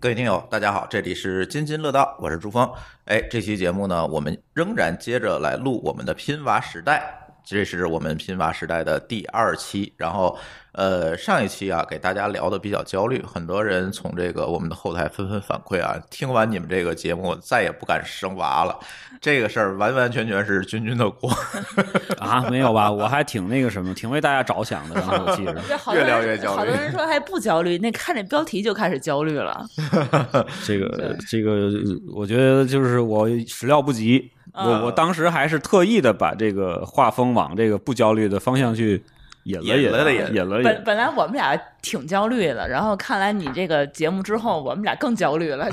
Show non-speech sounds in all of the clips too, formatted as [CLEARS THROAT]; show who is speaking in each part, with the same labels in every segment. Speaker 1: 各位听友，大家好，这里是津津乐道，我是朱峰。哎，这期节目呢，我们仍然接着来录我们的拼娃时代，这是我们拼娃时代的第二期。然后，呃，上一期啊，给大家聊的比较焦虑，很多人从这个我们的后台纷纷反馈啊，听完你们这个节目，再也不敢生娃了。这个事儿完完全全是君君的锅，
Speaker 2: 啊，没有吧？我还挺那个什么，挺为大家着想的。当时我记着
Speaker 3: 这好多人
Speaker 1: 越聊越焦虑
Speaker 3: 好多人说还不焦虑，那看这标题就开始焦虑了。
Speaker 2: 这个
Speaker 3: 对
Speaker 2: 这个，我觉得就是我始料不及，
Speaker 3: 嗯
Speaker 2: 我我当时还是特意的把这个画风往这个不焦虑的方向去引了
Speaker 1: 引了
Speaker 2: 了
Speaker 1: 引
Speaker 2: 引嗯了
Speaker 3: 本
Speaker 2: 引。
Speaker 3: 本来我们俩挺焦虑的，然后看来你这个节目之后，我们俩更焦
Speaker 1: [LAUGHS]
Speaker 3: 虑了。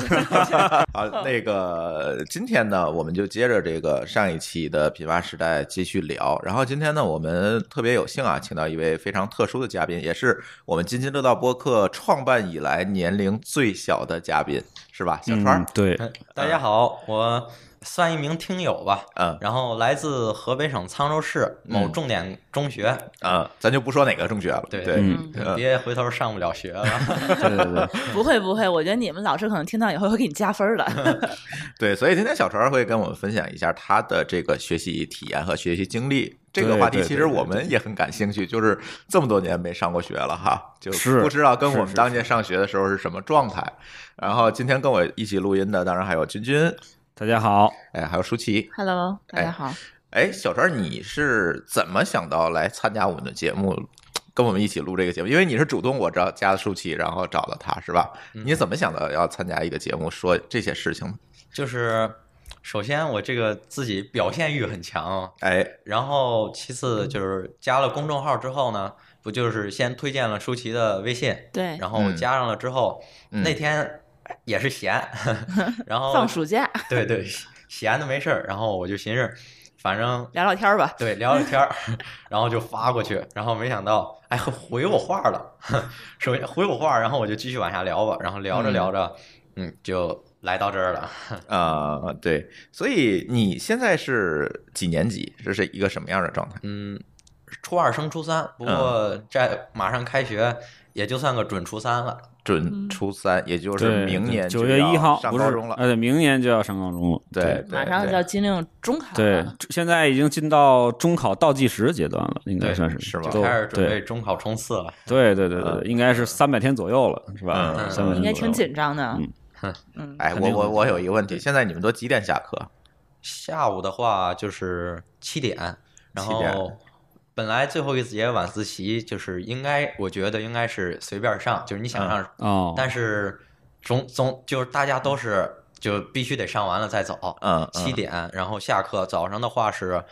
Speaker 1: 好，那个今天呢，我们就接着这个上一期的品牌时代继续聊。然后今天呢，我们特别有幸啊，请到一位非常特殊的嘉宾，也是我们津津乐道播客创办以来年龄最小的嘉宾，是吧？小川
Speaker 2: 嗯，，对，
Speaker 3: 哎
Speaker 4: 大
Speaker 3: 啊
Speaker 4: 家好，我算一名听友吧，
Speaker 1: 嗯
Speaker 4: 然后来自河北省沧州市某
Speaker 3: 嗯
Speaker 4: 重点中学，
Speaker 1: 啊、咱就不说哪个中学了，
Speaker 4: 对
Speaker 1: 对， [LAUGHS]
Speaker 2: 嗯
Speaker 1: 嗯
Speaker 4: 别回头上不了学了。
Speaker 3: [LAUGHS]
Speaker 2: 对对对，
Speaker 3: 不会不会，我觉得你们老师可能听到以后会给你加
Speaker 1: [LAUGHS]
Speaker 3: 分的。
Speaker 1: 对，所以今天小川会跟我们分享一下他的这个学习体验和学习经历。这个
Speaker 2: 对
Speaker 1: 话题
Speaker 2: 对
Speaker 1: 其
Speaker 2: 对
Speaker 1: 实
Speaker 2: 对
Speaker 1: 我们也很感兴趣，就是这么多年没上过学了哈，就是不知道跟
Speaker 2: 是
Speaker 1: 我们
Speaker 2: 是
Speaker 1: 当年上学的时候是什么状态。然后今天跟我一起录音的，当然还有君君，
Speaker 2: 大
Speaker 1: [LAUGHS]
Speaker 2: 家好，
Speaker 1: 哎，还有舒淇。
Speaker 3: Hello，大
Speaker 1: 哎
Speaker 3: 家好。
Speaker 1: 哎，小川，你是怎么想到来参加我们的节目，跟我们一起录这个节目？因为你是主动我找加的舒淇，然后找的他是吧？
Speaker 2: 嗯
Speaker 1: 你怎么想到要参加一个节目说这些事情呢？
Speaker 4: 就是首先我这个自己表现欲很强，
Speaker 1: 哎，
Speaker 4: 然后其次
Speaker 3: 嗯
Speaker 4: 就是加了公众号之后呢，不就是先推荐了舒淇的微信，
Speaker 3: 对，
Speaker 4: 然后加上了之后，
Speaker 1: 嗯
Speaker 4: 那天也
Speaker 3: [LAUGHS]
Speaker 4: 是闲，然后
Speaker 3: 放暑假
Speaker 4: 对对闲的没事儿，然后我就寻思，反正
Speaker 3: 聊聊天儿吧。
Speaker 4: 对，聊聊天儿， [LAUGHS] 然后就发过去，然后没想到，哎，回我话了， [LAUGHS] 首先回我话，然后我就继续往下聊吧，然后聊着聊着，嗯就来到这儿了。
Speaker 1: 啊、对，所以你现在是几年级？这是一个什么样的状态？
Speaker 4: 嗯，初二升初三，不过这马上开学，也就算个准初三了。
Speaker 1: 准初三，也就是
Speaker 2: 对
Speaker 1: 明年
Speaker 2: 九
Speaker 1: 就
Speaker 2: 月
Speaker 1: 要
Speaker 2: 一号
Speaker 1: 上
Speaker 2: 不
Speaker 1: 高
Speaker 2: 是
Speaker 1: 中了。
Speaker 2: 呃，对，明年就要上高中了。
Speaker 1: 对，
Speaker 3: 马
Speaker 1: 对
Speaker 3: 上就
Speaker 1: 对
Speaker 3: 要进入中考
Speaker 2: 对
Speaker 3: 了。，
Speaker 2: 现在已经进到中考倒计时阶段了，应该
Speaker 4: 对
Speaker 2: 算是
Speaker 1: 是吧
Speaker 2: 都
Speaker 4: 开始准备
Speaker 2: 对
Speaker 4: 中考冲刺了，
Speaker 2: 对对对
Speaker 1: 嗯
Speaker 2: 对，应该是三百天左右了，是吧
Speaker 1: 嗯？
Speaker 2: 三百
Speaker 3: 应该
Speaker 2: 天左
Speaker 3: 挺
Speaker 2: 右。
Speaker 3: 紧张的
Speaker 2: 嗯。
Speaker 3: 嗯，
Speaker 1: 哎，
Speaker 2: 肯
Speaker 1: 我
Speaker 2: 定
Speaker 1: 我
Speaker 2: 会
Speaker 1: 我有一个问题，现在你们都几点下课？
Speaker 4: 下午的话就是七点，然
Speaker 1: 7点
Speaker 4: 后本来最后一节晚自习就是应该，我觉得应该是随便上，就是你想上
Speaker 2: 哦，
Speaker 4: 但是总总就是大家都是就必须得上完了再走，
Speaker 1: 嗯，嗯
Speaker 4: 七点，然后下课。早上的话是，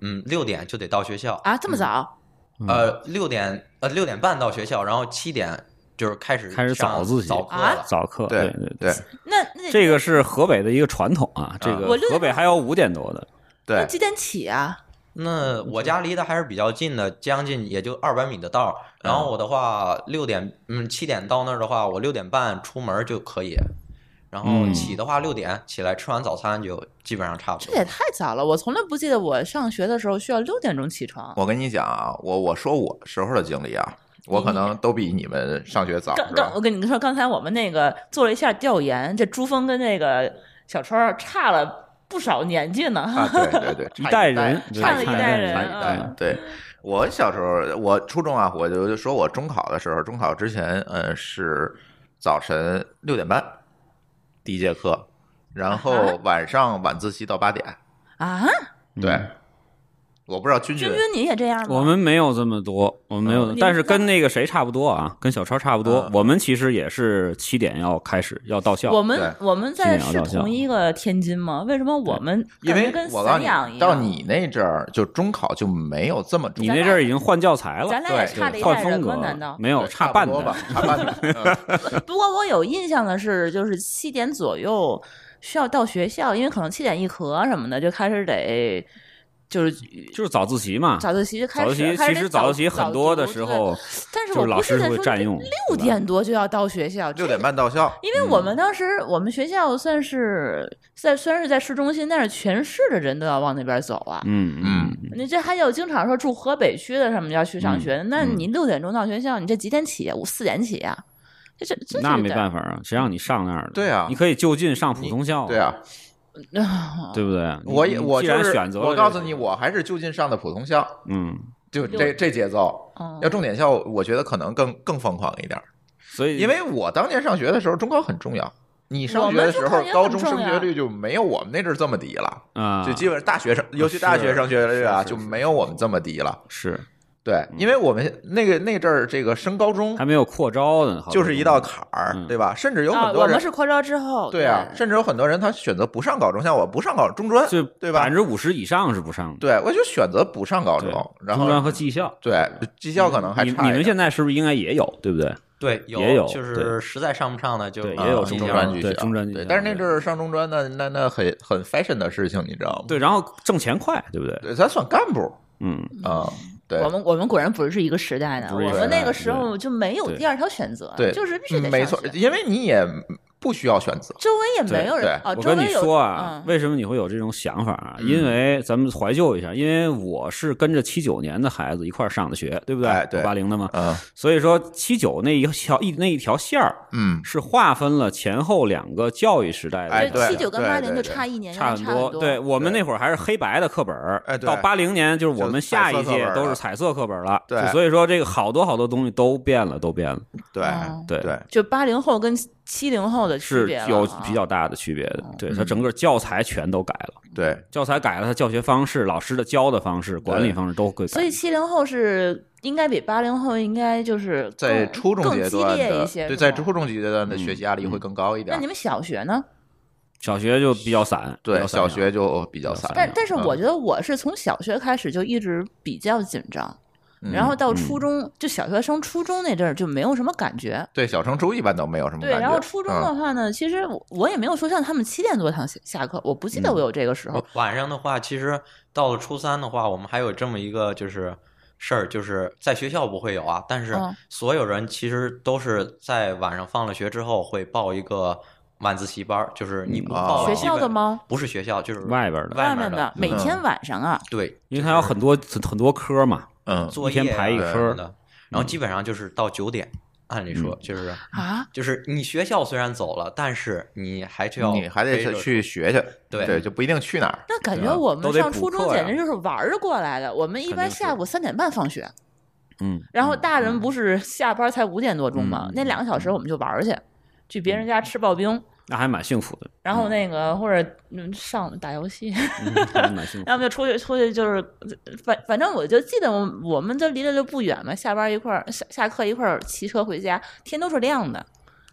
Speaker 4: 嗯，六点就得到学校，
Speaker 3: 啊，这
Speaker 1: 嗯
Speaker 3: 么早？
Speaker 2: 嗯
Speaker 4: 呃，六点呃六点半到学校，然后七点就是开始
Speaker 2: 开始
Speaker 4: 上
Speaker 2: 早自习
Speaker 4: 早课
Speaker 3: 啊
Speaker 4: 了。
Speaker 2: 早课，
Speaker 1: 对
Speaker 2: 对
Speaker 1: 对
Speaker 3: 那那
Speaker 2: 这个是河北的一个传统啊，这
Speaker 3: 我
Speaker 2: 个
Speaker 3: 就
Speaker 2: 河北还有五点多的，
Speaker 3: 那
Speaker 1: 对，
Speaker 3: 几点起啊？
Speaker 4: 那
Speaker 2: 嗯
Speaker 4: 我家离得还是比较近的，将近也就二百米的道儿。然
Speaker 2: 嗯
Speaker 4: 后我的话，六点嗯七点到那儿的话，我六点半出门就可以。然后
Speaker 2: 嗯
Speaker 4: 起的话，六点起来吃完早餐就基本上差不
Speaker 3: 这
Speaker 4: 多。
Speaker 3: 也太早了，我从来不记得我上学的时候需要六点钟起床。
Speaker 1: 我跟你讲啊，我我说我时候的经历啊，我可能都比你们上学早，
Speaker 3: 刚
Speaker 1: 是
Speaker 3: 刚
Speaker 1: 吧
Speaker 3: 我？跟你说，刚才我们那个做了一下调研，这朱峰跟那个小川儿差了不少年纪呢。
Speaker 1: 啊，对对
Speaker 2: [LAUGHS]
Speaker 1: 对，差
Speaker 2: 一代
Speaker 1: 代
Speaker 2: 人，
Speaker 1: 差
Speaker 3: 看
Speaker 1: 一
Speaker 3: 了一
Speaker 1: 代
Speaker 3: 代
Speaker 2: 人，嗯
Speaker 3: 人
Speaker 1: 差一代。对我小时候，我初中啊，我就说我中考的时候，中考之前，呃，是早晨六点半第一节课，然
Speaker 3: 啊
Speaker 1: 后晚上晚自习到八点。
Speaker 3: [LAUGHS] 啊，
Speaker 1: 对，我不知道君
Speaker 3: 君
Speaker 1: 君
Speaker 3: 君你也这样吗？
Speaker 2: 我们没有这么多，我们没有
Speaker 3: 嗯，
Speaker 2: 但是跟那个谁差不多啊，跟小超差不多
Speaker 1: 嗯。
Speaker 2: 我们其实也是七点要开始要到校，
Speaker 3: 我们我们在
Speaker 2: 七
Speaker 3: 是
Speaker 2: 点到校
Speaker 3: 同一个天津吗？为什么我们
Speaker 1: 因
Speaker 3: 感觉
Speaker 1: 为
Speaker 3: 跟
Speaker 1: 我告
Speaker 3: 散
Speaker 1: 诉
Speaker 3: 养
Speaker 1: 你，
Speaker 3: 一样？
Speaker 1: 到你那阵儿就中考就没有这么重
Speaker 2: 你那阵儿已经换教材了，
Speaker 3: 咱俩也
Speaker 1: 对
Speaker 3: 差了一
Speaker 2: 换
Speaker 3: 代
Speaker 2: 风
Speaker 3: 人
Speaker 2: 格
Speaker 3: 吗？
Speaker 2: 了
Speaker 3: 难道？
Speaker 2: 没有
Speaker 1: 对
Speaker 2: 差
Speaker 1: 不
Speaker 2: 半
Speaker 1: 多
Speaker 2: 年
Speaker 1: 吧，差半
Speaker 2: [LAUGHS]
Speaker 1: 年。嗯
Speaker 3: 不过我有印象的是，就是七点左右需要到学校，因为可能七点一刻什么的就开始得就是
Speaker 2: 就是早自习嘛。
Speaker 3: 早自习就开
Speaker 2: 啊早
Speaker 3: 始。
Speaker 2: 自习
Speaker 3: 开始
Speaker 2: 其
Speaker 3: 得
Speaker 2: 实
Speaker 3: 早
Speaker 2: 自习很多的时，
Speaker 3: 早
Speaker 2: 候
Speaker 3: 读但是
Speaker 2: 就
Speaker 3: 我
Speaker 2: 是老
Speaker 3: 不
Speaker 2: 师
Speaker 3: 记得
Speaker 2: 会
Speaker 3: 说
Speaker 2: 占用嗯
Speaker 3: 六点多就要到学校，
Speaker 1: 六点半到校，
Speaker 3: 因为我们当时我们学校算是在虽然是在市中心，但是全市的人都要往那边走啊。
Speaker 2: 嗯嗯，
Speaker 3: 你这还有经常说住河北区的什么要去上学，那
Speaker 2: 嗯
Speaker 3: 你六点钟到学校，你这几点起啊？五四点起啊？这这
Speaker 2: 那没
Speaker 3: 法，
Speaker 2: 办法啊，谁让你上那儿了？
Speaker 1: 对啊
Speaker 2: 你可以就近上普通校，
Speaker 1: 对，啊，
Speaker 2: 对不对？你
Speaker 1: 我也
Speaker 2: 你
Speaker 1: 我
Speaker 2: 既
Speaker 1: 就
Speaker 2: 然
Speaker 1: 是
Speaker 2: 选择了
Speaker 1: 我
Speaker 2: 这
Speaker 1: 告
Speaker 2: 个
Speaker 1: 诉你，我还是就近上的普通校，
Speaker 2: 嗯，
Speaker 1: 就这这节奏。
Speaker 3: 嗯
Speaker 1: 要重点校，我觉得可能更更疯狂一点儿，
Speaker 2: 所以
Speaker 1: 因为我当年上学的时候，中考很重要。你上
Speaker 3: 我
Speaker 1: 学
Speaker 3: 们
Speaker 1: 的
Speaker 3: 中
Speaker 1: 时
Speaker 3: 考
Speaker 1: 候
Speaker 3: 也，很
Speaker 1: 高中
Speaker 3: 重
Speaker 1: 升学
Speaker 3: 要
Speaker 1: 率就没有我们那阵儿这么低了，
Speaker 2: 啊，
Speaker 1: 就基本上大学生，尤其
Speaker 2: 是
Speaker 1: 大学升学率啊，
Speaker 2: 是是
Speaker 1: 就是没有我们这么低了。
Speaker 2: 是
Speaker 1: 对，因为我们那个那阵儿，这个升高中
Speaker 2: 还没有扩招呢，好多
Speaker 1: 就是一道
Speaker 2: 东西
Speaker 1: 坎儿
Speaker 2: 嗯，
Speaker 1: 对吧？甚至有
Speaker 3: 啊，
Speaker 1: 很
Speaker 3: 我
Speaker 1: 多人
Speaker 3: 们是扩招之后，
Speaker 1: 对啊，甚至有很多人他选择不上高中，像我不上高中 [LAUGHS] 专，
Speaker 2: 就
Speaker 1: 对吧
Speaker 2: 百分之五十以上是不上的，
Speaker 1: 对我就选择不上高中
Speaker 2: 对，
Speaker 1: 然
Speaker 2: 中专
Speaker 1: 后
Speaker 2: 和技校，
Speaker 1: 对技校可能还
Speaker 2: 你
Speaker 1: 差一
Speaker 2: 你们
Speaker 1: 点
Speaker 2: 现在是不是应该也有，对不对？
Speaker 3: 哦
Speaker 4: 对，有
Speaker 2: 也有
Speaker 4: 就是
Speaker 2: 对
Speaker 4: 实在上不上的就呃
Speaker 2: 对
Speaker 1: 啊
Speaker 2: 也有
Speaker 1: 中
Speaker 2: 中
Speaker 4: 间
Speaker 1: 专
Speaker 2: 专
Speaker 1: 技
Speaker 2: 对
Speaker 1: 校
Speaker 2: 中专技
Speaker 1: 对，
Speaker 2: 校
Speaker 1: 但是那阵儿上中专呢，那那很很 fashion 的事情，你知道吗？
Speaker 2: 对，然后挣钱快，对不对？
Speaker 1: 对，咱算干部
Speaker 2: 嗯，
Speaker 1: 啊，对
Speaker 3: 我。们我们果然不是一个时代的，
Speaker 2: 不
Speaker 3: 我
Speaker 2: 是一个
Speaker 3: 们
Speaker 2: 时代
Speaker 3: 那个时候就没有
Speaker 2: 对
Speaker 3: 第二条选择，
Speaker 1: 对，
Speaker 3: 就是必须
Speaker 1: 嗯
Speaker 3: 得
Speaker 1: 没
Speaker 3: 上
Speaker 1: 错
Speaker 3: 学，
Speaker 1: 因为你也不需要选择，
Speaker 3: 周围也没有
Speaker 1: 对
Speaker 3: 人，哦，
Speaker 2: 我
Speaker 3: 周
Speaker 2: 跟你
Speaker 3: 围有
Speaker 2: 说啊，
Speaker 3: 嗯
Speaker 2: 为什么你会有这种想法啊？
Speaker 1: 嗯
Speaker 2: 因为咱们怀旧一下，因为我是跟着七九年的孩子一块儿上的学，对不
Speaker 1: 哎对
Speaker 2: 八零的嘛，
Speaker 1: 嗯
Speaker 2: 所以说七九那一条一那一条线儿
Speaker 1: 嗯，
Speaker 2: 是划分了前后两个教育时代的。
Speaker 1: 哎
Speaker 3: 就
Speaker 1: 对
Speaker 3: 七九跟
Speaker 1: 对
Speaker 3: 八
Speaker 1: 对
Speaker 3: 零就
Speaker 1: 对
Speaker 3: 差一年，
Speaker 2: 差
Speaker 3: 差
Speaker 2: 很多，
Speaker 3: 多，
Speaker 2: 对我们
Speaker 1: 对
Speaker 2: 那会儿还是黑白的课本儿，
Speaker 1: 哎对
Speaker 2: 到八零年就是我们下
Speaker 1: 就彩
Speaker 2: 一
Speaker 1: 色课
Speaker 2: 届
Speaker 1: 本
Speaker 2: 都
Speaker 1: 了
Speaker 2: 是彩色课本了，
Speaker 1: 对
Speaker 2: 就所以说这个好多好多东西都变了，都变了，
Speaker 1: 对
Speaker 3: 嗯
Speaker 2: 对
Speaker 1: 对，
Speaker 3: 就八零后跟七零后的区
Speaker 2: 是
Speaker 3: 别了
Speaker 2: 有
Speaker 3: 啊嗯
Speaker 2: 比较大的区别的，对
Speaker 1: 嗯
Speaker 2: 它整个教材全都改了。
Speaker 1: 对，
Speaker 2: 教材改了，它教学方式、老师的教的方式、管理方式都会改。
Speaker 3: 所以七零后是应该比八零后应该就是
Speaker 1: 在
Speaker 3: 更
Speaker 1: 初中
Speaker 3: 更
Speaker 1: 阶
Speaker 3: 激
Speaker 1: 段
Speaker 3: 烈
Speaker 1: 的
Speaker 3: 一些，
Speaker 1: 对，
Speaker 3: 是
Speaker 1: 在
Speaker 3: 吧
Speaker 1: 初中阶嗯段的
Speaker 2: 嗯
Speaker 1: 学习压力会更高一点
Speaker 3: 那你。们小学呢？
Speaker 2: 小学就比较散，比
Speaker 1: 对，
Speaker 2: 较散啊
Speaker 1: 小
Speaker 2: 养
Speaker 1: 学就比较散
Speaker 2: 散。
Speaker 3: 但但是
Speaker 1: 嗯
Speaker 3: 我觉得我是从小学开始就一直比较紧张，
Speaker 1: 嗯
Speaker 3: 然后到初中、就小学升初中那阵儿就没有什么感觉。
Speaker 1: 对小升初一般都没有什么
Speaker 3: 对，
Speaker 1: 嗯感觉。
Speaker 3: 然后初中的
Speaker 1: 嗯
Speaker 3: 话呢，其实我我也没有说像他们七点多堂下下课，我
Speaker 1: 嗯
Speaker 3: 不记得我有这个时候。
Speaker 4: 晚上的话，其实到了初三的话，我们还有这么一个就是事儿，就是在学校不会有啊，但是
Speaker 3: 嗯
Speaker 4: 所有人其实都是在晚上放了学之后会报一个晚自习班儿，就是你不报
Speaker 1: 哦
Speaker 4: 了
Speaker 3: 啊学校的吗？
Speaker 4: 不是学校，就是
Speaker 2: 嗯外边的，嗯
Speaker 4: 外
Speaker 3: 面
Speaker 4: 面
Speaker 3: 的
Speaker 4: 的
Speaker 3: 每天晚上啊，
Speaker 4: 对，
Speaker 2: 因为它有很多很多科嘛，
Speaker 1: 嗯，
Speaker 4: 作
Speaker 2: 一天
Speaker 4: 业啊
Speaker 2: 排一
Speaker 4: 什
Speaker 2: 科嗯
Speaker 4: 么的，然后基本上就是到九点。按理说就是
Speaker 3: 啊，
Speaker 4: 就是你学校虽然走了，但是你还是要
Speaker 1: 你还
Speaker 4: 背
Speaker 1: 得
Speaker 4: 着
Speaker 1: 去学去，
Speaker 4: 对
Speaker 1: 就不一定去哪儿。
Speaker 3: 那感
Speaker 2: 对
Speaker 3: 觉
Speaker 2: 啊
Speaker 3: 我
Speaker 2: 都
Speaker 3: 们
Speaker 2: 得
Speaker 3: 上
Speaker 2: 补
Speaker 3: 初中
Speaker 2: 课呀
Speaker 3: 简直就是玩儿过来的。我们一
Speaker 2: 肯
Speaker 3: 般
Speaker 2: 定
Speaker 3: 下
Speaker 2: 是
Speaker 3: 午三点半放学，
Speaker 2: 嗯，
Speaker 3: 然后大人不是下班才五点多钟吗？
Speaker 2: 嗯
Speaker 3: 那两个小时我们就玩儿去，去别人家吃刨冰，
Speaker 2: 那还蛮幸福
Speaker 3: [LAUGHS]
Speaker 2: 的，
Speaker 3: 然后那个或者嗯上打游戏， [LAUGHS]
Speaker 2: 嗯还蛮幸福。
Speaker 3: 要么就出去出去就是，反反正我就记得我我们这离得就不远嘛，下班一块儿下下课一块儿骑车回家，天都是亮的，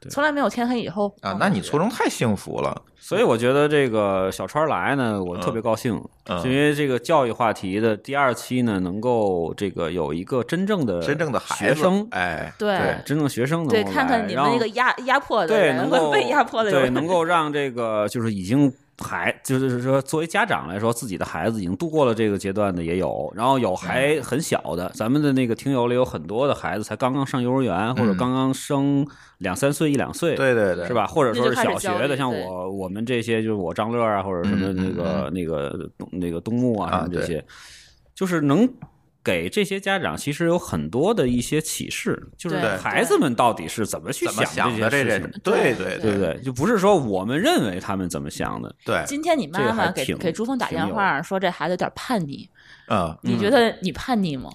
Speaker 2: 对
Speaker 3: 从来没有天黑以后
Speaker 1: 啊，那你初中太幸福了，
Speaker 2: 所以我觉得这个小川来呢，我特别高兴，
Speaker 1: 嗯
Speaker 2: 是因为这个教育话题的第二期呢，能够这个有一个真正的
Speaker 1: 真正的孩
Speaker 2: 学
Speaker 1: 子
Speaker 2: 生，，
Speaker 1: 哎，
Speaker 3: 对
Speaker 2: 对，真正学生能够
Speaker 3: 对，看看
Speaker 2: 来
Speaker 3: 你们
Speaker 2: 让
Speaker 3: 那个压压迫的
Speaker 2: 对，
Speaker 3: 人
Speaker 2: 能
Speaker 3: 和
Speaker 2: 够
Speaker 3: 被压迫的
Speaker 2: 对，
Speaker 3: 人，
Speaker 2: 能够让这个就是已经还就是说，作为家长来说，自己的孩子已经度过了这个阶段的也有，然后有还
Speaker 1: 嗯
Speaker 2: 很小的，咱们的那个听友里有很多的孩子才刚刚上幼儿园或者
Speaker 1: 嗯
Speaker 2: 刚刚升两三岁一两岁，
Speaker 1: 对对对，
Speaker 2: 是？吧？或者说是小
Speaker 3: 那就
Speaker 2: 学
Speaker 3: 开始焦
Speaker 2: 的，
Speaker 3: 虑
Speaker 2: 像
Speaker 3: 对
Speaker 2: 我我们这些，就是我张乐啊，或者什么
Speaker 1: 嗯
Speaker 2: 那个、那个东那个东木啊，什
Speaker 1: 啊
Speaker 2: 么
Speaker 1: 对
Speaker 2: 这些，就是能。给这些家长其实有很多的一些启示，就是
Speaker 3: 对
Speaker 2: 孩子们到底是怎么去
Speaker 1: 怎么
Speaker 2: 想
Speaker 1: 想
Speaker 2: 这
Speaker 1: 的？
Speaker 2: 些
Speaker 1: 这
Speaker 2: 事情
Speaker 1: 这，，对对
Speaker 2: 对不对？就不是说我们认为他们怎么想的，
Speaker 1: 对，
Speaker 3: 今天你
Speaker 2: 这
Speaker 3: 妈
Speaker 2: 个还
Speaker 3: 妈给
Speaker 2: 挺
Speaker 3: 给朱峰打
Speaker 2: 挺
Speaker 3: 电
Speaker 2: 有
Speaker 3: 话说这孩子有点叛逆，
Speaker 1: 嗯，
Speaker 3: 你觉得你叛
Speaker 2: [LAUGHS]
Speaker 3: 逆吗？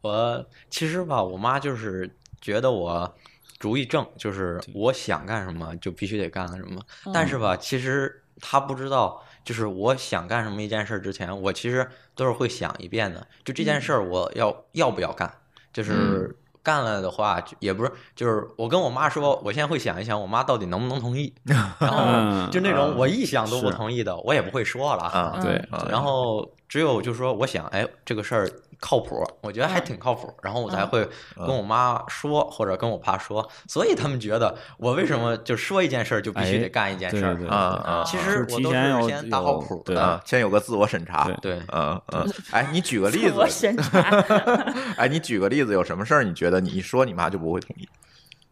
Speaker 4: 我其实吧，我妈就是觉得我主意正，就是我想干什么就必须得干什么。
Speaker 2: 嗯
Speaker 4: 但是吧，其实她不知道，就是我想干什么一件事儿之前，我其实都是会想一遍的。就这
Speaker 2: 嗯
Speaker 4: 件事儿，我要、要不要干？就是干了的话，就也不是，就是我跟我妈说，我现在会想一想，我妈到底能不能同意。然后
Speaker 2: 嗯
Speaker 4: 就那种我一想都不
Speaker 2: 是
Speaker 4: 同意的，我也不会说了。
Speaker 1: 啊
Speaker 3: 嗯
Speaker 2: 对
Speaker 1: 啊
Speaker 4: 然后只有就说我想，哎，这个事儿靠谱，我觉得
Speaker 3: 嗯
Speaker 4: 还挺靠谱，然后我才会跟
Speaker 2: 嗯
Speaker 4: 我妈说或者跟我爸说，所以他们觉得我为什么
Speaker 3: 嗯
Speaker 4: 就说一件事儿就必须得干一件
Speaker 2: 哎对
Speaker 4: 事
Speaker 2: 对
Speaker 4: 儿。
Speaker 2: 对
Speaker 1: 啊啊，
Speaker 4: 其
Speaker 2: 就
Speaker 4: 实
Speaker 2: 是
Speaker 4: 我
Speaker 2: 提
Speaker 4: 都
Speaker 2: 前
Speaker 4: 是
Speaker 2: 有
Speaker 4: 先打好
Speaker 2: 有
Speaker 4: 谱
Speaker 2: 对
Speaker 4: 的，
Speaker 1: 啊，先有个自我审查，
Speaker 2: 对
Speaker 4: 对。
Speaker 1: 嗯嗯，哎，你举个例
Speaker 3: 自我啊
Speaker 1: 子，
Speaker 3: 审查，
Speaker 2: [LAUGHS]
Speaker 1: 哎，你举个例子，有什么事儿你觉得你一说你妈就不会同意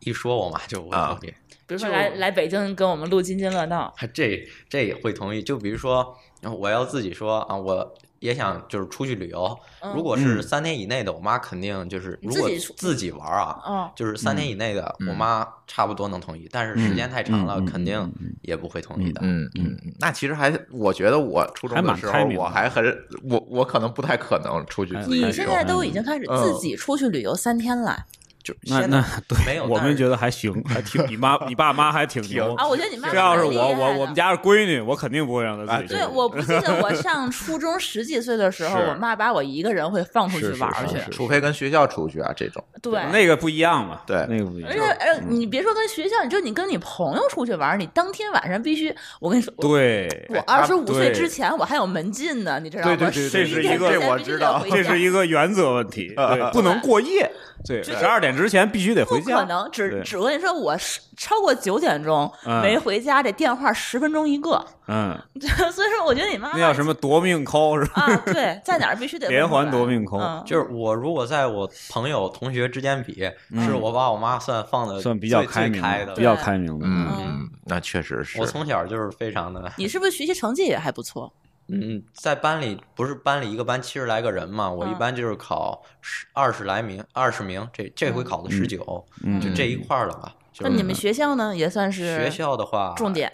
Speaker 4: 一说我妈就我
Speaker 1: 啊
Speaker 4: 同意，
Speaker 3: 比如说
Speaker 4: 就
Speaker 3: 来来北京跟我们录津津乐道，
Speaker 4: [LAUGHS] 这这也会同意。就比如说，我要自己说啊，我也想就是出去旅游。
Speaker 3: 嗯
Speaker 4: 如果是三天以内的，我妈肯定就是
Speaker 3: 你
Speaker 4: 如
Speaker 3: 自
Speaker 4: 果
Speaker 3: 己出
Speaker 4: 自己玩啊，
Speaker 3: 嗯，
Speaker 4: 就是三天以内的，
Speaker 1: 嗯
Speaker 4: 我妈差不多能同意。但是时间太长了
Speaker 2: 嗯嗯，嗯
Speaker 4: 肯定也不会同意的。
Speaker 1: 嗯嗯，嗯那其实还，我觉得我初中
Speaker 2: 还
Speaker 1: 的
Speaker 2: 蛮
Speaker 1: 时候
Speaker 2: 开，明的
Speaker 1: 我还很，我我可能不太可能出去
Speaker 2: 哎
Speaker 1: 自己
Speaker 3: 你
Speaker 1: 旅
Speaker 3: 现
Speaker 1: 游
Speaker 3: 在都已经开始
Speaker 2: 嗯
Speaker 3: 自己出去旅游三天了
Speaker 4: 就
Speaker 2: 那
Speaker 4: 现
Speaker 2: 那
Speaker 4: 在
Speaker 2: 对，
Speaker 4: 没有
Speaker 2: 我
Speaker 4: 但
Speaker 2: 们
Speaker 4: 是
Speaker 2: 觉得还行，还挺你妈你爸妈还挺牛。
Speaker 3: 啊！我觉得你妈
Speaker 2: 哦这要是
Speaker 3: 蛮厉
Speaker 2: 我
Speaker 3: 害
Speaker 2: 我
Speaker 3: 的
Speaker 2: 我们家是闺女，我肯定不会让她
Speaker 1: 啊
Speaker 2: 自己去。
Speaker 1: 对
Speaker 3: 对，我不记得我上初中十几岁的时候，
Speaker 1: 是
Speaker 3: 我妈把我一个人会放出去
Speaker 1: 是
Speaker 3: 玩儿
Speaker 1: 是
Speaker 3: 去。
Speaker 1: 是除非跟学校出去啊这种。
Speaker 3: 对，
Speaker 2: 那个不一样嘛，
Speaker 1: 对
Speaker 2: 那个不一样
Speaker 3: 而且。呃，
Speaker 2: 嗯
Speaker 3: 你别说跟学校，你就你跟你朋友出去玩儿，你当天晚上必须，我跟你说，我
Speaker 2: 对，哎
Speaker 3: 我二十五岁
Speaker 2: 对
Speaker 3: 之前我还有门禁呢，你知
Speaker 2: 啊
Speaker 3: 道吗？
Speaker 1: 对对对
Speaker 2: 对
Speaker 3: 11
Speaker 2: 这是
Speaker 3: 点
Speaker 2: 一个
Speaker 3: 之前
Speaker 1: 这我
Speaker 3: 必须
Speaker 1: 知
Speaker 3: 得
Speaker 1: 道
Speaker 3: 回
Speaker 2: 这
Speaker 3: 家
Speaker 2: 是一个原则问题，对，不能过夜，对，十二点之前必须得回
Speaker 3: 不可
Speaker 2: 家。
Speaker 3: 能，只
Speaker 2: 对
Speaker 3: 只我跟你说，我是超过九点钟
Speaker 2: 嗯
Speaker 3: 没回家，这电话十分钟一个， [LAUGHS]
Speaker 2: 嗯，
Speaker 3: 所以说我觉得你妈妈
Speaker 2: 那叫什么夺命 call 是吧？
Speaker 3: 啊？对，在哪儿必须得
Speaker 2: 连
Speaker 3: 问出来
Speaker 2: 环夺命空
Speaker 3: 嗯
Speaker 4: 就是我如果在我朋友同学之间比，是我把我妈算放的
Speaker 2: 嗯呃算比较
Speaker 4: 最
Speaker 2: 开
Speaker 4: 最
Speaker 2: 明
Speaker 4: 开
Speaker 2: 的，
Speaker 4: 的
Speaker 2: 比。较开明的。嗯
Speaker 1: 嗯，那确实是
Speaker 4: 我。从小就是非常的，
Speaker 3: 你是不是学习成绩也还不错？
Speaker 4: 嗯，在班里不是班里一个班七十来个人嘛，我一
Speaker 3: 嗯
Speaker 4: 般就是考十二十来名，二十名，这这回考的十九，
Speaker 2: 嗯
Speaker 4: 就这一块儿了吧。就
Speaker 3: 那
Speaker 4: 是
Speaker 3: 你们学校呢，也算是
Speaker 4: 学校的话，
Speaker 2: 啊
Speaker 3: 重点。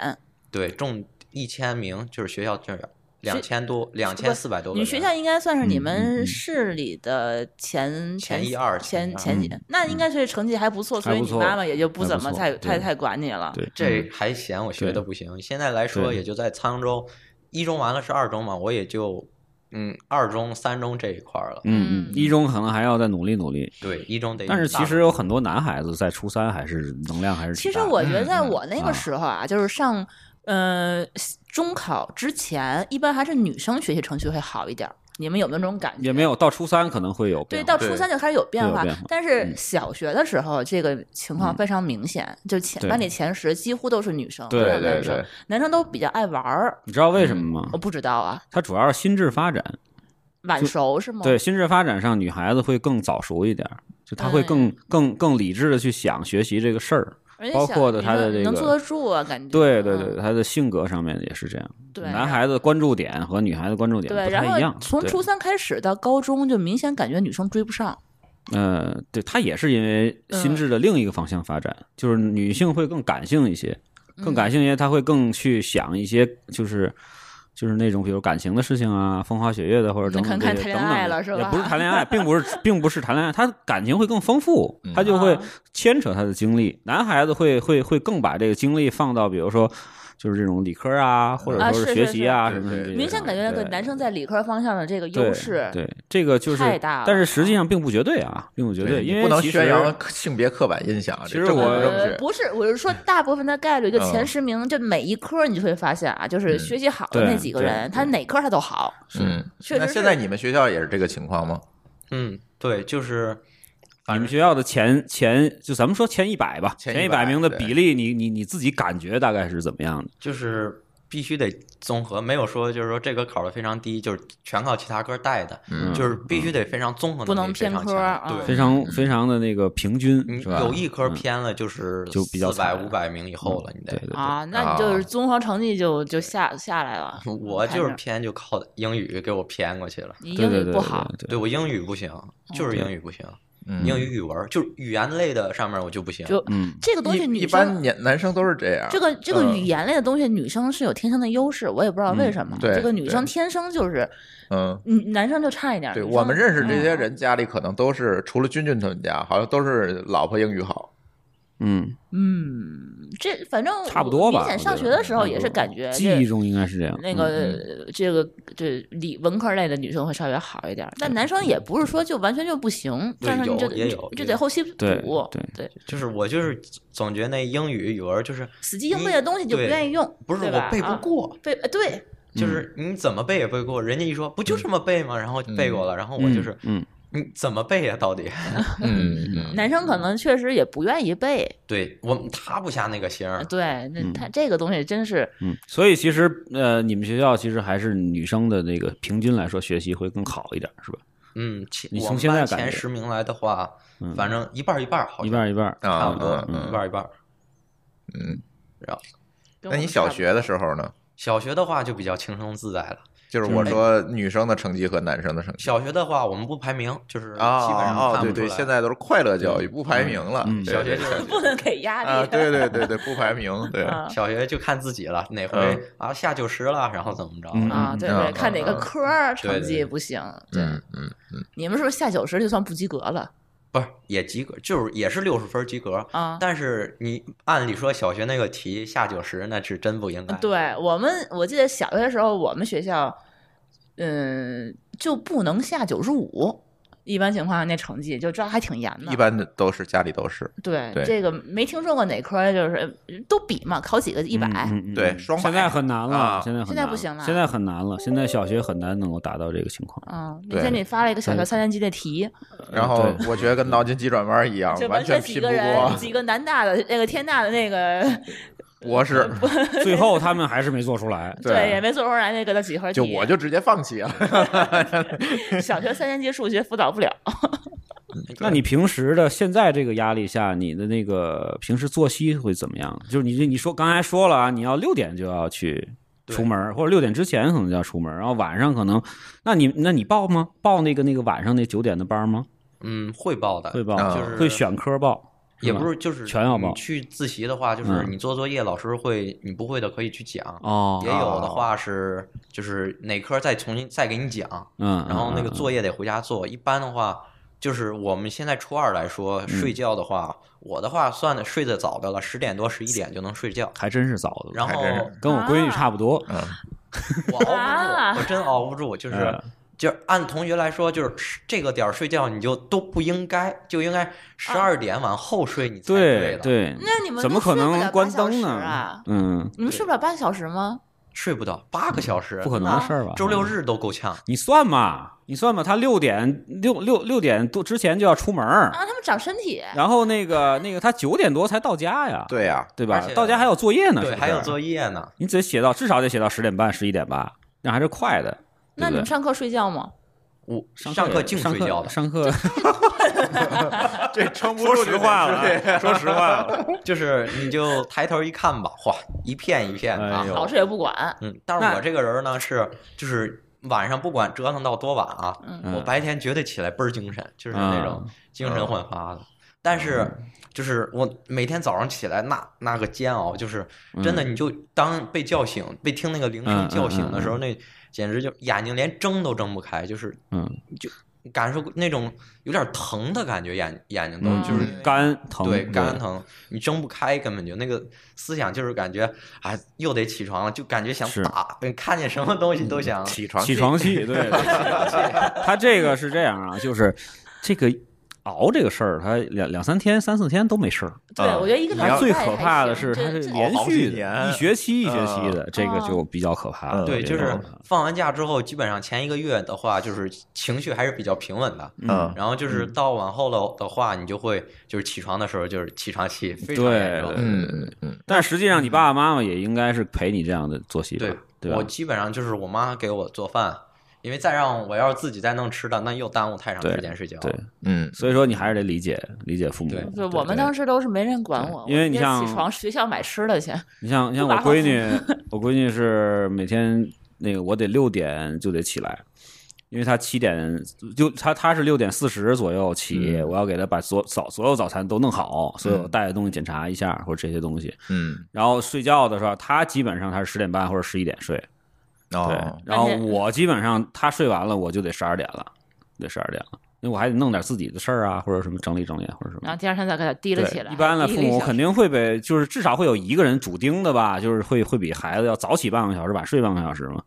Speaker 4: 对中一千名就是学校就是两千多，两
Speaker 3: 不
Speaker 4: 千四百多个
Speaker 3: 你们
Speaker 4: 人。
Speaker 3: 学校应该算是你
Speaker 2: 嗯嗯
Speaker 3: 们
Speaker 2: 嗯
Speaker 3: 市里的前
Speaker 4: 前一二
Speaker 3: 前
Speaker 4: 前
Speaker 3: 前几，那应该是成绩还不错，所以
Speaker 2: 啊嗯还不
Speaker 3: 你
Speaker 2: 错
Speaker 3: 妈妈也就不怎么
Speaker 2: 还不错
Speaker 3: 太太
Speaker 2: 对
Speaker 3: 太管你了。
Speaker 2: 对，
Speaker 4: 这还嫌我学的不行。现在来
Speaker 2: 嗯
Speaker 4: 说，
Speaker 2: 对
Speaker 4: 也就在沧州，一中完了是二中嘛，我也就嗯二中、三中这一块儿了。
Speaker 2: 嗯嗯，一中可能还要再努力努力。
Speaker 4: 对，一中得。
Speaker 2: 但是其实有很多男孩子在初三还是能量还是
Speaker 3: 其
Speaker 2: 挺
Speaker 3: 实
Speaker 2: 大的
Speaker 3: 我觉得在
Speaker 1: 嗯嗯
Speaker 3: 我那个时候啊，就是上呃中考之前，一般还是女生学习成绩会好一点儿。你们有没有那种感觉？
Speaker 2: 也没有到初三可能会有
Speaker 3: 对，
Speaker 2: 变化
Speaker 3: 到初三就开始有变化
Speaker 2: 对有变化，嗯
Speaker 3: 但是小学的时候这个情况非常明显，就前
Speaker 2: 对
Speaker 3: 班里前十几乎都是女生，
Speaker 2: 对
Speaker 3: 没有
Speaker 1: 对
Speaker 3: 男
Speaker 1: 对
Speaker 3: 生
Speaker 1: 对，
Speaker 3: 男生都比较爱玩儿，
Speaker 2: 你知道为什么吗
Speaker 3: 我？不知道啊，
Speaker 2: 它主要是心智发展，
Speaker 3: 晚熟是吗？
Speaker 2: 对心智发展上，女孩子会更早熟一点儿，就她会
Speaker 3: 哎
Speaker 2: 更更更理智的去想学习这个事儿。
Speaker 3: 而且
Speaker 2: 包
Speaker 3: 小
Speaker 2: 括的他的
Speaker 3: 你
Speaker 2: 这
Speaker 3: 能
Speaker 2: 个
Speaker 3: 坐得住啊，感觉
Speaker 2: 对对对，
Speaker 3: 嗯
Speaker 2: 她的性格上面也是这样。
Speaker 3: 对
Speaker 2: 男孩子关注点和女孩子关注点
Speaker 3: 对，
Speaker 2: 不
Speaker 3: 然
Speaker 2: 太一
Speaker 3: 后
Speaker 2: 样。
Speaker 3: 从
Speaker 2: 对
Speaker 3: 初三开始到高中，就明显感觉女生追不上，
Speaker 2: 呃，对，她也是因为
Speaker 3: 嗯
Speaker 2: 心智的另一个方向发展，就是女性会更感性一些，
Speaker 3: 嗯
Speaker 2: 更感性一些，她会更去想一些，就是就是那种比如感情的事情啊，风花雪月的或者等等
Speaker 3: 你
Speaker 2: 这
Speaker 3: 看
Speaker 2: 些
Speaker 3: 看
Speaker 2: 等
Speaker 3: 谈
Speaker 2: 等
Speaker 3: 恋爱
Speaker 2: 的
Speaker 3: 了是吧
Speaker 2: 也不是谈恋爱，并不是并不是谈恋爱，她感情会更丰富，
Speaker 1: 嗯
Speaker 2: 她就会
Speaker 3: 啊
Speaker 2: 牵扯她的精力。男孩子会会会更把这个精力放到比如说就是这种理科啊，或者
Speaker 3: 啊
Speaker 2: 说
Speaker 3: 是
Speaker 2: 学
Speaker 3: 是
Speaker 2: 习
Speaker 3: 是
Speaker 2: 啊
Speaker 1: 对
Speaker 2: 什么
Speaker 1: 对
Speaker 2: 的这些上。
Speaker 3: 明显感觉那个
Speaker 2: 对
Speaker 3: 男生在理科方向的这个
Speaker 2: 对
Speaker 3: 优势，
Speaker 2: 对，这个就是
Speaker 3: 太大了
Speaker 2: 但是实际上并不绝对啊，并不绝
Speaker 1: 你
Speaker 2: 因为
Speaker 1: 不能
Speaker 2: 其
Speaker 1: 宣
Speaker 2: 实
Speaker 1: 扬性别刻板印象啊，
Speaker 2: 其
Speaker 1: 这
Speaker 2: 实
Speaker 1: 政治
Speaker 2: 我
Speaker 1: 不正
Speaker 3: 呃，
Speaker 1: 确。
Speaker 3: 不是，我是说大部分的概率，就
Speaker 1: 嗯
Speaker 3: 前十名，就每一科你就会发现啊，就是学习好
Speaker 2: 嗯
Speaker 3: 的
Speaker 2: 对
Speaker 3: 那几个人，
Speaker 2: 对
Speaker 3: 他哪科他都好，
Speaker 1: 嗯，
Speaker 3: 确
Speaker 1: 那
Speaker 3: 实
Speaker 1: 现
Speaker 3: 是
Speaker 1: 在你们学校也是这个情况吗？
Speaker 4: 嗯，对，就是
Speaker 2: 你们学校的前前就咱们说前一百吧，
Speaker 1: 前
Speaker 2: 前一
Speaker 1: 100
Speaker 2: 名的
Speaker 1: 对
Speaker 2: 比例，你你你自己感觉大概是怎么样的？
Speaker 4: 就是必须得综合，没有说就是说这个考的非常低，就是全靠其他科带的，
Speaker 1: 嗯
Speaker 4: 就是必须得非常综合
Speaker 3: 不能
Speaker 4: 能力非常
Speaker 3: 偏科
Speaker 4: 强
Speaker 3: 嗯
Speaker 4: 对，
Speaker 2: 非常非常的那个平均，
Speaker 4: 你
Speaker 2: 是吧？
Speaker 4: 有一科
Speaker 2: 嗯
Speaker 4: 偏了，就是
Speaker 2: 就比较
Speaker 4: 四百
Speaker 2: 惨
Speaker 4: 五百名以后了，你
Speaker 2: 对
Speaker 4: 得
Speaker 2: 对。对，
Speaker 3: 啊，那你就是综合成绩就就下下来了。
Speaker 4: 我就是
Speaker 3: 看着
Speaker 4: 偏就靠英语给我偏过去了，
Speaker 3: 你
Speaker 2: 对
Speaker 3: 英
Speaker 2: 对
Speaker 3: 语
Speaker 2: 对
Speaker 3: 不好，
Speaker 2: 对
Speaker 4: 对我英语不行，
Speaker 3: 哦
Speaker 4: 就是英语不行，
Speaker 1: 嗯
Speaker 4: 英语语文就是语言类的上面我就不行，
Speaker 3: 就
Speaker 2: 嗯
Speaker 3: 这个东西
Speaker 1: 一一
Speaker 3: 女
Speaker 1: 般
Speaker 3: 生。
Speaker 1: 年男生都是这样。
Speaker 3: 这个这个
Speaker 1: 嗯
Speaker 3: 语言类的东西，女生是有天生的优势，我也不知道为什么。
Speaker 1: 对
Speaker 3: 这个女生
Speaker 1: 对
Speaker 3: 天生就是，
Speaker 1: 嗯，
Speaker 3: 嗯，男生就差一点。
Speaker 1: 对
Speaker 3: 女
Speaker 1: 我
Speaker 3: 生
Speaker 1: 们认识这些
Speaker 3: 嗯
Speaker 1: 人家里可能都是除了君君他们家，好像都是老婆英语
Speaker 3: [LAUGHS]
Speaker 1: 好。
Speaker 2: 嗯，
Speaker 3: 嗯，这反正
Speaker 2: 差不
Speaker 3: 我
Speaker 2: 多吧。
Speaker 3: 明显
Speaker 2: 我
Speaker 3: 上
Speaker 2: 觉
Speaker 3: 学
Speaker 2: 得
Speaker 3: 的时候也
Speaker 2: 嗯
Speaker 3: 是感觉
Speaker 2: 记
Speaker 3: 这
Speaker 2: 忆中应该是这样。
Speaker 3: 那
Speaker 2: 嗯
Speaker 3: 个、这个这理文科类的女生会稍微好一点儿，但男生也不是说就完全就不行，
Speaker 4: 对
Speaker 3: 但是你
Speaker 4: 有
Speaker 3: 就
Speaker 4: 也
Speaker 3: 你
Speaker 4: 有
Speaker 3: 就
Speaker 4: 也
Speaker 3: 就得
Speaker 4: 有
Speaker 3: 后期补，
Speaker 2: 对
Speaker 3: 对
Speaker 2: 对
Speaker 4: 就是我就是总觉得那英语语文就是
Speaker 3: 死记硬背的东西就不
Speaker 4: 对
Speaker 3: 愿意用，
Speaker 4: 不是
Speaker 3: 对
Speaker 4: 我
Speaker 3: 吧
Speaker 4: 背不
Speaker 3: 啊
Speaker 4: 过，
Speaker 3: 背呃对，
Speaker 4: 就是
Speaker 1: 嗯
Speaker 4: 你怎么背也背不过，人家一说不就这么背吗？然后就背过了，然后我
Speaker 2: 嗯
Speaker 4: 就是
Speaker 2: 嗯，
Speaker 4: 你怎么背呀？到底？ [LAUGHS]
Speaker 1: 嗯，
Speaker 3: 男生可能确实也不愿意背，
Speaker 4: 对我们塌不下那个心
Speaker 1: 嗯
Speaker 4: 儿，
Speaker 3: 啊对，那他这个东西真是
Speaker 2: 嗯，所以其实呃，你们学校其实还是女生的那个平均来说学习会更好一点，是吧？
Speaker 4: 嗯，前
Speaker 2: 你
Speaker 4: 我
Speaker 2: 从
Speaker 4: 们
Speaker 2: 现在
Speaker 4: 班
Speaker 2: 感
Speaker 4: 前
Speaker 2: 觉
Speaker 4: 十
Speaker 1: 嗯
Speaker 4: 名来的话，反正一半儿一半儿，好
Speaker 2: 嗯一
Speaker 4: 像
Speaker 2: 半儿一半儿，
Speaker 1: 啊
Speaker 4: 差不多，
Speaker 1: 嗯
Speaker 4: 一半儿一半儿。
Speaker 1: 嗯，
Speaker 3: 跟
Speaker 1: 那
Speaker 3: 我
Speaker 1: 你
Speaker 3: 们
Speaker 1: 小
Speaker 3: 差不
Speaker 1: 学的时候呢？
Speaker 4: 小学的话就比较轻松自在了。
Speaker 1: 就是
Speaker 2: 就是
Speaker 1: 我
Speaker 2: 每
Speaker 1: 说女生的成绩和男生的成绩
Speaker 4: 小学的话，我们不排名，就是基
Speaker 1: 啊
Speaker 4: 本上
Speaker 1: 哦
Speaker 4: 看不出
Speaker 1: 对
Speaker 4: 来。
Speaker 1: 对，现在都是快乐教育，不排名了。
Speaker 2: 嗯
Speaker 1: 对
Speaker 4: 小学
Speaker 1: 对
Speaker 4: 就
Speaker 1: 对
Speaker 4: 是
Speaker 3: 不能给压力
Speaker 1: 啊，对对对对，不排名，对，
Speaker 3: 啊
Speaker 4: 小学就看自己了，哪回、
Speaker 1: 嗯
Speaker 4: 啊下九十了，然后怎么着？
Speaker 2: 嗯
Speaker 3: 啊，对
Speaker 1: 嗯
Speaker 3: 对，
Speaker 1: 嗯
Speaker 3: 看哪个
Speaker 1: 嗯
Speaker 3: 科儿
Speaker 4: 对
Speaker 3: 成
Speaker 4: 对
Speaker 3: 绩
Speaker 4: 对
Speaker 3: 不行。对，
Speaker 1: 嗯嗯嗯，
Speaker 3: 你们是不是下九十就算不及格了
Speaker 4: 不是也及格，就是也是六十分及格。
Speaker 3: 啊？
Speaker 4: 但是你按理说小学那个题下九十，那是真不应该。
Speaker 3: 嗯对我们，我记得小学的时候，我们学校，嗯，就不能下九十五。一般情况下，那成绩就抓得还挺严的。
Speaker 1: 一般的都是家里都是
Speaker 3: 对
Speaker 1: 对
Speaker 3: 这个没听说过哪科儿就是都比嘛，考几个一百、
Speaker 2: 嗯嗯嗯
Speaker 1: 对双百
Speaker 2: 现在很难
Speaker 1: 啊
Speaker 2: 了，现在很
Speaker 3: 现在
Speaker 2: 难
Speaker 3: 不行了
Speaker 2: 现在很难了，现在小学很难能够达到这个情况。
Speaker 3: 啊。那
Speaker 1: 对
Speaker 3: 天你发了一个小学三年级的题，
Speaker 1: 然后
Speaker 2: 对
Speaker 1: 我觉得跟脑筋急转弯一样，
Speaker 3: 就
Speaker 1: 啊完
Speaker 3: 全
Speaker 1: 拼
Speaker 3: 几
Speaker 1: 不
Speaker 3: 个人，
Speaker 1: 过
Speaker 3: 几个南大的那个天大的那个，
Speaker 1: 博士，
Speaker 3: [LAUGHS]
Speaker 2: 最后他们还是没做出来。
Speaker 1: 对
Speaker 3: 也没做出来那个的几何题。
Speaker 1: 就我就直接放弃 [LAUGHS] 了。
Speaker 3: 小学三年级数学辅导不了。
Speaker 2: 那你平时的现在这个压力下，你的那个平时作息会怎么样？就是你你说刚才说了啊，你要六点就要去
Speaker 4: 对
Speaker 2: 出门，或者六点之前可能就要出门，然后晚上可能，那你那你报吗？报那个那个晚上那九点的班吗？
Speaker 4: 嗯，汇报的
Speaker 2: 会报，
Speaker 1: 啊
Speaker 4: 就是
Speaker 2: 会选科报，
Speaker 4: 也
Speaker 2: 吧
Speaker 4: 不是就是
Speaker 2: 全要报
Speaker 4: 你去自习的话，就是
Speaker 2: 嗯
Speaker 4: 你做作业，老师会你不会的可以去讲。
Speaker 2: 哦
Speaker 4: 也，有的话是，就是哪科再重新再给你讲，
Speaker 2: 嗯，
Speaker 4: 然后那个
Speaker 2: 嗯
Speaker 4: 作业得回家做。一般的话，就是我们现在初二来说，
Speaker 2: 嗯
Speaker 4: 睡觉的话，我的话算的睡得早的了，十点多十一点就能睡觉。
Speaker 2: 还真是早的，
Speaker 4: 然后
Speaker 1: 还真是
Speaker 2: 跟我闺女差不多，
Speaker 1: 嗯，
Speaker 4: 我熬不
Speaker 3: 啊
Speaker 4: 住，我真熬不住，
Speaker 2: [LAUGHS]
Speaker 4: 就是
Speaker 2: 嗯
Speaker 4: 就是按同学来说，就是这个点儿睡觉你就都不应该，就应该十二点往后睡你才
Speaker 2: 对
Speaker 4: 的。
Speaker 2: 对，
Speaker 3: 那你们
Speaker 2: 怎么
Speaker 3: 都
Speaker 2: 可
Speaker 3: 睡不
Speaker 2: 能
Speaker 3: 了
Speaker 2: 关
Speaker 3: 八小
Speaker 2: 灯
Speaker 3: 时
Speaker 2: 呢
Speaker 3: 啊？
Speaker 2: 嗯，
Speaker 3: 你们睡不了半小时吗？
Speaker 4: 睡不到八个小时，
Speaker 2: 不可能的事儿吧？嗯
Speaker 4: 周六日都够呛。
Speaker 2: 你算嘛，你算嘛，他六点六六六点多之前就要出门儿，
Speaker 3: 啊，他们长身体。
Speaker 2: 然后那个那个他九点多才到家呀，
Speaker 1: 对呀，
Speaker 2: 对
Speaker 4: 而
Speaker 2: 吧？
Speaker 4: 且
Speaker 2: 到家还有作业呢，是不
Speaker 4: 对，
Speaker 2: 是
Speaker 4: 还有作业呢。
Speaker 2: 你得写到至少得写到十点半十一点吧，那还是快的。
Speaker 3: 那你
Speaker 2: 对
Speaker 3: 们
Speaker 2: 不对
Speaker 3: 上课睡觉吗？
Speaker 4: 我
Speaker 2: 上
Speaker 4: 上课净睡觉的，
Speaker 2: 上课上课
Speaker 1: [LAUGHS] 这撑不
Speaker 2: 说
Speaker 1: 住
Speaker 2: 实话
Speaker 1: 就得
Speaker 4: [LAUGHS]
Speaker 2: 了，说实话了，
Speaker 4: 啊就是你就抬头一看吧，哗，一片一片的啊
Speaker 2: 哎。呦
Speaker 3: 老师也不管。
Speaker 4: 嗯，但是
Speaker 2: 那
Speaker 4: 我这个人呢是就是晚上不管折腾到多晚啊，
Speaker 2: 嗯
Speaker 4: 我白天绝对起来倍儿精神，就是那种
Speaker 2: 嗯
Speaker 4: 精神焕发的。但是就是我每天早上起来那那个煎熬，就是
Speaker 2: 嗯
Speaker 4: 真的，你就当被叫醒、被听那个铃声叫
Speaker 2: 嗯
Speaker 4: 醒的时候，那简直就眼睛连睁都睁不开，就是
Speaker 2: 嗯，
Speaker 4: 感受那种有点疼的感觉，眼眼睛都
Speaker 3: 嗯
Speaker 4: 就是因为
Speaker 2: 肝疼，
Speaker 4: 对，肝疼，你睁不开，根本就那个思想就是感觉，哎，又得起床了，就感觉想
Speaker 2: 是嗯
Speaker 4: 打，看见什么东西都想。
Speaker 1: 起床
Speaker 2: 起床气，
Speaker 4: [LAUGHS]
Speaker 2: 对，他这个是这样啊，就是这个熬这个事儿，他两两三天、三四天都没事儿。
Speaker 3: 对，我觉得一个
Speaker 1: 你
Speaker 3: 礼
Speaker 1: 要
Speaker 3: 拜
Speaker 2: 最
Speaker 3: 还
Speaker 2: 可怕的是，
Speaker 3: 行这
Speaker 2: 它是
Speaker 3: 这
Speaker 2: 连
Speaker 1: 熬好几
Speaker 2: 续
Speaker 1: 年
Speaker 2: 的，一学期一学期的，这个
Speaker 3: 嗯
Speaker 2: 就比较可怕
Speaker 1: 嗯
Speaker 2: 了。
Speaker 4: 对，
Speaker 2: 这
Speaker 4: 就
Speaker 2: 个
Speaker 4: 是放完假之后，基本上前一个月的话，就是情绪还是比较平稳的。
Speaker 1: 嗯，
Speaker 4: 然后就是到往后了的话，你就会就是起床的时候就是起床气非常
Speaker 2: 对
Speaker 4: 严重。
Speaker 1: 嗯嗯嗯，
Speaker 2: 但实际上，你爸爸妈妈也应该是陪你这样的作息吧，对
Speaker 4: 对，我
Speaker 2: 吧？
Speaker 4: 基本上就是我妈给我做饭，因为再让我要是自己再弄吃的，那又耽误太长
Speaker 2: 对
Speaker 4: 时间睡觉。
Speaker 2: 对，
Speaker 1: 嗯，
Speaker 2: 所以说你还是得理解理解父母
Speaker 4: 对。
Speaker 3: 对，我们当时都是没人管我，
Speaker 2: 因为
Speaker 3: 我
Speaker 2: 你
Speaker 3: 直接
Speaker 2: 像
Speaker 3: 起床学校买吃的去，
Speaker 2: 你像你像
Speaker 3: 就
Speaker 2: 我
Speaker 3: 把
Speaker 2: 闺女，
Speaker 3: [LAUGHS]
Speaker 2: 我闺女是每天那个我得六点就得起来。因为她七点就她她是六点四十左右起，
Speaker 1: 嗯
Speaker 2: 我要给她把所早所有早餐都弄好，所有带的东西检查一下或者这些东西。
Speaker 1: 嗯，
Speaker 2: 然后睡觉的时候，她基本上她是十点半或者十一点睡，对
Speaker 1: 哦，，
Speaker 2: 然后
Speaker 3: 而且
Speaker 2: 我基本上他睡完了，我就得十二点了，得十二点了，因为我还得弄点自己的事儿啊，或者什么整理整理啊或者什
Speaker 3: 然
Speaker 2: 么
Speaker 3: 后。第二天再给他提了起
Speaker 2: 对，
Speaker 3: 来。
Speaker 2: 一般的
Speaker 3: 提
Speaker 2: 父
Speaker 3: 了一
Speaker 2: 母
Speaker 3: 小
Speaker 2: 肯定会被，就是至少会有一个人主盯的
Speaker 3: 嗯
Speaker 2: 吧，就是会会比孩子要早起半个小时，晚睡半个小时嘛。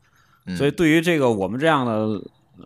Speaker 1: 嗯
Speaker 2: 所以对于这个我们这样的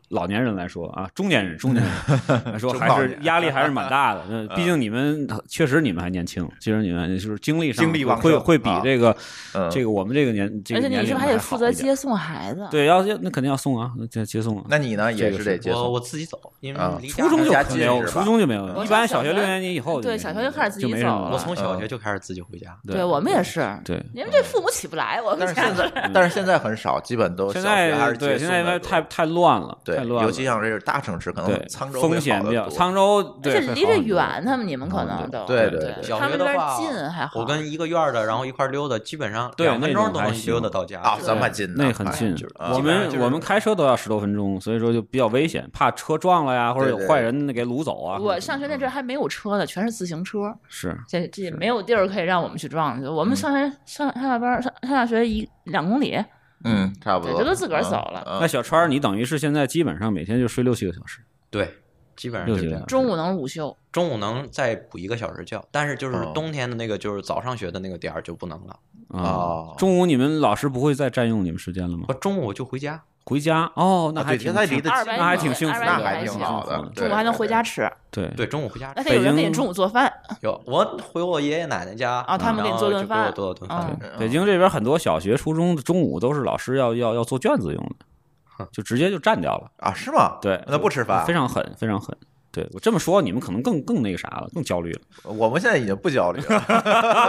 Speaker 2: 老年人来说啊，中年人中年人
Speaker 1: [LAUGHS]
Speaker 2: 来说，
Speaker 1: 中
Speaker 2: 还
Speaker 1: 老
Speaker 2: 是
Speaker 1: 年
Speaker 2: 压力还是蛮大的。那毕竟你们
Speaker 1: [LAUGHS]
Speaker 2: 确实你们还年轻，其实你们就是精力上
Speaker 1: 精力旺
Speaker 2: 会
Speaker 1: 盛
Speaker 2: 会比
Speaker 1: 啊
Speaker 2: 这个
Speaker 1: 嗯
Speaker 2: 这个我们这个年这
Speaker 3: 而
Speaker 2: 个
Speaker 3: 且你
Speaker 2: 年
Speaker 3: 是不是
Speaker 2: 龄
Speaker 3: 还得负
Speaker 2: 好
Speaker 3: 责
Speaker 2: 一点
Speaker 3: 接送啊孩子？
Speaker 2: 对，要要那肯定要送啊，那接接送啊。
Speaker 1: 那你呢也
Speaker 2: 这个
Speaker 1: 得
Speaker 2: 是
Speaker 1: 接
Speaker 4: 我
Speaker 1: 送，
Speaker 4: 我自己走，因为
Speaker 1: 啊
Speaker 4: 离家
Speaker 2: 初中就
Speaker 4: 还
Speaker 1: 家
Speaker 4: 是
Speaker 1: 近
Speaker 2: 没有，
Speaker 1: 是吧
Speaker 2: 初中就没有了，
Speaker 3: 我
Speaker 2: 一般
Speaker 3: 上
Speaker 2: 小
Speaker 3: 小
Speaker 2: 学
Speaker 3: 学
Speaker 2: 六年级以后就
Speaker 3: 对
Speaker 2: 没
Speaker 3: 小
Speaker 2: 什
Speaker 3: 学
Speaker 2: 么
Speaker 3: 就开始自己
Speaker 2: 没什么
Speaker 3: 走
Speaker 2: 了
Speaker 4: 我从小
Speaker 1: 嗯
Speaker 4: 学就开始自己回家。
Speaker 2: 对
Speaker 3: 对，我们也是。
Speaker 2: 对。
Speaker 3: 你们这父母起不来，我们
Speaker 1: 但是
Speaker 3: 家
Speaker 1: 现在但是现在很少，基本都
Speaker 2: 现
Speaker 1: 小学还
Speaker 2: 在
Speaker 1: 是
Speaker 2: 对
Speaker 1: 接
Speaker 2: 现
Speaker 1: 送
Speaker 2: 在因
Speaker 1: 的
Speaker 2: 为
Speaker 1: 多
Speaker 2: 太太乱了，
Speaker 1: 对
Speaker 2: 太，乱了
Speaker 1: 尤其像这是大城市，可
Speaker 2: 对
Speaker 1: 能沧州会
Speaker 2: 风险
Speaker 1: 好得
Speaker 2: 比较，
Speaker 1: 多
Speaker 2: 沧州
Speaker 3: 而
Speaker 2: 对
Speaker 3: 且
Speaker 2: 会
Speaker 3: 离
Speaker 2: 好
Speaker 3: 着
Speaker 2: 很多
Speaker 3: 远，他们你们可能都
Speaker 1: 对
Speaker 3: 对
Speaker 1: 对对
Speaker 4: 小
Speaker 3: 他
Speaker 4: 学
Speaker 3: 们
Speaker 4: 的
Speaker 3: 那边
Speaker 4: 话，
Speaker 3: 近还好。
Speaker 4: 我跟一个院儿的，然后一块儿溜达，基本上
Speaker 2: 对
Speaker 4: 两分
Speaker 2: 那
Speaker 4: 钟
Speaker 2: 种
Speaker 4: 都
Speaker 2: 还
Speaker 4: 能
Speaker 2: 行
Speaker 4: 溜达到家
Speaker 1: 啊，
Speaker 3: 对
Speaker 1: 咱们近呐，
Speaker 2: 那很近
Speaker 1: 就是，
Speaker 2: 我
Speaker 1: 啊
Speaker 4: 本上
Speaker 2: 们
Speaker 4: 就是
Speaker 2: 我们开车都要十多分钟，所以说就比较危险，怕车撞了呀，或者有
Speaker 1: 对对
Speaker 2: 坏人给掳走啊。
Speaker 3: 我上学那阵儿还没有车呢，全是自行车，
Speaker 2: 是
Speaker 3: 这这也没有地儿可以让我们去撞去。我们上学上上下班上上下学一两公里，
Speaker 1: 嗯，差不
Speaker 3: 对
Speaker 1: 多，
Speaker 3: 这都自个儿走了
Speaker 1: 嗯
Speaker 2: 那小川儿，你等于是现在基本上每天就睡六七个小时，
Speaker 4: 对，基本上
Speaker 2: 六
Speaker 4: 就
Speaker 2: 级
Speaker 4: 这
Speaker 2: 的
Speaker 4: 样。
Speaker 3: 中午能午休。
Speaker 4: 中午能再补一个小时觉，但是就是
Speaker 1: 哦
Speaker 4: 冬天的那个，就是早上学的那个点儿就不能了。
Speaker 2: 啊。
Speaker 1: 哦，
Speaker 2: 中午你们老师不会再占用你们时间了吗
Speaker 4: 我？中午就回家，
Speaker 2: 回家哦，那
Speaker 1: 啊
Speaker 2: 还
Speaker 1: 对
Speaker 2: 挺
Speaker 1: 现在离得
Speaker 3: 二
Speaker 1: 近，
Speaker 3: 百
Speaker 2: 那还挺幸福的
Speaker 3: 二
Speaker 1: 那
Speaker 3: 百米
Speaker 1: 还
Speaker 3: 还
Speaker 1: 挺
Speaker 3: 行
Speaker 1: 好的，
Speaker 3: 中午还能回家吃，
Speaker 2: 对
Speaker 4: 对，中午回家
Speaker 3: 那
Speaker 4: 吃。
Speaker 3: 他有人
Speaker 2: 北
Speaker 3: 给
Speaker 2: 京
Speaker 3: 你中午做饭，
Speaker 4: 有我回我爷爷奶奶家
Speaker 3: 啊他们给你
Speaker 4: 然后
Speaker 3: 做顿
Speaker 4: 就
Speaker 3: 饭
Speaker 4: 给我做顿饭
Speaker 3: 嗯。
Speaker 1: 对
Speaker 2: 北京这边很多小学、初中的中午都是老师要要要做卷子用的，就直接就占掉了。
Speaker 1: 啊，是吗？
Speaker 2: 对，
Speaker 1: 那不吃饭
Speaker 2: 非，常狠，非常狠。对我这么说，你们可能更更那个啥了，更焦虑了。
Speaker 1: 我们现在已经不焦虑了，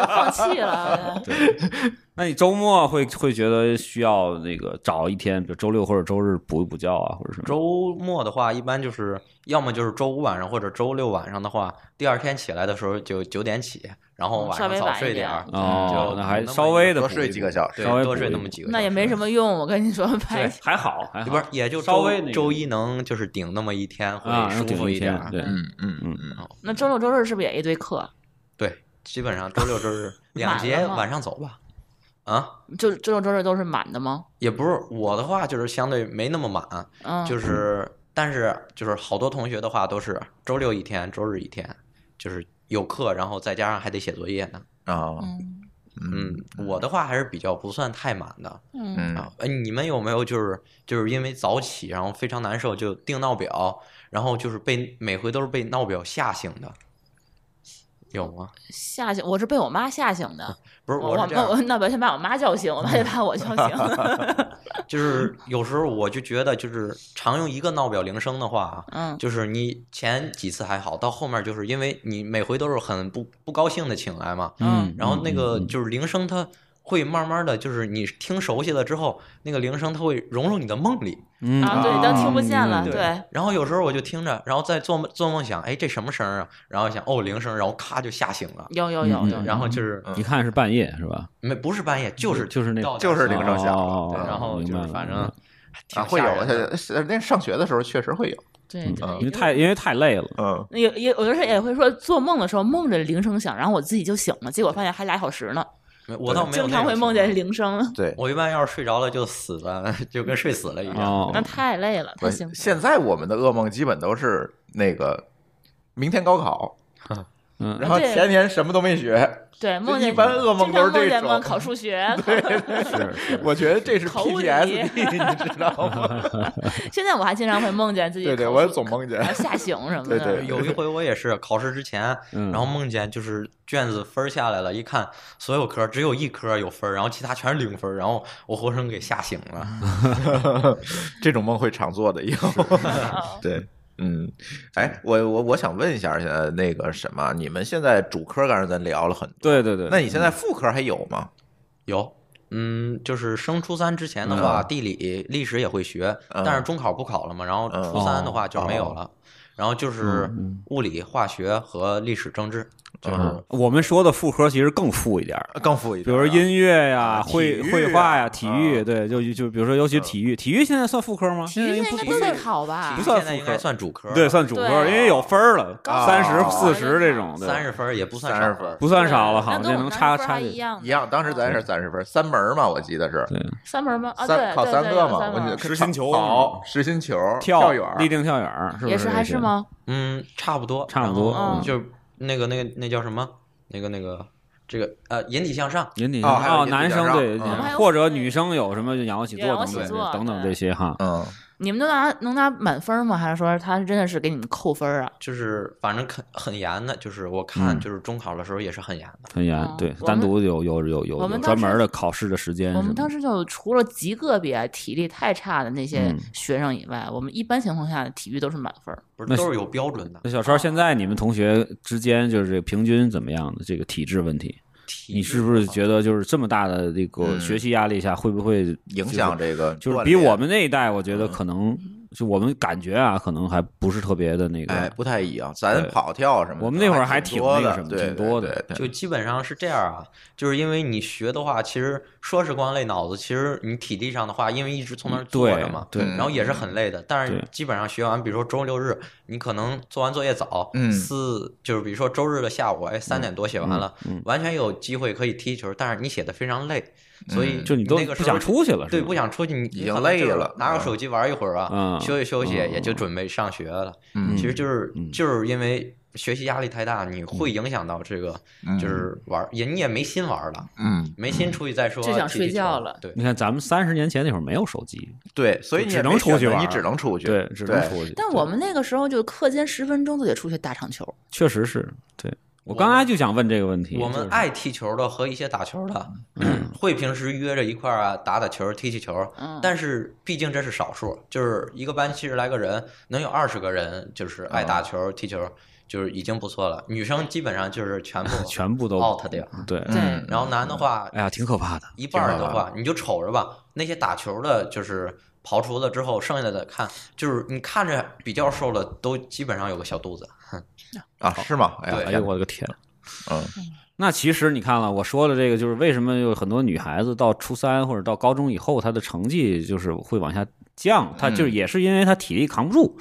Speaker 3: 放弃了。
Speaker 2: 那你周末会会觉得需要那个找一天，比如周六或者周日补一补觉啊，或者什么？
Speaker 4: 周末的话，一般就是要么就是周五晚上或者周六晚上的话，第二天起来的时候就九点起，然后晚
Speaker 3: 哦稍
Speaker 4: 上
Speaker 3: 微
Speaker 4: 早
Speaker 3: 晚一
Speaker 4: 睡点儿，
Speaker 3: 点
Speaker 2: 哦
Speaker 4: 就，
Speaker 2: 那
Speaker 4: 那
Speaker 2: 还
Speaker 4: 么
Speaker 2: 稍微的
Speaker 1: 多睡几个小时
Speaker 4: 对
Speaker 2: 稍微，
Speaker 4: 多睡
Speaker 2: 补一
Speaker 4: 那
Speaker 2: 补
Speaker 4: 么几个小时。
Speaker 3: 那也没什么用，我跟你说，白
Speaker 2: 对，还好还好，
Speaker 4: 不是，也就
Speaker 2: 啊稍
Speaker 4: 周
Speaker 2: 微那个
Speaker 4: 周一能就是顶那么一天会
Speaker 2: 啊，
Speaker 4: 舒服
Speaker 2: 一
Speaker 4: 点
Speaker 2: 天
Speaker 4: 儿。
Speaker 2: 对，
Speaker 1: 嗯嗯嗯嗯，
Speaker 3: 那周六周日是不是也一堆课？
Speaker 4: 对，基本上周六
Speaker 3: [LAUGHS]
Speaker 4: 周日两
Speaker 3: 满
Speaker 4: 节
Speaker 3: 了吗
Speaker 4: 晚上走吧。啊，
Speaker 3: 就周六周日都是满的吗？
Speaker 4: 也不是我的话，就是相对没那么满，
Speaker 3: 嗯，
Speaker 4: 就是但是就是好多同学的话都是周六一天，周日一天，就是有课，然后再加上还得写作业呢。
Speaker 1: 啊，
Speaker 3: 嗯
Speaker 4: 嗯，我的话还是比较不算太满的
Speaker 3: 嗯，
Speaker 1: 嗯
Speaker 4: 啊。哎，你们有没有就是就是因为早起然后非常难受就定闹表，然后就是被每回都是被闹表吓醒的，有吗？
Speaker 3: 吓醒我是被我妈吓醒的，
Speaker 4: 不是，
Speaker 3: 我
Speaker 4: 是这
Speaker 3: 那
Speaker 4: 样
Speaker 3: 我，那我先把我妈叫醒，我妈得把我叫醒。
Speaker 4: 就是有时候我就觉得，就是常用一个闹表铃声的话，
Speaker 3: 嗯，
Speaker 4: 就是你前几次还好，到后面就是因为你每回都是很不不高兴的请来嘛，
Speaker 3: 嗯
Speaker 4: 然后那个
Speaker 2: 嗯嗯
Speaker 4: 就是铃声它会慢慢的就是你听熟悉了之后，那个铃声它会融入你的梦里，
Speaker 2: 嗯
Speaker 3: 啊，对，当听不见了，
Speaker 2: 嗯
Speaker 3: 对，
Speaker 4: 然后有时候我就听着，然后再做梦做梦想，哎，这什么声儿啊？然后想哦铃声，然后咔就吓醒了，
Speaker 3: 有有有
Speaker 2: 嗯
Speaker 3: 有，
Speaker 4: 然后就是
Speaker 1: 嗯
Speaker 2: 一看是半夜是吧？
Speaker 4: 没不是半夜，就是
Speaker 2: 就是那
Speaker 4: 到点
Speaker 1: 就是
Speaker 4: 儿
Speaker 1: 铃声响了
Speaker 4: 对
Speaker 2: 哦
Speaker 4: 然后
Speaker 2: 明
Speaker 4: 就
Speaker 2: 白
Speaker 4: 是
Speaker 2: 了
Speaker 4: 反
Speaker 2: 明白
Speaker 4: 正
Speaker 2: 了
Speaker 4: 挺
Speaker 1: 啊，会
Speaker 4: 吓
Speaker 1: 有
Speaker 4: 人的
Speaker 1: 的，是那上学的时候确实会有，
Speaker 3: 对对，
Speaker 2: 嗯因为太因为太累了，
Speaker 1: 嗯，
Speaker 3: 那有也有的时候也会说，做梦的时候梦着铃声响，然后我自己就醒了，结果发现还俩小时呢。
Speaker 4: 没我倒没
Speaker 3: 经
Speaker 4: 有那
Speaker 3: 常
Speaker 4: 种
Speaker 3: 会
Speaker 4: 情
Speaker 3: 梦
Speaker 4: 况
Speaker 3: 见铃声，
Speaker 1: 对。
Speaker 4: 我一般要是睡着了就死了，就跟睡死了一样。
Speaker 2: 哦
Speaker 3: 那，太累了，太
Speaker 1: 我
Speaker 3: 辛苦。
Speaker 1: 现在我们的噩梦基本都是那个明天高考，
Speaker 2: 嗯，
Speaker 1: 然后
Speaker 3: 对
Speaker 1: 前年什么都没学，
Speaker 3: [LAUGHS] 对，梦
Speaker 1: 就
Speaker 3: 见
Speaker 1: 一般噩梦
Speaker 3: 经
Speaker 1: 都
Speaker 3: 常
Speaker 1: 是这
Speaker 3: 梦见
Speaker 1: 种
Speaker 3: 梦考数学。
Speaker 2: 是 [LAUGHS] 是，
Speaker 1: 我觉得这是
Speaker 3: 口语
Speaker 1: PTSD，你知道吗？
Speaker 3: 现在我还经常会梦见自己考
Speaker 1: 对
Speaker 3: 数，
Speaker 1: 对，我总梦见
Speaker 3: 然后吓醒什么的。
Speaker 1: 对对
Speaker 4: 有一回我也是考试之前，
Speaker 2: 嗯
Speaker 4: 然后梦见就是卷子分儿下来了，一看所有科只有一科有分儿，然后其他全是零分儿，然后我活生给吓醒了。
Speaker 1: 这种梦会常做的，以后
Speaker 3: 啊
Speaker 1: 对。嗯，哎，我我我想问一下，现在那个什么，你们现在主科刚才咱聊了很多，
Speaker 2: 对对对，
Speaker 1: 那你现在副科还有吗？
Speaker 4: 有，嗯，就是升初三之前的
Speaker 2: 嗯
Speaker 4: 话，地理、历史也会学，
Speaker 1: 嗯
Speaker 4: 但是中考不考了嘛，然后
Speaker 1: 嗯
Speaker 4: 初三
Speaker 2: 哦
Speaker 4: 的话就没有了，然后
Speaker 2: 嗯
Speaker 4: 就是物理、化学和历史、政治，就是
Speaker 1: 嗯
Speaker 2: 我们说的副科其实更富一点儿，
Speaker 1: 更副一
Speaker 2: 比
Speaker 1: 点
Speaker 2: 如
Speaker 1: 啊，
Speaker 2: 说音乐呀、
Speaker 1: 啊
Speaker 2: 绘
Speaker 1: 体育
Speaker 2: 绘画
Speaker 1: 啊
Speaker 2: 呀、体嗯育，
Speaker 1: 啊
Speaker 2: 对，就就比如说，尤其体育，体育现在算副科吗？
Speaker 3: 体育
Speaker 2: 应
Speaker 3: 现
Speaker 2: 该
Speaker 3: 在应该
Speaker 2: 不
Speaker 3: 不算考吧
Speaker 2: 不？
Speaker 4: 现
Speaker 2: 算
Speaker 4: 在
Speaker 2: 副
Speaker 4: 应
Speaker 2: 科
Speaker 4: 该算主科，
Speaker 2: 对，算主科，
Speaker 3: 对
Speaker 2: 因为有分儿了，
Speaker 3: 高
Speaker 2: 三
Speaker 1: 考
Speaker 2: 十四十这种，对
Speaker 4: 三十分儿也不算
Speaker 1: 三十
Speaker 4: 少
Speaker 1: 分
Speaker 2: 不算少了，
Speaker 3: 对
Speaker 2: 好像这
Speaker 3: 那跟
Speaker 2: 能
Speaker 3: 我们
Speaker 2: 差
Speaker 3: 当时分儿
Speaker 2: 差
Speaker 3: 还一
Speaker 2: 距。
Speaker 3: 样
Speaker 1: 一样，当时咱也是三十分，三门儿嘛，我记得是
Speaker 2: 对，
Speaker 3: 三门吗？啊，
Speaker 1: 三
Speaker 3: 对，
Speaker 1: 考
Speaker 3: 对
Speaker 1: 三
Speaker 3: 对
Speaker 1: 个
Speaker 3: 有
Speaker 1: 嘛，
Speaker 3: 三
Speaker 1: 我
Speaker 3: 门
Speaker 1: 记得
Speaker 2: 实心球
Speaker 1: 跑、实心球、
Speaker 2: 跳
Speaker 1: 远、
Speaker 2: 立定跳远儿，是不
Speaker 3: 也是还
Speaker 2: 这
Speaker 3: 是
Speaker 2: 些？
Speaker 3: 吗？
Speaker 4: 嗯，差不多，
Speaker 2: 差不
Speaker 4: 然
Speaker 2: 多
Speaker 4: 后
Speaker 3: 嗯
Speaker 4: 就那个那个那叫什么？那个那个这个呃，引体向上，
Speaker 2: 引体
Speaker 1: 哦
Speaker 2: 向
Speaker 1: 还有
Speaker 2: 上，哦，
Speaker 1: 引体
Speaker 2: 男
Speaker 1: 向
Speaker 2: 生
Speaker 1: 上
Speaker 2: 对
Speaker 1: 嗯
Speaker 3: 我们还，有
Speaker 2: 或者
Speaker 3: 对
Speaker 2: 女生有什么仰卧起坐
Speaker 3: 仰卧
Speaker 2: 等
Speaker 3: 起
Speaker 2: 等
Speaker 3: 坐
Speaker 2: 这等等
Speaker 3: 对
Speaker 2: 这些哈。
Speaker 1: 嗯，
Speaker 3: 你们能拿能拿满分吗？还是说他是真的是给你们扣分啊？
Speaker 4: 就是反正很很严的，就是我看
Speaker 2: 嗯
Speaker 4: 就是中考的时候也是很严的。
Speaker 2: 很严
Speaker 3: 哦，
Speaker 2: 对，
Speaker 3: 我
Speaker 2: 单
Speaker 3: 们
Speaker 2: 独有有有有
Speaker 3: 我
Speaker 2: 有
Speaker 3: 们
Speaker 2: 专
Speaker 3: 当时
Speaker 2: 门的考试的时间什么
Speaker 3: 我
Speaker 2: 的。
Speaker 3: 们当时就除了极个别体力太差的那些
Speaker 2: 嗯
Speaker 3: 学生以外，我们一般情况下的体育都是满分儿。
Speaker 4: 不
Speaker 2: 那
Speaker 4: 是都是有标准的
Speaker 2: 那，
Speaker 3: 哦
Speaker 2: 小川，现在你们同学之间就是这个平均怎么样的这个体质问题？
Speaker 4: 体
Speaker 2: 你
Speaker 4: 制
Speaker 2: 是不是
Speaker 4: 的
Speaker 2: 觉得就是这么大的这个
Speaker 1: 嗯
Speaker 2: 学习压力下，会不会
Speaker 1: 影响？这个
Speaker 2: 就是
Speaker 1: 锻
Speaker 2: 比
Speaker 1: 炼嗯
Speaker 2: 我们那一代，我觉得可能就我们感觉啊，可能还不是特别的那个。
Speaker 1: 哎，不太一样，咱
Speaker 2: 对
Speaker 1: 跑跳什么的，
Speaker 2: 我们那会儿还
Speaker 1: 挺
Speaker 2: 挺
Speaker 1: 多
Speaker 2: 那个
Speaker 1: 的
Speaker 2: 什么
Speaker 1: 对
Speaker 2: 挺多的
Speaker 1: 对对对
Speaker 4: 就基本上是这样啊，就是因为你学的话，其实说是光累脑子，其实你体力上的话，因为一直从那儿坐
Speaker 2: 嗯对
Speaker 4: 着嘛，
Speaker 2: 对
Speaker 1: 嗯
Speaker 4: 然后也是很累的。但是
Speaker 2: 对
Speaker 4: 基本上学完，比如说周六日，你可能做完作业早，
Speaker 1: 嗯
Speaker 4: 四就是比如说周日的下午，哎，
Speaker 2: 嗯
Speaker 4: 三点多写完了，完全有机会可以踢球，但是你写的非常累，所以
Speaker 1: 嗯
Speaker 2: 就你都
Speaker 4: 那个时
Speaker 2: 不
Speaker 4: 候
Speaker 2: 想出去了，
Speaker 4: 对，
Speaker 2: 是吗
Speaker 4: 不想出去，你
Speaker 1: 已
Speaker 4: 你
Speaker 1: 经
Speaker 4: 可能
Speaker 1: 累
Speaker 4: 就是
Speaker 1: 了嗯
Speaker 4: 拿个手机玩一会儿啊，
Speaker 2: 嗯
Speaker 4: 休息休息，
Speaker 2: 嗯
Speaker 4: 也就准备上学了。
Speaker 1: 嗯
Speaker 4: 其实就是
Speaker 2: 嗯
Speaker 4: 就是因为学习压力太大，你会影响到这个，就是玩，也你也没心玩了，
Speaker 1: 嗯，
Speaker 4: 没心出去再说，
Speaker 3: 就想睡觉了
Speaker 4: 对
Speaker 2: 你看咱们三十年前那会儿没有手机，
Speaker 1: 对，所以
Speaker 2: 就
Speaker 1: 你
Speaker 2: 只
Speaker 1: 也
Speaker 2: 能
Speaker 1: 没
Speaker 2: 出
Speaker 1: 选
Speaker 2: 去
Speaker 1: 择
Speaker 2: 玩
Speaker 1: 你
Speaker 2: 儿
Speaker 1: 只能出去，
Speaker 2: 对，只能出去。
Speaker 3: 但我们那个时候就课间十分钟就得出去打场球，
Speaker 2: 确实是对我刚才就想问这个问题，
Speaker 4: 我
Speaker 2: 就
Speaker 4: 们
Speaker 2: 是
Speaker 4: 爱踢嗯球的和一些打球的， [CLEARS THROAT] 会平时约着一块儿啊打打球、踢踢球
Speaker 3: 嗯，
Speaker 4: 但是毕竟这是少数，就是一个班七十来个人，能有二十个人就是爱打球、踢球，就是已经不错了。女生基本上就是 [LAUGHS] 全部
Speaker 2: 全部都
Speaker 4: out 掉，
Speaker 2: 对，
Speaker 1: 嗯，
Speaker 4: 然后男的话，
Speaker 2: 哎呀，挺可怕的。
Speaker 4: 一半儿
Speaker 1: 挺
Speaker 4: 的
Speaker 1: 好玩
Speaker 4: 话，你就瞅着吧，那些打球的，就是刨除了之后，剩下的再看，就是你看着比较瘦的，都基本上有个小肚子。
Speaker 1: 啊，是吗？哎呀
Speaker 4: 对
Speaker 2: 哎
Speaker 1: 天
Speaker 2: 呦
Speaker 1: 哪，
Speaker 2: 我的个天！
Speaker 1: 嗯，
Speaker 2: 那其实你看了，我说的这个就是为什么有很多女孩子到初三或者到高中以后，她的成绩就是会往下降，她就是也是因为她体力扛不住。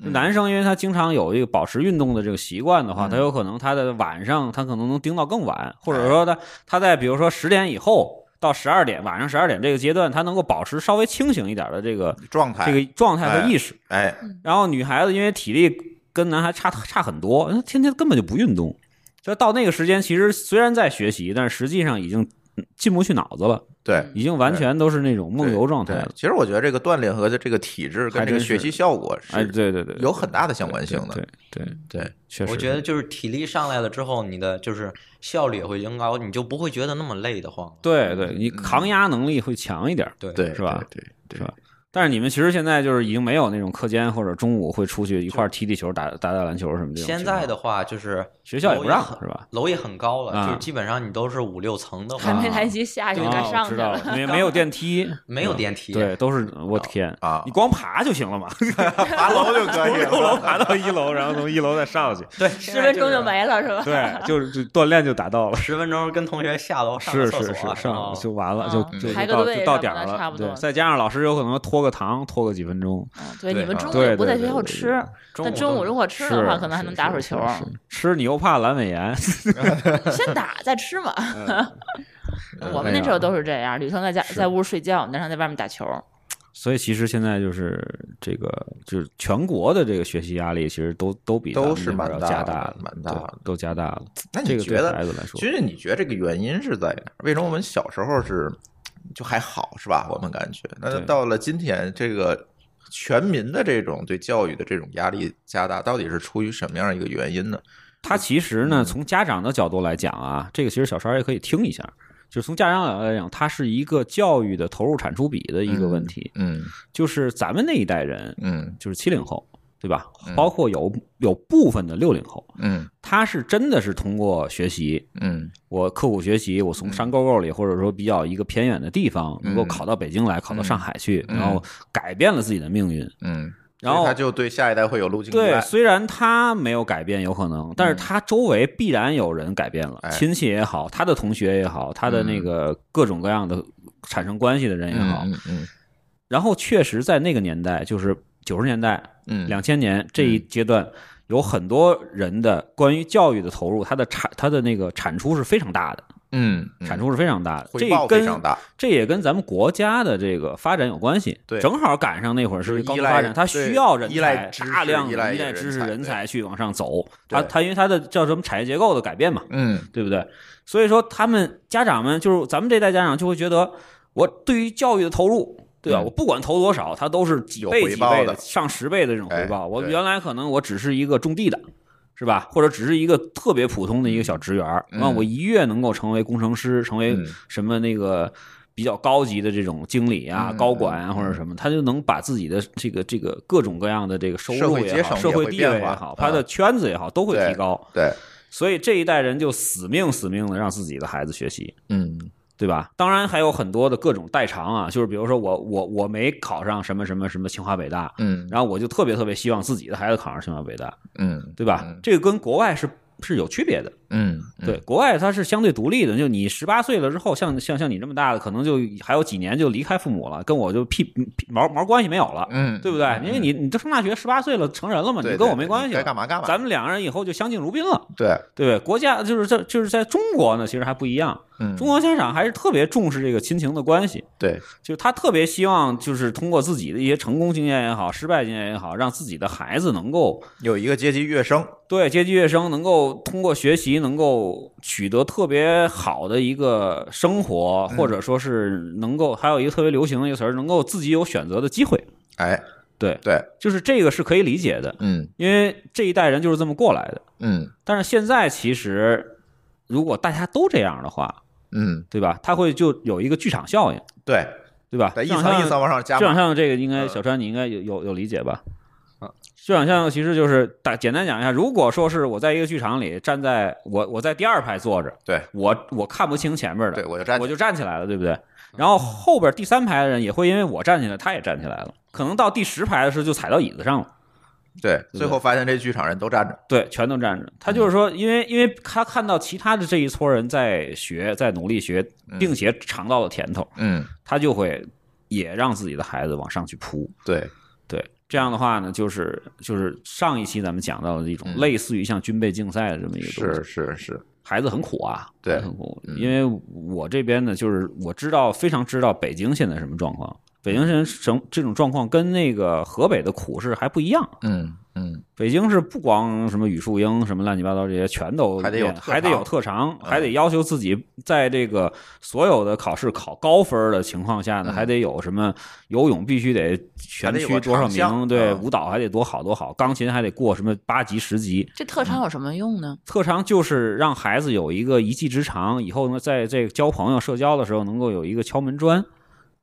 Speaker 2: 男生因为他经常有这个保持运动的这个习惯的话，他有可能他的晚上他可能能盯到更晚，或者说他他在比如说十点以后到十二点，晚上十二点这个阶段，他能够保持稍微清醒一点的这个
Speaker 1: 状态
Speaker 2: 这个状态和意识。
Speaker 1: 哎，
Speaker 2: 然后女孩子因为体力跟男孩差差很多，她天天根本就不运动，就到那个时间，其实虽然在学习，但是实际上已经嗯进不去脑子了，
Speaker 1: 对，
Speaker 2: 已经完全都是那种嗯梦游状态
Speaker 1: 对
Speaker 2: 了。
Speaker 1: 其实我觉得这个锻炼和这个体质跟
Speaker 2: 还
Speaker 1: 这个
Speaker 2: 真
Speaker 1: 学
Speaker 2: 是
Speaker 1: 习效果
Speaker 2: 哎，
Speaker 1: 是
Speaker 2: 对对对，
Speaker 1: 有很大的相关性的。
Speaker 2: 对对对，
Speaker 1: 对，
Speaker 2: 确实，
Speaker 4: 我觉得就是体力上来了之后，你的就是效率也会增高，你就不会觉得那么累得慌。
Speaker 2: 对对，你抗压能力会强一点。
Speaker 4: 对
Speaker 1: 对，
Speaker 2: 是吧
Speaker 1: 对对
Speaker 2: 是吧但是你们其实现在就是已经没有那种课间或者中午会出去一块儿踢踢球、打打打篮球什么这种情况。
Speaker 4: 现在的话就是
Speaker 2: 学校也
Speaker 4: 楼
Speaker 2: 不让
Speaker 4: 很
Speaker 2: 是吧？
Speaker 4: 楼也很高了，
Speaker 2: 啊
Speaker 4: 就是基本上你都是五六层的
Speaker 3: [LAUGHS] 还
Speaker 4: 话，
Speaker 3: 没来及下去，该
Speaker 2: 哦
Speaker 3: 上去
Speaker 2: 知道
Speaker 3: 了。
Speaker 2: 了，
Speaker 3: [LAUGHS]
Speaker 2: 没没有电梯，
Speaker 4: 没有电梯。
Speaker 2: 对，都是我天 [LAUGHS]
Speaker 1: 啊
Speaker 2: 你光爬就行了嘛，
Speaker 1: 爬楼就可以 [LAUGHS]
Speaker 2: 从六楼
Speaker 1: 了。
Speaker 2: [LAUGHS] 爬到一楼，然后从一楼再上去。
Speaker 4: 对，
Speaker 3: [LAUGHS] 十分钟就
Speaker 4: 没。
Speaker 3: 没了是吧？
Speaker 2: 对，就是就锻炼就达到了。
Speaker 4: 十分钟跟同学下楼 [LAUGHS] 上
Speaker 2: 是
Speaker 4: 个
Speaker 2: 是
Speaker 4: 厕所
Speaker 2: 是，
Speaker 4: 啊，然
Speaker 2: 上
Speaker 4: 后
Speaker 2: 就完了，
Speaker 3: 啊
Speaker 2: 就
Speaker 3: 嗯
Speaker 2: 就
Speaker 3: 排个
Speaker 2: 到
Speaker 3: 队
Speaker 2: 就到
Speaker 3: 什么
Speaker 2: 点儿
Speaker 3: 的差
Speaker 2: 了。
Speaker 3: 不
Speaker 2: 对，
Speaker 3: 多
Speaker 2: 再加上老师有可能拖个堂，拖个几分钟。
Speaker 3: 嗯对，
Speaker 4: 对
Speaker 3: 你们中午
Speaker 2: 对
Speaker 3: 也不
Speaker 2: 对
Speaker 3: 在
Speaker 2: 对
Speaker 3: 学校
Speaker 2: 对
Speaker 3: 吃，
Speaker 4: 中午
Speaker 3: 但中午如果吃的
Speaker 2: 是
Speaker 3: 话，可能还能
Speaker 2: 是
Speaker 3: 打
Speaker 2: 是
Speaker 3: 会儿球啊
Speaker 2: 是。是吃你又怕阑尾炎， [LAUGHS]
Speaker 3: 先打再吃嘛。 [LAUGHS] 我们
Speaker 2: 嗯哎
Speaker 3: 那
Speaker 2: 呀
Speaker 3: 时候都是这样，女生在家在屋睡觉，男生在外面打球。
Speaker 2: 嗯所以其实现在就是这个，就是全国的这个学习压力，其实都都比咱们
Speaker 1: 都是
Speaker 2: 那会儿
Speaker 1: 蛮
Speaker 2: 要
Speaker 1: 大
Speaker 2: 加
Speaker 1: 的
Speaker 2: 大了，
Speaker 1: 蛮大
Speaker 2: 对
Speaker 1: 的
Speaker 2: 都加大了。
Speaker 1: 那
Speaker 2: 这
Speaker 1: 你
Speaker 2: 个
Speaker 1: 觉
Speaker 2: 对
Speaker 1: 得
Speaker 2: 孩子来说
Speaker 1: 其实你觉得这个原因是在哪儿？为什么我们小时候是就还好是吧？我们感觉，那
Speaker 2: 对
Speaker 1: 到了今天，这个全民的这种对教育的这种压力加大，到底是出于什么样一个原因呢？
Speaker 2: 他其实
Speaker 1: 嗯
Speaker 2: 呢，从家长的角度来讲啊，这个其实小沙也可以听一下。就是从家长角度来讲，它是一个教育的投入产出比的一个问题。
Speaker 1: 嗯
Speaker 2: 就是咱们那一代人，
Speaker 1: 嗯
Speaker 2: 就是七零后，对吧
Speaker 1: 嗯？
Speaker 2: 包括有有部分的六零后，
Speaker 1: 嗯
Speaker 2: 他是真的是通过学习，
Speaker 1: 嗯
Speaker 2: 我刻苦学习，我从山沟沟里，或者说比较一个偏远的地方，能够考到北京来，考到上海去，
Speaker 1: 嗯
Speaker 2: 然后改变了自己的命运。
Speaker 1: 嗯，所
Speaker 2: 然
Speaker 1: 以
Speaker 2: 后
Speaker 1: 他就对下一代会有路径依
Speaker 2: 对，
Speaker 1: 赖。
Speaker 2: 虽然他没有改变，有可能，但是他周围必然有人改变了
Speaker 1: 嗯哎，
Speaker 2: 亲戚也好，他的同学也好，他的那个各种各样的产生关系的人也好，
Speaker 1: 嗯嗯
Speaker 2: 然后确实在那个年代，就是九十年代、
Speaker 1: 嗯，
Speaker 2: 两千年这一阶段，有很多人的关于教育的投入，它的产它的那个产出是非常大的，
Speaker 1: 嗯嗯
Speaker 2: 产出是非常大的，
Speaker 1: 回
Speaker 2: 这
Speaker 1: 报非
Speaker 2: 跟
Speaker 1: 常大。
Speaker 2: 这也跟咱们国家的这个发展有关系。
Speaker 1: 对
Speaker 2: 正好赶上那会儿
Speaker 1: 就是是
Speaker 2: 高
Speaker 1: 依
Speaker 2: 度
Speaker 1: 赖
Speaker 2: 发展，它
Speaker 1: 对
Speaker 2: 需要人
Speaker 1: 依赖
Speaker 2: 才
Speaker 1: 知识
Speaker 2: 大量
Speaker 1: 依
Speaker 2: 的
Speaker 1: 赖
Speaker 2: 依赖知识
Speaker 1: 人才
Speaker 2: 人才去往上走。
Speaker 1: 对
Speaker 2: 它它因为它的叫什么产业结构的改变嘛，
Speaker 1: 嗯
Speaker 2: 对不对？所以说，他们家长们就是咱们这代家长就会觉得，我对于教育的投入，对吧？
Speaker 1: 嗯
Speaker 2: 我不管投多少，它都是几
Speaker 1: 有
Speaker 2: 倍
Speaker 1: 回
Speaker 2: 几
Speaker 1: 报
Speaker 2: 倍
Speaker 1: 的
Speaker 2: 上十倍的这种回
Speaker 1: 哎
Speaker 2: 报。我
Speaker 1: 对
Speaker 2: 原来可能我只是一个种地的。是吧？或者只是一个特别普通的一个小职员儿，
Speaker 1: 嗯
Speaker 2: 那、我一跃能够成为工程师，成为
Speaker 1: 嗯
Speaker 2: 什么那个比较高级的这种经理啊、
Speaker 1: 嗯
Speaker 2: 高管啊或者什么，他就能把自己的这个这个各种各样的这个收
Speaker 1: 社
Speaker 2: 入
Speaker 1: 会阶
Speaker 2: 也好、
Speaker 1: 层
Speaker 2: 社
Speaker 1: 也
Speaker 2: 会
Speaker 1: 会
Speaker 2: 地
Speaker 1: 变
Speaker 2: 位也
Speaker 1: 化
Speaker 2: 好，他的
Speaker 1: 嗯
Speaker 2: 圈子也好，都会
Speaker 1: 对
Speaker 2: 提高。
Speaker 1: 对，
Speaker 2: 所以这一代人就死命死命的让自己的孩子学习。
Speaker 1: 嗯
Speaker 2: 对吧？当然还有很多的各种代偿啊，就是比如说我我我没考上什么什么什么清华北大，
Speaker 1: 嗯
Speaker 2: 然后我就特别特别希望自己的孩子考上清华北大，
Speaker 1: 嗯
Speaker 2: 对吧？
Speaker 1: 嗯
Speaker 2: 这个跟国外是是有区别的，
Speaker 1: 嗯，嗯
Speaker 2: 对，，国外它是相对独立的，就你十八岁了之后，像像像你这么大的，可能就还有几年就离开父母了，跟我就屁屁毛毛关系没有了，
Speaker 1: 嗯，
Speaker 2: 对不对？因为你你都上大学十八岁了，成人了嘛，
Speaker 1: 对
Speaker 2: 你跟我
Speaker 1: 对
Speaker 2: 没
Speaker 1: 对
Speaker 2: 关系
Speaker 1: 该
Speaker 2: 了，
Speaker 1: 干嘛干嘛
Speaker 2: 咱们两个人以后就相敬如宾了，
Speaker 1: 对，
Speaker 2: 对不对？国家就是这就是在中国呢，其实还不一样，
Speaker 1: 嗯，
Speaker 2: 中国家长还是特别重视这个亲情的关系，
Speaker 1: 对，
Speaker 2: 就是他特别希望就是通过自己的一些成功经验也好，失败经验也好，让自己的孩子能够。
Speaker 1: 有一个阶级跃升，
Speaker 2: 对阶级跃升，能够通过学习能够取得特别好的一个生活，或者说是能够还有一个特别流行的一个词儿，能够自己有选择的机会。
Speaker 1: 哎，
Speaker 2: 对，
Speaker 1: 对，
Speaker 2: 就是这个是可以理解的，
Speaker 1: 嗯
Speaker 2: 因为这一代人就是这么过来的。
Speaker 1: 嗯
Speaker 2: 但是现在其实，如果大家都这样的话，
Speaker 1: 嗯，
Speaker 2: 对吧？它会就有一个剧场效应，
Speaker 1: 对，
Speaker 2: 对吧？
Speaker 1: 在一
Speaker 2: 剧场
Speaker 1: 层
Speaker 2: 效应
Speaker 1: 一层往上加
Speaker 2: 剧场
Speaker 1: 码，
Speaker 2: 上这个应该
Speaker 1: 嗯
Speaker 2: 小川你应该有有有理解吧
Speaker 4: 啊？
Speaker 2: 剧场上其实就是大简单讲一下，如果说是我在一个剧场里站在我我在第二排坐着，
Speaker 1: 对
Speaker 2: 我我看不清前面
Speaker 1: 对
Speaker 2: 的，
Speaker 1: 我就站起嗯
Speaker 2: 我就站起来了，对不对？然后后边第三排的人也会因为我站起来，他也站起来了，可能到第十排的时候就踩到椅子上了，
Speaker 1: 对，
Speaker 2: 对
Speaker 1: 最后发现这剧场人都站着，
Speaker 2: 对，全都站着。他就是说，因为因为他看到其他的这一撮人在学，在努力学，并且尝到了甜头，
Speaker 1: 嗯，
Speaker 2: 他就会也让自己的孩子往上去扑。
Speaker 1: 对，
Speaker 2: 对，这样的话呢，就是就是上一期咱们讲到的一种
Speaker 1: 嗯
Speaker 2: 类似于像军备竞赛的这么一个东西，
Speaker 1: 是是是，
Speaker 2: 孩子很苦啊，
Speaker 1: 对
Speaker 2: 孩子很苦。
Speaker 1: 嗯
Speaker 2: 因为我这边呢，就是我知道非常知道北京现在什么状况，北京人什这种状况跟那个河北的苦是还不一样。
Speaker 1: 嗯嗯
Speaker 2: 北京是不光什么语数英什么乱七八糟这些全都
Speaker 1: 还得有
Speaker 2: 练
Speaker 1: 特长嗯
Speaker 2: 还得有特长，还得要求自己在这个所有的考试考高分的情况下呢，
Speaker 1: 嗯
Speaker 2: 还得有什么游泳必须得全
Speaker 1: 还得有
Speaker 2: 区
Speaker 1: 个
Speaker 2: 多少
Speaker 1: 长项
Speaker 2: 名，对，
Speaker 1: 嗯
Speaker 2: 舞蹈还得多好多好，钢琴还得过什么八级十级。
Speaker 3: 这特长有什么用呢？
Speaker 2: 特长就是让孩子有一个一技之长，以后呢，在这个交朋友社交的时候能够有一个敲门砖，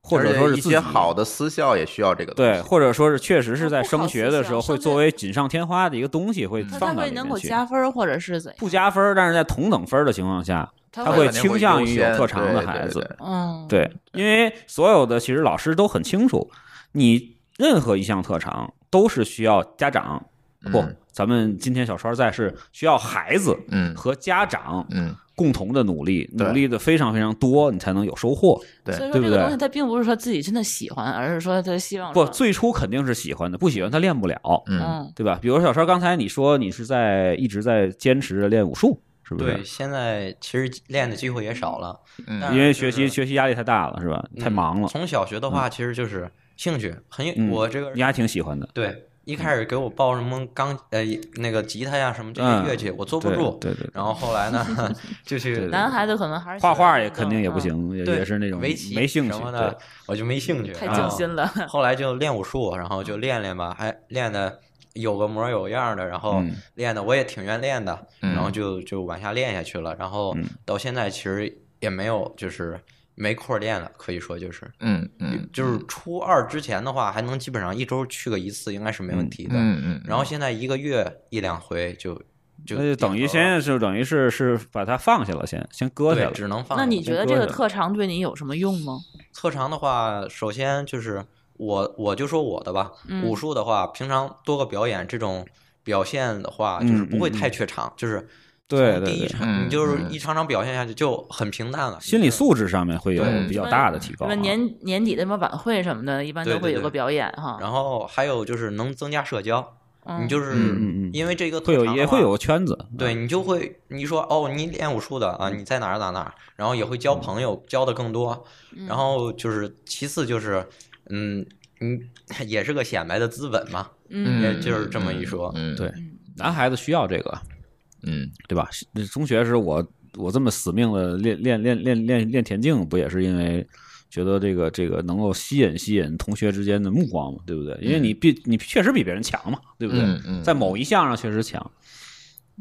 Speaker 2: 或者
Speaker 1: 而且
Speaker 2: 说是
Speaker 1: 一
Speaker 2: 自
Speaker 1: 些
Speaker 2: 己
Speaker 1: 好的私校也需要这个东
Speaker 2: 对，
Speaker 1: 西，
Speaker 2: 或者说是确实
Speaker 3: 啊
Speaker 2: 是在
Speaker 3: 不好
Speaker 2: 升学的时候
Speaker 3: 思想
Speaker 2: 会
Speaker 3: 上
Speaker 2: 作为锦上添花的一个东西会
Speaker 1: 嗯
Speaker 3: 他
Speaker 2: 放到
Speaker 3: 会
Speaker 2: 里面
Speaker 3: 能够
Speaker 2: 去。
Speaker 3: 加分儿，或者是怎样？
Speaker 2: 不，加分儿，但是在同等分儿的情况下，
Speaker 3: 他
Speaker 2: 他
Speaker 1: 会
Speaker 2: 会倾向于
Speaker 1: 优先
Speaker 2: 有特长的
Speaker 1: 对
Speaker 2: 孩
Speaker 1: 对
Speaker 2: 子
Speaker 1: 对
Speaker 3: 嗯，，
Speaker 2: 对，因为所有的其实老师都很清楚，你任何一项特长都是需要家长不，
Speaker 1: 嗯
Speaker 2: 咱们今天小川在是需要孩子
Speaker 1: 嗯
Speaker 2: 和家长
Speaker 1: 嗯，
Speaker 2: 共同的努力，
Speaker 1: 对
Speaker 2: 努力的非常非常多，你才能有收获。
Speaker 1: 对
Speaker 3: 所以
Speaker 2: 对不
Speaker 3: 说这个
Speaker 2: 对
Speaker 3: 东西他并不是说自己真的喜欢，而是说他希望
Speaker 2: 不，
Speaker 3: 说
Speaker 2: 最初肯定是喜欢的，不喜欢他练不了，
Speaker 1: 嗯
Speaker 3: 嗯
Speaker 2: 对吧？比如小川刚才你说你是在一直在坚持着练武术，是不
Speaker 4: 对，
Speaker 2: 是？
Speaker 4: 现在其实练的机会也少了，
Speaker 1: 嗯
Speaker 4: 但
Speaker 2: 因为
Speaker 4: 就
Speaker 2: 学习
Speaker 4: 是
Speaker 2: 学习压力太大了，是吧？太
Speaker 4: 嗯
Speaker 2: 忙了，
Speaker 4: 从小学的话，其实就是兴趣很
Speaker 2: 嗯
Speaker 4: 有，我这个
Speaker 2: 你还嗯挺喜欢的。
Speaker 4: 对一开始给我报什么钢呃那个吉他呀什么这
Speaker 2: 嗯
Speaker 4: 些乐器，我坐不
Speaker 2: 对
Speaker 4: 住。
Speaker 2: 对对，
Speaker 4: 然后后来呢，
Speaker 3: [LAUGHS]
Speaker 4: 就去
Speaker 3: 男孩子可能还
Speaker 2: 画
Speaker 3: 是喜欢
Speaker 2: 画也
Speaker 3: 运动
Speaker 2: 肯定也不，
Speaker 3: 嗯
Speaker 2: 行，也
Speaker 4: 啊对
Speaker 2: 也是那种
Speaker 4: 围棋
Speaker 2: 没兴
Speaker 4: 什
Speaker 2: 趣
Speaker 4: 么
Speaker 2: 对
Speaker 4: 的，我就没兴趣。
Speaker 3: 太
Speaker 4: 然
Speaker 3: 静
Speaker 4: 后
Speaker 3: 心了。
Speaker 4: 后来就练武术，然后就练练吧，还练的有个模儿有样儿的，然后
Speaker 2: 嗯
Speaker 4: 练的我也挺愿练的，
Speaker 1: 嗯
Speaker 4: 然后就就往下练下去了，然后
Speaker 2: 嗯
Speaker 4: 到现在其实也没有就是没空儿练了，可以说就是。
Speaker 1: 嗯嗯
Speaker 4: 就是初二之前的话，还能基本上一周去个一次，应该是没问题的。
Speaker 1: 嗯嗯，
Speaker 4: 然后现在一个月一两回就就
Speaker 2: 那就等于
Speaker 4: 顶头了
Speaker 2: 先是等于是是把它放下了，先先搁下
Speaker 4: 对，
Speaker 2: 了。
Speaker 4: 只能放。
Speaker 3: 那你觉得
Speaker 2: 多
Speaker 3: 这个
Speaker 2: 人
Speaker 3: 特长对你有什么用吗？
Speaker 4: 特长的话，首先就是我我就说我的吧，
Speaker 3: 嗯
Speaker 4: 武术的话，平常多个表演这种表现的话，就是不会
Speaker 2: 嗯嗯
Speaker 4: 太缺场，就是
Speaker 2: 对
Speaker 4: 从第
Speaker 2: 对
Speaker 4: 一
Speaker 2: 对，
Speaker 4: 场
Speaker 1: 嗯
Speaker 4: 你就是
Speaker 1: 嗯
Speaker 4: 一场场表现下去就很平淡了，
Speaker 2: 心理素质上面会有
Speaker 4: 对
Speaker 2: 比较大的提高
Speaker 3: 什
Speaker 2: 啊。
Speaker 3: 么年年底的什么晚会什么的，一般
Speaker 4: 对
Speaker 3: 都会
Speaker 4: 对
Speaker 3: 有个
Speaker 4: 对
Speaker 3: 表演哈。
Speaker 4: 然后还有就是能增加社交，
Speaker 3: 嗯
Speaker 4: 你就是
Speaker 2: 嗯嗯嗯
Speaker 4: 因为这个特
Speaker 2: 会有
Speaker 4: 长的
Speaker 2: 也
Speaker 4: 话
Speaker 2: 会有个圈子，
Speaker 4: 对你就会你说哦，你练武术的啊，你在哪儿哪儿哪儿，然后也会交
Speaker 2: 嗯
Speaker 4: 朋友，交的更多。
Speaker 3: 嗯
Speaker 4: 然后就是其次就是，嗯，你也是个显摆的资本嘛。
Speaker 1: 嗯
Speaker 3: 嗯，
Speaker 4: 也就是这么一说
Speaker 1: 嗯
Speaker 2: 对男孩子需要这个，
Speaker 1: 嗯
Speaker 2: 对吧？是中学时我我这么死命的练练练练练练田径，不也是因为觉得这个这个能够吸引吸引同学之间的目光嘛，对不对？
Speaker 4: 嗯
Speaker 2: 因为你比你确实比别人强嘛，对不对？
Speaker 1: 嗯嗯
Speaker 2: 在某一项上确实强。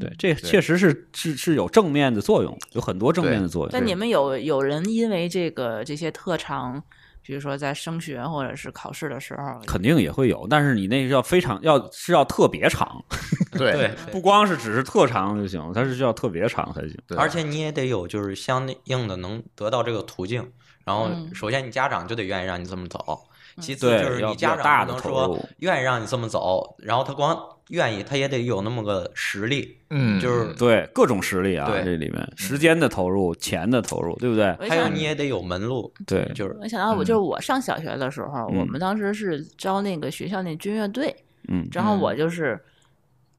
Speaker 2: 对，这确实是是是有正面的作用，有很多正面的作用。
Speaker 3: 那你们有有人因为这个这些特长比如说在升学或者是考试的时候，
Speaker 2: 肯定也会有，但是你那个要非常要是要特别长，
Speaker 4: 对，
Speaker 2: 不光是只是特长就行，它是需要特别长才行。
Speaker 1: 对
Speaker 4: 而且你也得有就是相应的能得到这个途径。然后，
Speaker 3: 嗯
Speaker 4: 首先你家长就得愿意让你这么走，其次
Speaker 2: 对
Speaker 4: 就是
Speaker 2: 要
Speaker 4: 你
Speaker 2: 比较
Speaker 4: 家
Speaker 2: 大
Speaker 4: 长
Speaker 2: 的
Speaker 4: 不能
Speaker 2: 投
Speaker 4: 说
Speaker 2: 入
Speaker 4: 愿意让你这么走，然后他光愿意，他也得有那么个实力。
Speaker 1: 嗯，
Speaker 4: 就是
Speaker 2: 对，各种实力啊，
Speaker 4: 对
Speaker 2: 这里面时间的投入、钱的投入，对不对？
Speaker 3: 我
Speaker 4: 还有
Speaker 3: 想
Speaker 4: 你也得有门路，
Speaker 2: 对，
Speaker 4: 就是
Speaker 3: 我想到我
Speaker 2: 嗯
Speaker 3: 就是我上小学的时候，
Speaker 2: 嗯
Speaker 3: 我们当时是招那个学校那军乐队，
Speaker 2: 嗯，嗯
Speaker 3: 然后我就是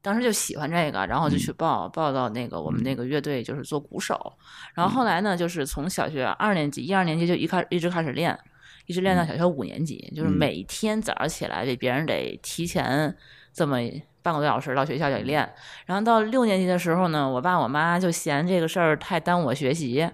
Speaker 3: 当时就喜欢这个，然后就去报、报到那个我们那个乐队，就是做鼓手。
Speaker 2: 嗯
Speaker 3: 然后后来呢，就是从小学二年级、一二年级就一开一直开始练，一直练到小学五年级，就是
Speaker 2: 嗯
Speaker 3: 每天早上起来比别人得提前这么。半个多小时到学校
Speaker 2: 嗯
Speaker 3: 得练，然后到六年级的时候呢，我爸我妈就嫌这个事儿太耽误我学习，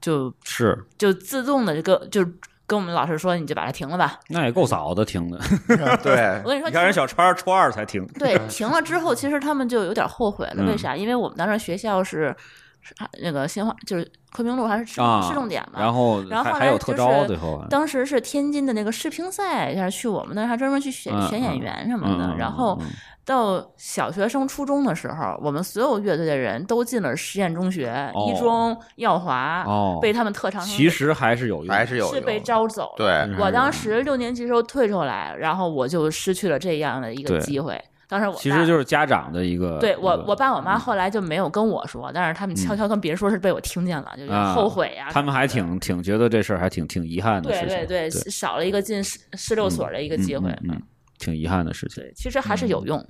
Speaker 3: 就是就自动的就跟就跟我们老师说，你就把它停了吧。
Speaker 2: 那也够早的听的。
Speaker 1: [LAUGHS] 对
Speaker 3: 我，跟你说，
Speaker 2: 嗯你看人小川儿初二才听，
Speaker 3: 对，停了之后，其实他们就有点后悔了。
Speaker 2: 嗯
Speaker 3: 为啥？因为我们当时学校是是啊那个新华，就是昆明路还是市
Speaker 2: 啊
Speaker 3: 市重点嘛。
Speaker 2: 然后
Speaker 3: 然后
Speaker 2: 还
Speaker 3: 后来
Speaker 2: 还有特招，
Speaker 3: 就是
Speaker 2: 最后啊
Speaker 3: 当时是天津的那个试评赛，还是去我们那儿还专门去选
Speaker 2: 嗯
Speaker 3: 选演员什么
Speaker 2: 嗯，
Speaker 3: 的。
Speaker 2: 嗯
Speaker 3: 然后
Speaker 2: 嗯
Speaker 3: 到小学升初中的时候，我们所有乐队的人都进了实验中学、
Speaker 2: 哦
Speaker 3: 一中、耀华，
Speaker 2: 哦
Speaker 3: 啊被他们特长生
Speaker 2: 其实还是有用，
Speaker 1: 还是有
Speaker 3: 是被
Speaker 1: 用
Speaker 3: 招走了。
Speaker 1: 对，
Speaker 3: 我当时六年级时候退出来，然后我就失去了这样的一个
Speaker 2: 对
Speaker 3: 机会。当时我
Speaker 2: 其
Speaker 3: 爸
Speaker 2: 实就是家长的一个
Speaker 3: 对
Speaker 2: 一
Speaker 3: 我
Speaker 2: 个，
Speaker 3: 我爸我妈后来就没有跟我说，但是他们悄悄跟别人说是被我听见了，就有点
Speaker 2: 啊
Speaker 3: 后悔呀、
Speaker 2: 他们还挺挺觉得这事儿还挺挺遗憾的
Speaker 3: 对
Speaker 2: 事情，
Speaker 3: 对
Speaker 2: 对，
Speaker 3: 对，少了一个进市市六所的一个机会。
Speaker 2: 嗯嗯嗯挺遗憾的事情。
Speaker 3: 对，其实还是有用。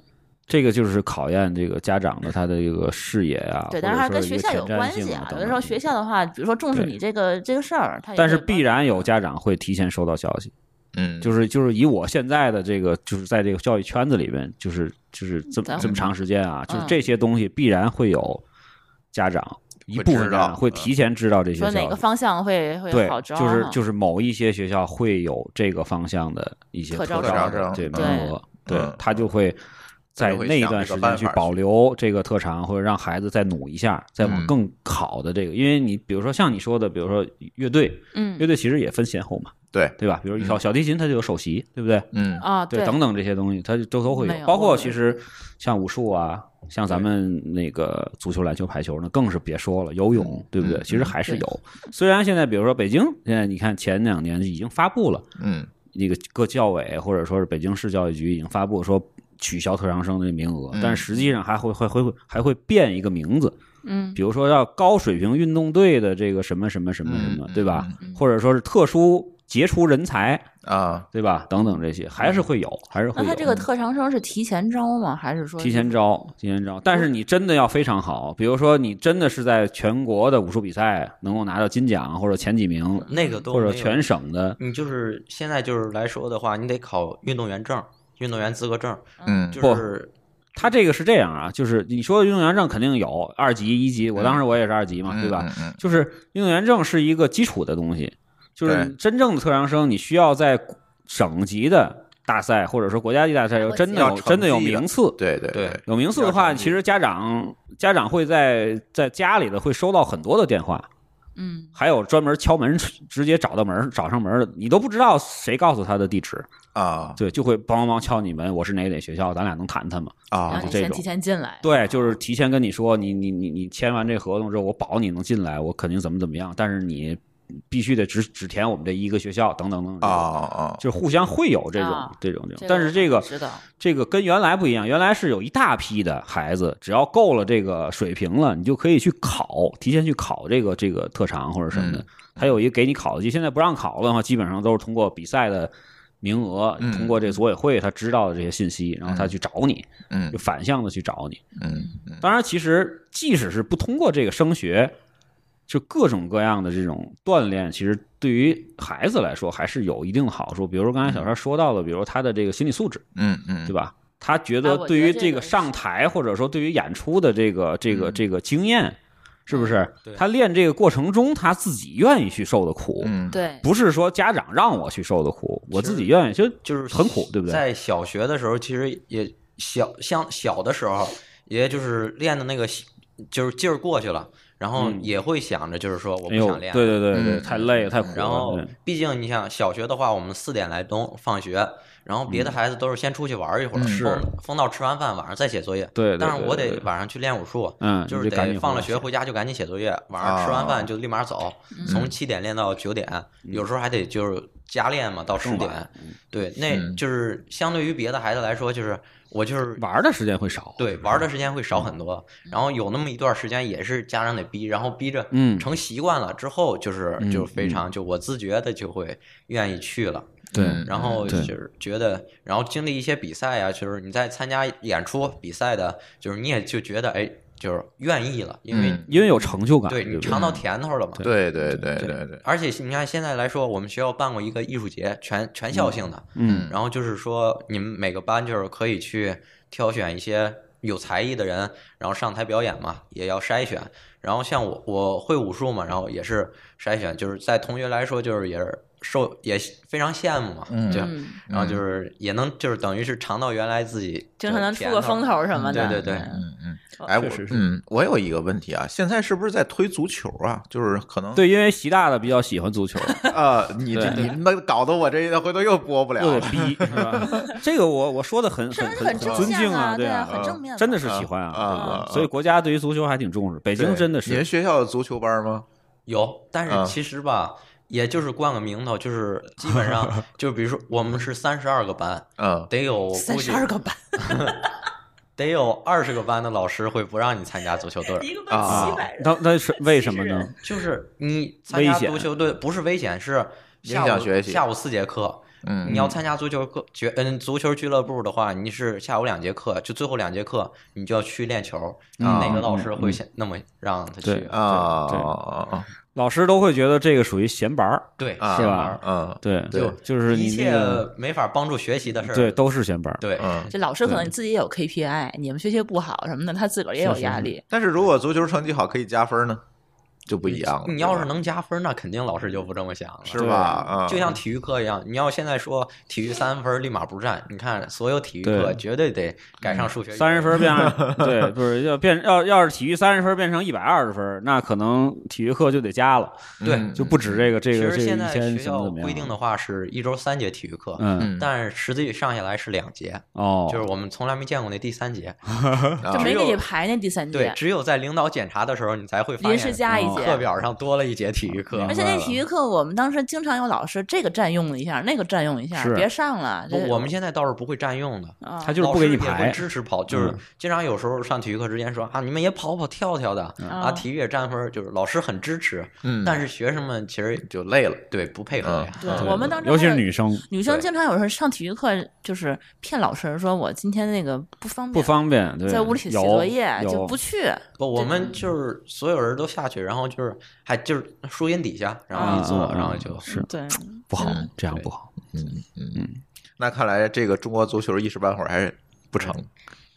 Speaker 2: 这个就是考验这个家长的他的一个视野啊，
Speaker 3: 对，但是它
Speaker 2: 或者
Speaker 3: 跟
Speaker 2: 说一
Speaker 3: 学
Speaker 2: 个
Speaker 3: 校有
Speaker 2: 前瞻
Speaker 3: 关
Speaker 2: 性
Speaker 3: 系
Speaker 2: 啊
Speaker 3: 啊。有
Speaker 2: 等
Speaker 3: 的时候
Speaker 2: 等
Speaker 3: 学校的话，比如说重视
Speaker 2: 对
Speaker 3: 你这个这个事儿，它也
Speaker 2: 但是
Speaker 3: 会帮啊
Speaker 2: 必然有家长会提前收到消息，
Speaker 1: 嗯，
Speaker 2: 就是就是以我现在的这个，就是在这个教育圈子里边，就是就是这
Speaker 3: 咱
Speaker 2: 么
Speaker 3: 们
Speaker 2: 这么长时间啊，
Speaker 3: 嗯
Speaker 2: 就是这些东西必然会有家长一部分
Speaker 1: 知道
Speaker 2: 家长会提前知道这些
Speaker 3: 说
Speaker 2: 消
Speaker 3: 哪个
Speaker 2: 息。
Speaker 3: 方向会会
Speaker 2: 对
Speaker 3: 好，招啊，
Speaker 2: 就是就是某一些学校会有这个方向的一些
Speaker 3: 特招
Speaker 2: 招
Speaker 1: 生
Speaker 2: 的对
Speaker 1: 对
Speaker 2: 名额，对
Speaker 1: 嗯
Speaker 2: 他就会在那一段时间去保留这个特长，或者让孩子再努一下，再往
Speaker 1: 嗯
Speaker 2: 更好的这个。因为你比如说像你说的，比如说乐队，
Speaker 3: 嗯
Speaker 2: 乐队其实也分先后嘛，
Speaker 1: 对，
Speaker 2: 对吧？比如
Speaker 1: 嗯
Speaker 2: 小小提琴它就有首席，对不对？
Speaker 1: 嗯
Speaker 3: 啊
Speaker 2: 对，等等这些东西，它就都都会
Speaker 3: 没有
Speaker 2: 有。包括
Speaker 3: 我
Speaker 2: 其实像武术啊，像咱们那个足球、篮球、排球呢，更是别说了，游泳，对不对
Speaker 1: 嗯？
Speaker 2: 其实还是有。虽然现在比如说北京，现在你看前两年已经发布了，
Speaker 1: 嗯
Speaker 2: 那个各教委或者说是北京市教育局已经发布说。取消特长生的名额
Speaker 1: 嗯，
Speaker 2: 但实际上还会会会还会变一个名字，
Speaker 3: 嗯
Speaker 2: 比如说要高水平运动队的这个什么什么什么什么
Speaker 1: 嗯，
Speaker 2: 对吧
Speaker 3: 嗯嗯？
Speaker 2: 或者说是特殊杰出人才，
Speaker 1: 啊，
Speaker 2: 对吧？等等这些还是会有，还是会
Speaker 3: 那
Speaker 2: 有。
Speaker 3: 他这个特长生是提前招吗？还是说
Speaker 2: 提前招，提前招。但是你真的要非常好，比如说你真的是在全国的武术比赛能够拿到金奖或者前几名，
Speaker 3: 嗯
Speaker 4: 那个都
Speaker 2: 或者
Speaker 4: 没有
Speaker 2: 全省的，
Speaker 4: 你就是现在就是来说的话，你得考运动员证、运动员资格证，
Speaker 1: 嗯，
Speaker 4: 就是
Speaker 2: 他这个是这样啊，就是你说的运动员证肯定有二级、一级，我当时我也是二级嘛，
Speaker 1: 嗯
Speaker 2: 对吧？？
Speaker 1: 嗯
Speaker 2: 就是运动员证是一个基础的东西，就是
Speaker 1: 对
Speaker 2: 真正的特长生，你需要在省级的大赛或者说国家级大赛有
Speaker 3: 国
Speaker 2: 真的
Speaker 1: 际要
Speaker 2: 有真的有
Speaker 1: 成绩的
Speaker 2: 名次，
Speaker 1: 嗯对对
Speaker 4: 对
Speaker 2: 有名次的话，
Speaker 4: 要成绩
Speaker 2: 其实家长家长会在在家里的会收到很多的电话，
Speaker 3: 嗯
Speaker 2: 还有专门敲门直接找到门找上门的，你都不知道谁告诉他的地址，
Speaker 1: 啊
Speaker 2: 对，就会梆梆梆敲你门，我是哪哪学校，咱俩能谈谈吗？
Speaker 3: 让
Speaker 1: 啊
Speaker 2: 就
Speaker 3: 你
Speaker 2: 这
Speaker 3: 先
Speaker 2: 种
Speaker 3: 提前进来？
Speaker 2: 对，就是提前跟你说，你你你你签完这合同之后，我保你能进来，我肯定怎么怎么样，但是你必须得只只填我们这一个学校，等等等
Speaker 1: 啊
Speaker 2: 等。
Speaker 1: 啊，
Speaker 2: 就是互相会有这种、
Speaker 3: 啊
Speaker 2: 这种这
Speaker 3: 这
Speaker 2: 种，但是
Speaker 3: 个我
Speaker 2: 这个
Speaker 3: 知道
Speaker 2: 这个跟原来不一样，原来是有一大批的孩子，只要够了这个水平了，你就可以去考，提前去考这个这个特长或者什么的
Speaker 1: 嗯。
Speaker 2: 他有一个给你考的，就现在不让考了的话，基本上都是通过比赛的名额，
Speaker 1: 嗯
Speaker 2: 通过这组委会他知道的这些信息，然后他去找你，
Speaker 1: 嗯
Speaker 2: 就反向的去找你。
Speaker 1: 嗯嗯
Speaker 2: 当然，其实即使是不通过这个升学，就各种各样的这种锻炼，其实对于孩子来说还是有一定的好处。比如说刚才小川说到的，比如他的这个心理素质。
Speaker 1: 嗯嗯，
Speaker 2: 对吧？他觉
Speaker 3: 哎
Speaker 2: 得
Speaker 3: 我
Speaker 2: 对
Speaker 3: 觉得
Speaker 2: 于
Speaker 3: 这
Speaker 2: 这
Speaker 3: 个
Speaker 2: 个
Speaker 3: 是
Speaker 2: 上台或者说对于演出的这个这个
Speaker 1: 嗯
Speaker 2: 这个经验，是不是
Speaker 4: 嗯对？
Speaker 2: 他练这个过程中他自己愿意去受的苦，
Speaker 1: 嗯
Speaker 3: 对，
Speaker 2: 不是说家长让我去受的苦，我自己愿意就
Speaker 4: 就是
Speaker 2: 很苦，对不对？
Speaker 4: 在小学的时候，其实也小像小的时候，也就是练的那个就是劲儿过去了，然后
Speaker 2: 嗯
Speaker 4: 也会想着就是说我
Speaker 2: 哎
Speaker 4: 不
Speaker 2: 呦，
Speaker 4: 想练了，
Speaker 2: 对对对对，
Speaker 1: 嗯
Speaker 2: 太累了太苦了。
Speaker 4: 然后
Speaker 2: 对，
Speaker 4: 毕竟你想小学的话，我们四点来钟放学，然后别的孩子都是先出去玩一会儿，
Speaker 1: 嗯
Speaker 2: 是
Speaker 4: 疯疯到吃完饭，晚上再写作业。
Speaker 2: 对对
Speaker 4: 但是我
Speaker 2: 对
Speaker 4: 得
Speaker 2: 对
Speaker 4: 晚上去练武术，
Speaker 2: 嗯
Speaker 4: 就
Speaker 2: 你
Speaker 4: 是
Speaker 2: 就赶
Speaker 4: 得
Speaker 2: 紧
Speaker 4: 放
Speaker 2: 回
Speaker 4: 了
Speaker 2: 来
Speaker 4: 学
Speaker 2: 写嗯
Speaker 4: 回家就赶紧写作业，晚上
Speaker 1: 啊
Speaker 4: 吃完饭就立马走，从七点练到九点，有时候还得就是加练嘛，到十
Speaker 2: 更晚嗯
Speaker 4: 点。对，那就是相对于别的孩子来说，就是我就是
Speaker 2: 玩的时间会少。
Speaker 4: 对，玩儿的时间会少很多。然后有那么一段时间也是家长得逼，然后逼着，
Speaker 2: 嗯
Speaker 4: 成习惯了之后，就是
Speaker 2: 嗯
Speaker 4: 就非常就我自觉的就会愿意去了。
Speaker 2: 对
Speaker 1: 嗯
Speaker 4: 然后就
Speaker 2: 对
Speaker 4: 是觉得，然后经历一些比赛啊，就是你在参加演出比赛的，就是你也就觉得哎，就是愿意了，因为
Speaker 1: 嗯
Speaker 2: 因为有成就感，
Speaker 4: 对
Speaker 2: 对
Speaker 4: 你
Speaker 2: 不对
Speaker 4: 尝到甜头了嘛。
Speaker 1: 对对对对对，
Speaker 4: 而且你看现在来说，我们学校办过一个艺术节，全全校性的，
Speaker 2: 嗯
Speaker 4: 然后就是说，你们每个班就是可以去挑选一些有才艺的人，然后上台表演嘛，也要筛选。然后像我，我会武术嘛，然后也是筛选，就是在同学来说，就是也是受也非常羡慕嘛，
Speaker 1: 嗯
Speaker 4: 就
Speaker 3: 嗯，
Speaker 4: 然后就是也能就是等于是尝到原来自己
Speaker 3: 经常能
Speaker 4: 的
Speaker 3: 出
Speaker 4: 甜
Speaker 3: 个风头什么
Speaker 4: 对
Speaker 3: 的。
Speaker 4: 对对，
Speaker 3: 嗯
Speaker 1: 嗯嗯，哎，我
Speaker 2: 确实是
Speaker 1: 嗯，我有一个问题啊，现在是不是在推足球啊？就是可
Speaker 4: 嗯
Speaker 1: 能
Speaker 2: 对，因为习大大比较喜欢足球，
Speaker 1: 啊，你这
Speaker 2: 对
Speaker 1: 你们搞得我这回头又播不了
Speaker 2: 又
Speaker 1: 了
Speaker 2: 得。逼，是吧？这个我我说的很
Speaker 3: 是
Speaker 2: 很
Speaker 3: 不是
Speaker 2: 很
Speaker 3: 很正
Speaker 2: 尊敬
Speaker 3: 向啊？
Speaker 2: 对
Speaker 3: 啊，
Speaker 2: 啊，
Speaker 3: 很正面，
Speaker 2: 真的是喜欢
Speaker 1: 啊啊
Speaker 2: 啊
Speaker 1: 啊，
Speaker 2: 对所以国家对于足球还挺重视，北京
Speaker 1: 对
Speaker 2: 真的
Speaker 1: 你们
Speaker 2: 是，
Speaker 1: 学校有足球班吗？
Speaker 4: 有，但
Speaker 1: 嗯
Speaker 4: 是其实吧，也就是冠个名头，就是基
Speaker 1: [LAUGHS]
Speaker 4: 本上就比如说我们是三十二个班，
Speaker 1: 嗯，
Speaker 4: 得有我
Speaker 3: 三
Speaker 4: 估计
Speaker 3: 十二个班，
Speaker 4: 得有二十个班的老师会不让你参加足球队儿，
Speaker 3: 一个
Speaker 1: 班啊700
Speaker 3: 人。
Speaker 2: 那那是为什么
Speaker 3: 七十
Speaker 2: 呢
Speaker 3: 人？
Speaker 4: 就是你参加
Speaker 2: 危险
Speaker 4: 足球队不是危险，是
Speaker 1: 影
Speaker 4: 下午
Speaker 1: 响学习
Speaker 4: 下午四节课，
Speaker 1: 嗯
Speaker 4: 你要参加足球课绝嗯足球俱乐部的话，你是下午两节课，就最后两节课你就要去练球，
Speaker 1: 嗯
Speaker 4: 哪个老师会先那么让他
Speaker 2: 对
Speaker 4: 去？
Speaker 1: 啊啊
Speaker 2: 老师都会觉得这个属于闲玩儿，
Speaker 4: 对，
Speaker 1: 啊，
Speaker 2: 是
Speaker 4: 先
Speaker 2: 吧
Speaker 4: 玩儿
Speaker 1: 嗯
Speaker 2: 对，
Speaker 1: 对
Speaker 2: 就是
Speaker 4: 一
Speaker 2: 你那
Speaker 4: 切
Speaker 2: 个
Speaker 4: 没法帮助学习的事儿。
Speaker 2: 对都是闲玩儿，
Speaker 4: 对，
Speaker 1: 嗯。
Speaker 3: 这老师可能自己也有 KPI，你们学习不好什么的，他自个儿也有压力。
Speaker 1: 但是如果足球成绩好可以加分呢，就不一样了。
Speaker 4: 你要是能加分，那肯定老师就不这么想了。
Speaker 1: 是吧？嗯，
Speaker 4: 就像体育课一样，你要现在说体育三分立马不占，你看所有体育
Speaker 2: 对嗯
Speaker 4: 课绝对得改上数学。
Speaker 2: 三十分儿变二，对，不是要变要要是体育三十分儿变成一百二十分儿，那可能体育课就得加了，
Speaker 1: 嗯
Speaker 4: 对，
Speaker 2: 就不止这个这
Speaker 4: 其
Speaker 2: 个
Speaker 4: 实
Speaker 2: 这
Speaker 4: 现
Speaker 2: 个一
Speaker 4: 在
Speaker 2: 天
Speaker 4: 学
Speaker 2: 怎么
Speaker 4: 校
Speaker 2: 怎么样。
Speaker 4: 规定的话是一周三节体育课，
Speaker 2: 嗯
Speaker 1: 嗯
Speaker 4: 但是实际上下来是两节，
Speaker 2: 哦，嗯
Speaker 4: 就是我们从来没见过那第三节。
Speaker 1: 啊
Speaker 3: 就没给
Speaker 4: 只
Speaker 3: 你
Speaker 4: 有
Speaker 3: 排那第三
Speaker 4: 对
Speaker 3: 节，，
Speaker 4: 只有在领导检查的时候，你才会发嗯
Speaker 3: 临
Speaker 4: 现
Speaker 3: 时加一
Speaker 2: 哦
Speaker 3: 节
Speaker 4: 课。表上多了一节体育课
Speaker 3: 而。且那体育课，我们当时经常有老师这个占用了一下，那个占用一下
Speaker 2: 是，
Speaker 3: 别上了。这
Speaker 4: 我们现在倒是不会占用的。
Speaker 3: 啊
Speaker 2: 他就是不给你
Speaker 4: 老师也
Speaker 2: 排
Speaker 4: 会支持跑，就是
Speaker 2: 嗯
Speaker 4: 经常有时候上体育课之前说啊，你们也跑跑跳跳的啊，体育也占分，就是老师很支持，
Speaker 1: 嗯，
Speaker 4: 但是学生们其实
Speaker 1: 就累了。
Speaker 4: 对不配合呀。
Speaker 3: 对
Speaker 1: 嗯
Speaker 3: 我们当时
Speaker 2: 尤其是
Speaker 3: 还有
Speaker 2: 女生
Speaker 3: 女生
Speaker 4: 对
Speaker 3: 经常有时候上体育课就是骗老师说，我今天那个不方便，
Speaker 2: 不方便，对，
Speaker 3: 在屋里写
Speaker 2: 有
Speaker 3: 作业就
Speaker 2: 有
Speaker 3: 不去。
Speaker 4: 不，我们就是所有人都下去，然后就是还就是树荫底下，然后一
Speaker 2: 啊
Speaker 4: 坐，
Speaker 2: 啊
Speaker 4: 然后
Speaker 2: 啊
Speaker 4: 就是
Speaker 3: 对，
Speaker 2: 不好
Speaker 1: 嗯，
Speaker 2: 这样
Speaker 4: 对
Speaker 2: 不好。
Speaker 1: 那看来这个中国足球一时半会儿还是不成。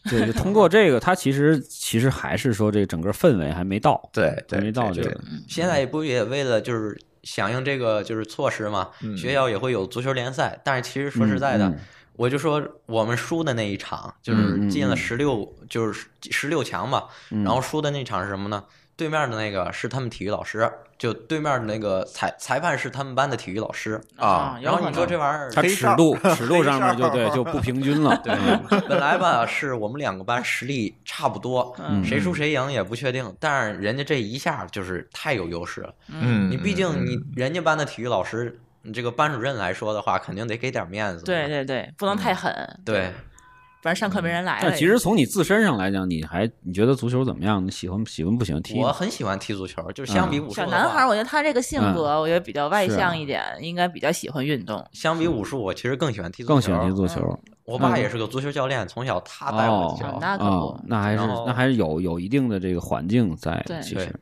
Speaker 2: 对，就通过这个，他其实其实还是说这整个氛围还没到，
Speaker 1: 对对，
Speaker 2: 还没到这
Speaker 1: 对
Speaker 2: 个。
Speaker 4: 现在不也为了就是响应这个就是措施嘛，学校也会有足球联赛。但是其实 [LAUGHS] 说实在的，
Speaker 2: 嗯嗯嗯嗯
Speaker 4: 我就说我们输的那一场就是进了十六、就是十六强吧，然后输的那场是什么呢？对面的那个是他们体育老师，就对面的那个裁裁判是他们班的体育老师。
Speaker 1: 啊
Speaker 4: 然后你说这玩意儿，
Speaker 2: 它
Speaker 1: 黑
Speaker 2: 尺
Speaker 1: 哨
Speaker 2: 度尺度
Speaker 1: 黑
Speaker 2: 上面就
Speaker 1: 哨
Speaker 2: 对就不平
Speaker 4: [LAUGHS]
Speaker 2: 均了，对，嗯
Speaker 4: 本来吧，是我们两个班实力差不多，
Speaker 3: 嗯
Speaker 4: 谁输谁赢也不确定。但是人家这一下就是太有优势了，
Speaker 1: 嗯，
Speaker 4: 你毕竟你人家班的体育老师，你这个班主任来说的话，肯定得给点面子。
Speaker 3: 对对对，不能太狠，
Speaker 4: 嗯对，嗯
Speaker 3: 不然上课没人来
Speaker 2: 但
Speaker 3: 了。
Speaker 2: 其实从你自身上来讲，你还你觉得足球怎么样？你喜欢喜欢不喜欢踢呢？
Speaker 4: 我很喜欢踢足球，就相比武术
Speaker 3: 小
Speaker 4: 的话，
Speaker 3: 男孩儿，我觉得他这个性格，我觉得比较外向一点，应该比较喜欢运动。
Speaker 4: 相比武术，我其实更喜欢踢足球。
Speaker 2: 更喜欢踢足球。
Speaker 4: 我爸也是个足球教练，从小他带我
Speaker 2: 哦
Speaker 4: 踢球。
Speaker 3: 嗯长，大可不
Speaker 2: 哦，那还是
Speaker 4: 然后
Speaker 2: 那还是有有一定的这个环境在的，
Speaker 3: 对
Speaker 2: 其实
Speaker 4: 对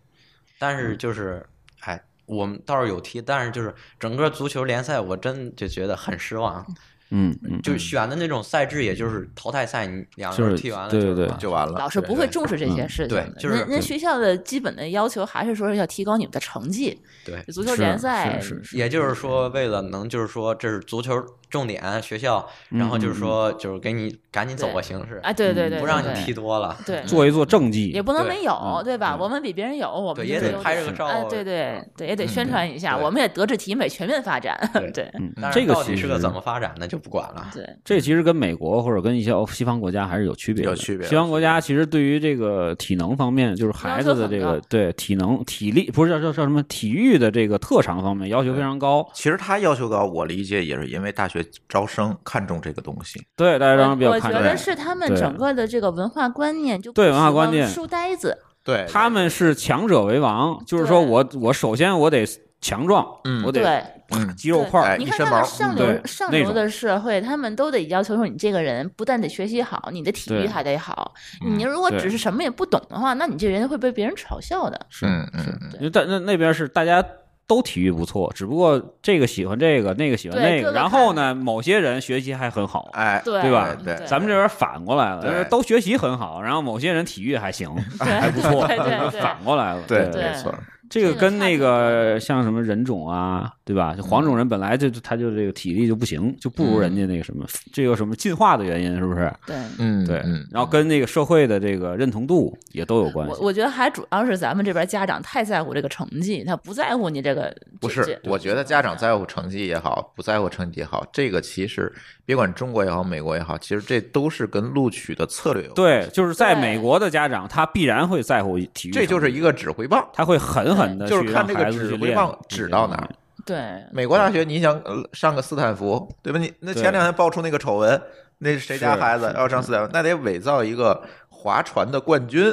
Speaker 4: 但
Speaker 2: 嗯
Speaker 4: 是就是，哎，我们倒是有踢，但是就是整个足球联赛，我真就觉得很失望。
Speaker 2: 嗯嗯，
Speaker 4: [LAUGHS] 就选的那种赛制，也就是淘汰赛，你两
Speaker 2: 就
Speaker 4: 轮
Speaker 2: 是
Speaker 4: 踢完了
Speaker 2: 对
Speaker 4: 就
Speaker 2: 对
Speaker 4: 完
Speaker 2: 对
Speaker 1: 就完了。
Speaker 3: 老师不会重视这些事情的。
Speaker 4: 对就是
Speaker 3: 人人学校的基本的要求还是说是要提高你们的成绩。
Speaker 4: 对，
Speaker 3: 足球联
Speaker 2: 是
Speaker 3: 赛
Speaker 2: 是是是
Speaker 4: 也就是说，为了能就是说这是足球重点学校，然
Speaker 2: 嗯
Speaker 4: 后就是说就是给你赶紧走个形式，
Speaker 3: 啊，对对对，
Speaker 4: 嗯不让
Speaker 3: 对
Speaker 4: 你
Speaker 3: 对
Speaker 4: 踢多了，
Speaker 3: 对，
Speaker 2: 做一做政绩，
Speaker 3: 也不能
Speaker 4: 对
Speaker 3: 没有，
Speaker 2: 嗯
Speaker 3: 对吧？
Speaker 2: 对
Speaker 3: 我们比别人有，我们
Speaker 4: 对，
Speaker 3: 就
Speaker 4: 也
Speaker 3: 得
Speaker 4: 得拍这个
Speaker 3: 哎，
Speaker 4: 照，
Speaker 3: 对对对，也得宣
Speaker 1: 嗯
Speaker 3: 传一下，
Speaker 4: 对
Speaker 3: 我们也德智体美全面发展，
Speaker 4: 对
Speaker 3: 对
Speaker 2: 嗯
Speaker 4: 但是
Speaker 2: 这个
Speaker 4: 到
Speaker 2: 其
Speaker 4: 底
Speaker 2: 实
Speaker 4: 是个怎么发展的就不管了。
Speaker 3: 对，
Speaker 2: 这其实跟美国或者跟一些欧西方国家还是有区别的。
Speaker 1: 有区别
Speaker 2: 西方国家其实对于这个体能方面，就是孩子的这
Speaker 3: 要求
Speaker 2: 个
Speaker 3: 很高
Speaker 2: 对体能、体力，不是叫叫叫什么体育的这个特长方面要求非常高。
Speaker 1: 其实他要求高，我理解也是因为大学招生看重这个东西。
Speaker 2: 对，大家当然比较
Speaker 3: 我觉
Speaker 2: 看
Speaker 3: 得
Speaker 2: 重。
Speaker 3: 是他们
Speaker 2: 对
Speaker 3: 整个的这个文化观念就
Speaker 2: 对
Speaker 3: 不
Speaker 2: 文化
Speaker 3: 喜欢
Speaker 2: 观念
Speaker 3: 书呆子，
Speaker 1: 对
Speaker 2: 他们是强者为王，就是说
Speaker 3: 对
Speaker 2: 我我首先我得强壮，
Speaker 1: 嗯
Speaker 2: 我
Speaker 3: 对
Speaker 2: 得
Speaker 1: [LAUGHS] 嗯
Speaker 2: 肌肉块
Speaker 1: 哎
Speaker 2: 儿，
Speaker 3: 你
Speaker 1: 一
Speaker 3: 看
Speaker 1: 身
Speaker 3: 他们
Speaker 1: 毛
Speaker 3: 上
Speaker 2: 嗯
Speaker 3: 流
Speaker 2: 对
Speaker 3: 上
Speaker 2: 那
Speaker 3: 流
Speaker 2: 种
Speaker 3: 的社会，他们都得要求说你这个人不但得学习好，你的体
Speaker 2: 对
Speaker 3: 育还得好。
Speaker 1: 嗯
Speaker 3: 你如果
Speaker 2: 对
Speaker 3: 只是什么也不懂的话，那你这人会被别人嘲笑的。
Speaker 2: 是
Speaker 1: 嗯嗯嗯，
Speaker 2: 因为但那那边是大家都体育不错，只不过这个喜欢这个，那个喜欢
Speaker 3: 对
Speaker 2: 那
Speaker 3: 各
Speaker 2: 个，
Speaker 3: 个
Speaker 2: 然后呢，某些人学习还很好，
Speaker 1: 哎，
Speaker 3: 对
Speaker 2: 对吧
Speaker 1: 对
Speaker 3: 对
Speaker 2: 咱们这边反过来了，
Speaker 1: 对
Speaker 2: 就是都学习很好，然后某些人体育还
Speaker 1: [LAUGHS]
Speaker 2: 行，还不错，
Speaker 3: 对对对
Speaker 2: 反过来了。
Speaker 1: 对，
Speaker 3: 对
Speaker 1: 没错，
Speaker 2: 这个跟那
Speaker 3: 这
Speaker 2: 个像什么人种啊，对
Speaker 1: 嗯
Speaker 2: 吧？就黄种人本来就就他就这个体力就不行，就不如人家那个什么，这有什么进化的原因是不是？
Speaker 3: 对，
Speaker 1: 嗯
Speaker 2: 对
Speaker 1: 嗯，，
Speaker 2: 然后跟那个社会的这个认同度也都有关
Speaker 3: 我
Speaker 2: 系。
Speaker 3: 我觉得还主要是咱们这边家长太在乎这个成绩，他不在乎你这个。
Speaker 1: 不
Speaker 3: 这
Speaker 1: 是，我觉得家长在乎成绩也好，不在乎成绩也好，这个其实别管中国也好，美国也好，其实这都是跟录取的策略有关。
Speaker 2: 对，就是在
Speaker 3: 对
Speaker 2: 美国的家长，他必然会在乎体育成绩，
Speaker 1: 这就是一个指挥棒，
Speaker 2: 他会狠狠的
Speaker 1: 就是看这个指挥棒指到哪儿。
Speaker 3: 对
Speaker 1: 美国大学，你想呃上个斯坦福，对吧？你那
Speaker 2: 对
Speaker 1: 前两天爆出那个丑闻，那是谁家
Speaker 2: 是
Speaker 1: 孩子要上斯坦福，那得伪造一个划船的冠军，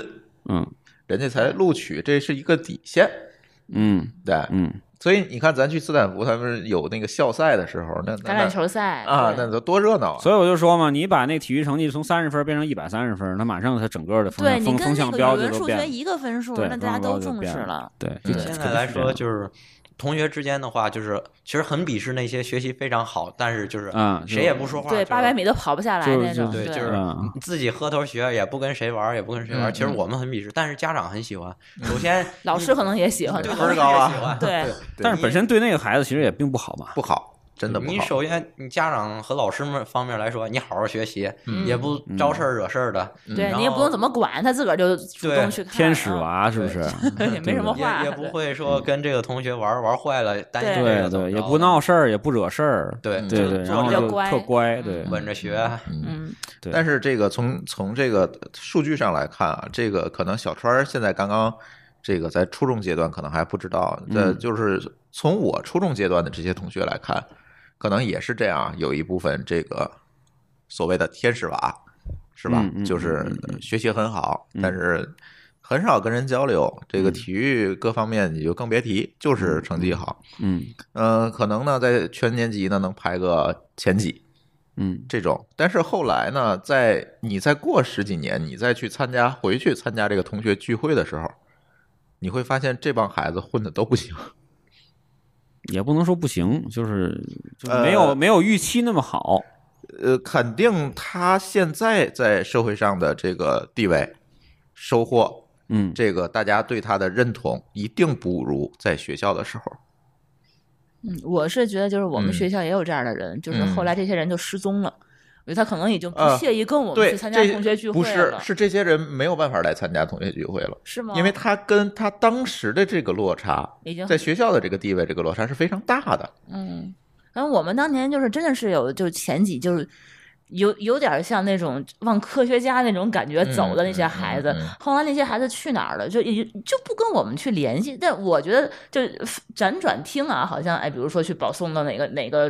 Speaker 2: 嗯
Speaker 1: 人家才录取，这是一个底线。
Speaker 2: 嗯
Speaker 1: 对，
Speaker 2: 嗯，
Speaker 1: 所以你看，咱去斯坦福，他们有那个校赛的时候，那
Speaker 3: 橄
Speaker 1: 那
Speaker 3: 榄球赛
Speaker 1: 那啊，
Speaker 3: 对
Speaker 1: 那都多热闹啊！
Speaker 2: 所以我就说嘛，你把那体育成绩从三十分变成一百三十分，那马上它整个的风
Speaker 3: 对
Speaker 2: 向
Speaker 3: 你
Speaker 2: 风
Speaker 3: 跟
Speaker 2: 风
Speaker 3: 那
Speaker 2: 向
Speaker 3: 个
Speaker 2: 标
Speaker 3: 语
Speaker 2: 就
Speaker 3: 文、
Speaker 2: 都
Speaker 3: 数
Speaker 2: 变
Speaker 3: 学
Speaker 2: 了。
Speaker 3: 一个分数，
Speaker 2: 对
Speaker 3: 那大家
Speaker 2: 风向标
Speaker 3: 都
Speaker 2: 就
Speaker 3: 重
Speaker 2: 变
Speaker 3: 视
Speaker 2: 了
Speaker 3: 了。
Speaker 2: 对，
Speaker 1: 嗯
Speaker 2: 就
Speaker 4: 现在来说，就是同学之间的话，就是其实很鄙视那些学习非常好，但是就是
Speaker 2: 嗯
Speaker 4: 谁也不说话，
Speaker 3: 对，
Speaker 4: 就是
Speaker 3: 八百米都跑不下来
Speaker 2: 就是
Speaker 3: 那
Speaker 2: 就
Speaker 3: 种。
Speaker 2: 是
Speaker 4: 对，
Speaker 3: 对
Speaker 4: 就是
Speaker 2: 嗯
Speaker 4: 自己喝头学，也不跟谁玩，也不跟谁
Speaker 1: 嗯
Speaker 4: 玩。其实
Speaker 1: 嗯
Speaker 4: 我们很鄙视，但是家长很喜欢。首先你，
Speaker 3: 老师可能也喜欢
Speaker 4: 对
Speaker 1: 分
Speaker 4: 老
Speaker 1: 儿
Speaker 4: 师
Speaker 1: 高啊
Speaker 4: 也喜 [LAUGHS] 欢
Speaker 3: 对
Speaker 1: 对
Speaker 2: 但是本身对那个孩子其实也并不好嘛。
Speaker 1: 不好，真的不
Speaker 4: 你
Speaker 1: 好。
Speaker 4: 首先，你家长和老师们方面来说，你好好学习，
Speaker 3: 嗯
Speaker 4: 也不招事儿惹事儿的，
Speaker 1: 嗯
Speaker 3: 对
Speaker 4: 然
Speaker 3: 你也不用
Speaker 4: 后
Speaker 3: 怎么管，他自个儿就主
Speaker 4: 对
Speaker 3: 动去看。
Speaker 2: 天使
Speaker 3: 啊
Speaker 2: 娃是不是？
Speaker 3: 也没什么嗯话
Speaker 4: 也也不会说
Speaker 1: 嗯
Speaker 4: 跟这个同学玩玩坏了，担心
Speaker 2: [LAUGHS]
Speaker 4: 这
Speaker 2: 对
Speaker 4: 个
Speaker 2: 对
Speaker 4: 怎么
Speaker 2: 对，也
Speaker 4: 着
Speaker 2: 不闹事儿，也不惹事儿。
Speaker 4: 对
Speaker 1: 嗯
Speaker 2: 对
Speaker 4: 就
Speaker 2: 对，
Speaker 4: 是
Speaker 2: 然
Speaker 4: 坐
Speaker 2: 后
Speaker 4: 着
Speaker 2: 就特乖，
Speaker 3: 嗯
Speaker 2: 对，
Speaker 4: 稳着学，
Speaker 3: 嗯，
Speaker 2: 对
Speaker 1: 但是这个从从这个数据上来看啊，这个可能小川儿现在刚刚这个在初中阶段可能还不知道，这
Speaker 2: 嗯
Speaker 1: 就是从我初中阶段的这些同学来看，可能也是这样，啊有一部分这个所谓的天使娃是吧
Speaker 2: 嗯嗯？嗯
Speaker 1: 就是
Speaker 2: 嗯嗯
Speaker 1: 学习很好，
Speaker 2: 嗯
Speaker 1: 但是很少跟人交流，这个体育各方面你就更别提，就是成绩好。
Speaker 2: 嗯
Speaker 1: 嗯，可能呢在全年级呢能排个前几，
Speaker 2: 嗯
Speaker 1: 这种。但是后来呢，在你再过十几年，你再去参加回去参加这个同学聚会的时候，你会发现这帮孩子混的都不行。 [LAUGHS]
Speaker 2: 也不能说不行，就是就是没有
Speaker 1: 呃
Speaker 2: 没有预期那么好。
Speaker 1: 呃，肯定他现在在社会上的这个地位、收获，
Speaker 2: 嗯，
Speaker 1: 这个大家对他的认同，一定不如在学校的时候。
Speaker 3: 嗯，我是觉得就是我们
Speaker 1: 嗯
Speaker 3: 学校也有这样的人，就是后
Speaker 1: 嗯
Speaker 3: 来这些人就失踪了。我觉得他可能已经不
Speaker 1: 呃
Speaker 3: 屑于跟我们
Speaker 1: 对，
Speaker 3: 去参加
Speaker 1: 这
Speaker 3: 同学聚
Speaker 1: 不
Speaker 3: 会
Speaker 1: 是
Speaker 3: 了，哦
Speaker 1: 是这些人没有办法来参加同学聚会了，
Speaker 3: 是吗？
Speaker 1: 因为他跟他当时的这个落差，
Speaker 3: 已经
Speaker 1: 在学校的这个地位，这个落差是非常大的。
Speaker 3: 嗯，然后我们当年就是真的是有，就是前几就是有有点像那种往科学家那种感觉走的那些孩子，
Speaker 1: 嗯嗯嗯嗯
Speaker 3: 后来那些孩子去哪儿了，就也就不跟我们去联系。但我觉得就辗转听啊，好像哎，比如说去保送到哪个哪个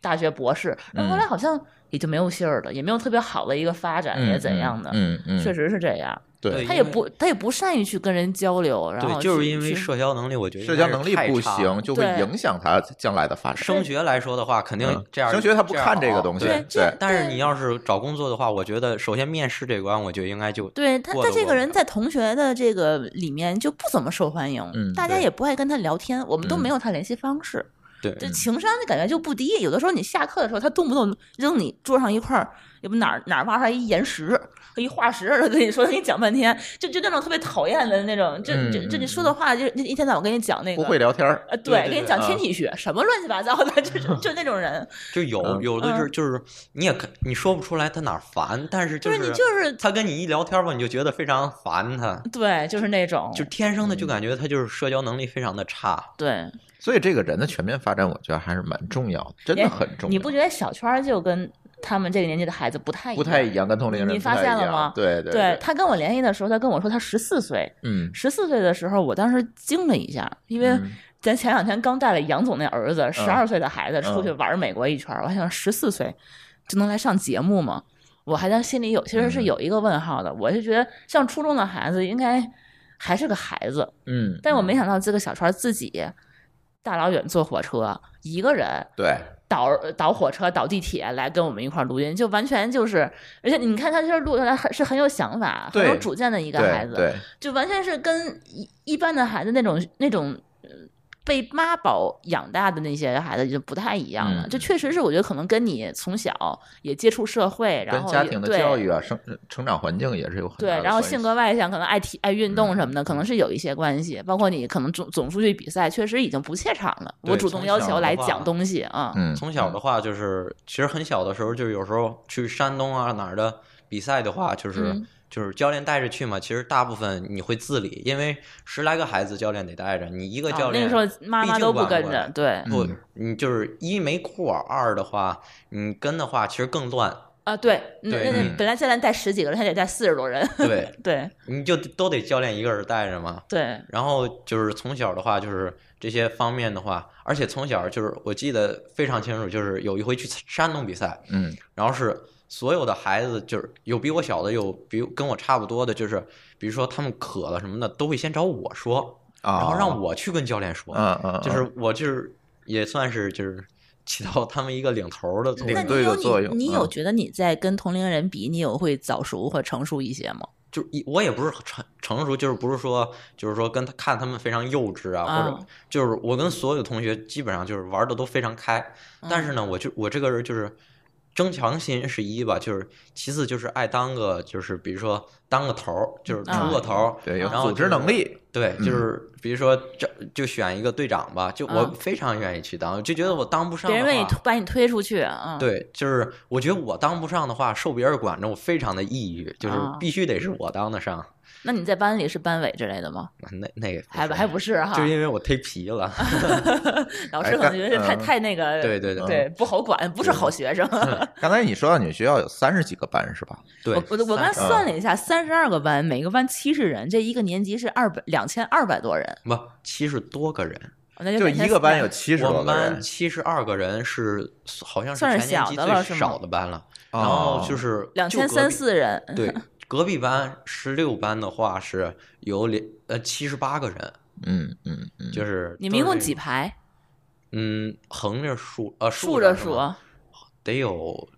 Speaker 3: 大学博士，然后后来好像也就没有信儿了，也没有特别好的一个发展，也怎样的。
Speaker 1: 嗯嗯嗯，嗯
Speaker 3: 确实是这样，
Speaker 1: 对
Speaker 4: 对，
Speaker 3: 他
Speaker 4: 因
Speaker 3: 也
Speaker 4: 为
Speaker 3: 不他也不善于去跟人交流，然后
Speaker 4: 对，就是
Speaker 3: 去
Speaker 4: 因为
Speaker 3: 去
Speaker 4: 社交能力，我觉得
Speaker 1: 社交能力
Speaker 4: 应该是
Speaker 1: 不
Speaker 4: 太差
Speaker 1: 行，
Speaker 4: 了。
Speaker 1: 就会
Speaker 3: 对
Speaker 1: 影响他将来的发展。
Speaker 4: 升学来说的话，肯定
Speaker 1: 嗯
Speaker 4: 这样。
Speaker 1: 升学他不看这
Speaker 4: 样
Speaker 1: 个
Speaker 4: 好
Speaker 1: 东西，
Speaker 3: 对
Speaker 1: 对，
Speaker 3: 这
Speaker 4: 但是你要是找工作的话，我觉得首先面试这关，我觉得应该就
Speaker 3: 对他，
Speaker 4: 过
Speaker 3: 他
Speaker 4: 得
Speaker 3: 这
Speaker 4: 过
Speaker 3: 个
Speaker 4: 得
Speaker 3: 人
Speaker 4: 了
Speaker 3: 在同学的这个里面就不怎么受欢迎，
Speaker 1: 嗯
Speaker 3: 大家
Speaker 1: 对
Speaker 3: 也不爱跟他聊天，我们都
Speaker 1: 嗯
Speaker 3: 没有他联系方式。
Speaker 4: 对，
Speaker 3: 这情商的感觉就不低。有的时候你下课的时候，他动不动扔你桌上一块儿，也不哪儿哪儿挖出来一岩石、一化石，他 [LAUGHS] 跟你说，跟你讲半天，就就那种特别讨厌的那种，这这这你
Speaker 4: 嗯
Speaker 3: 说的话，就一天到晚跟你讲那个
Speaker 1: 不会聊天儿，
Speaker 3: 呃，
Speaker 4: 对对
Speaker 3: 跟你
Speaker 4: 对
Speaker 3: 讲
Speaker 4: 啊
Speaker 3: 天体学，什么乱七八糟的，
Speaker 4: [LAUGHS]
Speaker 3: 就是就那种人，
Speaker 4: 就有
Speaker 1: 嗯
Speaker 4: 有的是
Speaker 3: 嗯
Speaker 4: 就是你也看你说不出来他哪儿烦，但是
Speaker 3: 就
Speaker 4: 就是
Speaker 3: 你就是
Speaker 4: 他跟你一聊天吧，你就觉得非常烦他，
Speaker 3: 对，就是那种，
Speaker 4: 就天生的
Speaker 3: 嗯
Speaker 4: 就感觉他就是社交能力非常的差。
Speaker 3: 对，
Speaker 1: 所以这个人的全面发展，我觉得还是蛮重要的，真的很重要。
Speaker 3: 你不觉得小圈儿就跟他们这个年纪的孩子不太
Speaker 1: 不太一？样，跟同龄人
Speaker 3: 你
Speaker 1: 不太
Speaker 3: 发现了
Speaker 1: 一样
Speaker 3: 吗
Speaker 1: 对对
Speaker 3: 对，他跟我联系的时候，他跟我说他十四岁，
Speaker 1: 嗯，
Speaker 3: 十四岁的时候，我当时惊了一下，因为
Speaker 1: 嗯
Speaker 3: 咱前两天刚带了杨总那儿子十二岁的孩子出去玩美国一圈儿，我还想十四岁就能来上节目吗？我还在心里有其实
Speaker 1: 嗯
Speaker 3: 是有一个问号的，我就觉得像初中的孩子应该还是个孩子，
Speaker 1: 嗯，
Speaker 3: 但我没想到这个小川自己大老远坐火车一个人
Speaker 1: 嗯对，
Speaker 3: 倒呃倒火车、倒地铁来跟我们一块儿录音，就完全就是，而且你看他这录下来很是很有想法、很
Speaker 1: 对
Speaker 3: 有主见的一个
Speaker 1: 对
Speaker 3: 孩子，
Speaker 1: 对，
Speaker 3: 就完全是跟一一般的孩子那种那种呃被妈宝养大的那些孩子就不太一样了。
Speaker 1: 嗯
Speaker 3: 这确实是我觉得可能跟你从小也接触社会，然
Speaker 1: 跟
Speaker 3: 后
Speaker 1: 家
Speaker 3: 也
Speaker 1: 庭的
Speaker 3: 对
Speaker 1: 教育啊、生成长环境也是有很
Speaker 3: 对，
Speaker 1: 大的
Speaker 3: 然后
Speaker 1: 关
Speaker 3: 性
Speaker 1: 系嗯
Speaker 3: 格外向，可能爱体爱运动什么的，可能是有一些关系。包括你可能总总出去比赛，确实已经不怯场了。我
Speaker 4: 对
Speaker 3: 主动要
Speaker 4: 从小
Speaker 3: 求
Speaker 4: 的
Speaker 3: 来
Speaker 4: 话
Speaker 3: 讲东西啊，
Speaker 1: 嗯，
Speaker 4: 从小的话就是，其实很小的时候就有时候去山东啊哪儿的比赛的话，就是、
Speaker 3: 嗯
Speaker 4: 就是教练带着去嘛。其实大部分你会自理，因为十来个孩子教练得带着，你一个
Speaker 3: 啊
Speaker 4: 教
Speaker 3: 那个
Speaker 4: 练、
Speaker 3: 时候妈
Speaker 4: 毕
Speaker 3: 妈
Speaker 4: 竟
Speaker 3: 都不
Speaker 4: 管
Speaker 3: 跟
Speaker 4: 过
Speaker 3: 着
Speaker 4: 来，
Speaker 3: 对
Speaker 4: 不
Speaker 1: 嗯，
Speaker 4: 你就是一没裤管，二的话你跟的话其实更乱，
Speaker 3: 啊，对，那
Speaker 4: 对
Speaker 3: 那
Speaker 4: 嗯
Speaker 3: 本来教练带十几个人，他得带四十多人，
Speaker 4: 对，
Speaker 3: [LAUGHS] 对
Speaker 4: 你就都得教练一个人带着嘛。
Speaker 3: 对，
Speaker 4: 然后就是从小的话，就是这些方面的话，而且从小就是我记得非常清楚，就是有一回去山东比赛，
Speaker 1: 嗯
Speaker 4: 然后是所有的孩子，就是有比我小的，有比跟我差不多的，就是比如说他们渴了什么的，都会先找我说，
Speaker 1: 啊，
Speaker 4: 然后让我去跟教练说，
Speaker 1: 嗯嗯，
Speaker 4: 就是我就是也算是就是起到他们一个领头的作
Speaker 1: 领
Speaker 3: 那
Speaker 4: 用
Speaker 1: 队，
Speaker 3: 你
Speaker 1: 的
Speaker 3: 有
Speaker 1: 作
Speaker 3: 你
Speaker 1: 用
Speaker 3: 你有
Speaker 1: 嗯
Speaker 3: 觉得你在跟同龄人比，你有会早熟或成熟一些吗？
Speaker 4: 就是一我也不是成成熟，就是不是说就是说跟他看他们非常幼稚啊，或
Speaker 3: 啊
Speaker 4: 者就是我跟所有同学基本上就是玩的都非常开，
Speaker 3: 嗯
Speaker 4: 但是呢，我就我这个人就是争强心是一吧，就是其次就是爱当个就是比如说当个头儿，就是出
Speaker 3: 嗯
Speaker 4: 个头儿，
Speaker 1: 嗯对有
Speaker 4: 然后
Speaker 1: 组织
Speaker 4: 就是
Speaker 1: 能力，嗯
Speaker 4: 对，就是比如说这就选一个队长吧，就我
Speaker 3: 嗯
Speaker 4: 非常愿意去当，就觉得我当不上
Speaker 3: 别人
Speaker 4: 的
Speaker 3: 为你
Speaker 4: 话
Speaker 3: 推把你推出去啊，
Speaker 4: 对，就是我觉得我当不上的话，受别人管着，我非常的抑郁，就是
Speaker 3: 啊
Speaker 4: 必须得是我当得上。
Speaker 3: 那你在班里是班委之类的吗？
Speaker 4: 那那个
Speaker 3: 还
Speaker 4: 不
Speaker 3: 不
Speaker 4: 是
Speaker 3: 还不是哈，
Speaker 4: 就是因为我忒
Speaker 3: [LAUGHS]
Speaker 4: 皮了，
Speaker 3: 老师可能觉得太
Speaker 1: 嗯
Speaker 3: 太那个，
Speaker 4: 对对嗯对
Speaker 3: 对，不好管，不是好学
Speaker 4: [LAUGHS]
Speaker 3: 生。
Speaker 1: 刚才你说到你们学校有三十几个班是吧？
Speaker 4: 对
Speaker 3: 我我我刚才
Speaker 4: 三十啊
Speaker 3: 算了一下，三十二个班，每个班七十人，这一个年级是二百两千二百多人，
Speaker 4: 不七十多个人，
Speaker 3: 那
Speaker 1: 就一个班有
Speaker 3: 七
Speaker 1: 七十
Speaker 4: 我
Speaker 1: 多
Speaker 4: 们
Speaker 1: 个人
Speaker 4: 班，七十二个人是好像是
Speaker 3: 算
Speaker 4: 全
Speaker 3: 是
Speaker 4: 年
Speaker 3: 小
Speaker 4: 级
Speaker 3: 的了是
Speaker 4: 最
Speaker 3: 吗
Speaker 4: 少的班了，
Speaker 1: 哦
Speaker 4: 然后就是
Speaker 3: 两
Speaker 4: 就
Speaker 3: 千
Speaker 4: 隔
Speaker 3: 三
Speaker 4: 壁
Speaker 3: 四人，
Speaker 4: 对。隔壁班十六班的话是有两呃七十八个人，
Speaker 1: 嗯嗯嗯，
Speaker 4: 就是
Speaker 3: 你们一
Speaker 4: 都是
Speaker 3: 共
Speaker 4: 这
Speaker 3: 几
Speaker 4: 种？
Speaker 3: 排？
Speaker 4: 嗯，横着数呃
Speaker 3: 竖
Speaker 4: 着
Speaker 3: 着
Speaker 4: 是
Speaker 3: 数，啊
Speaker 4: 吗得有，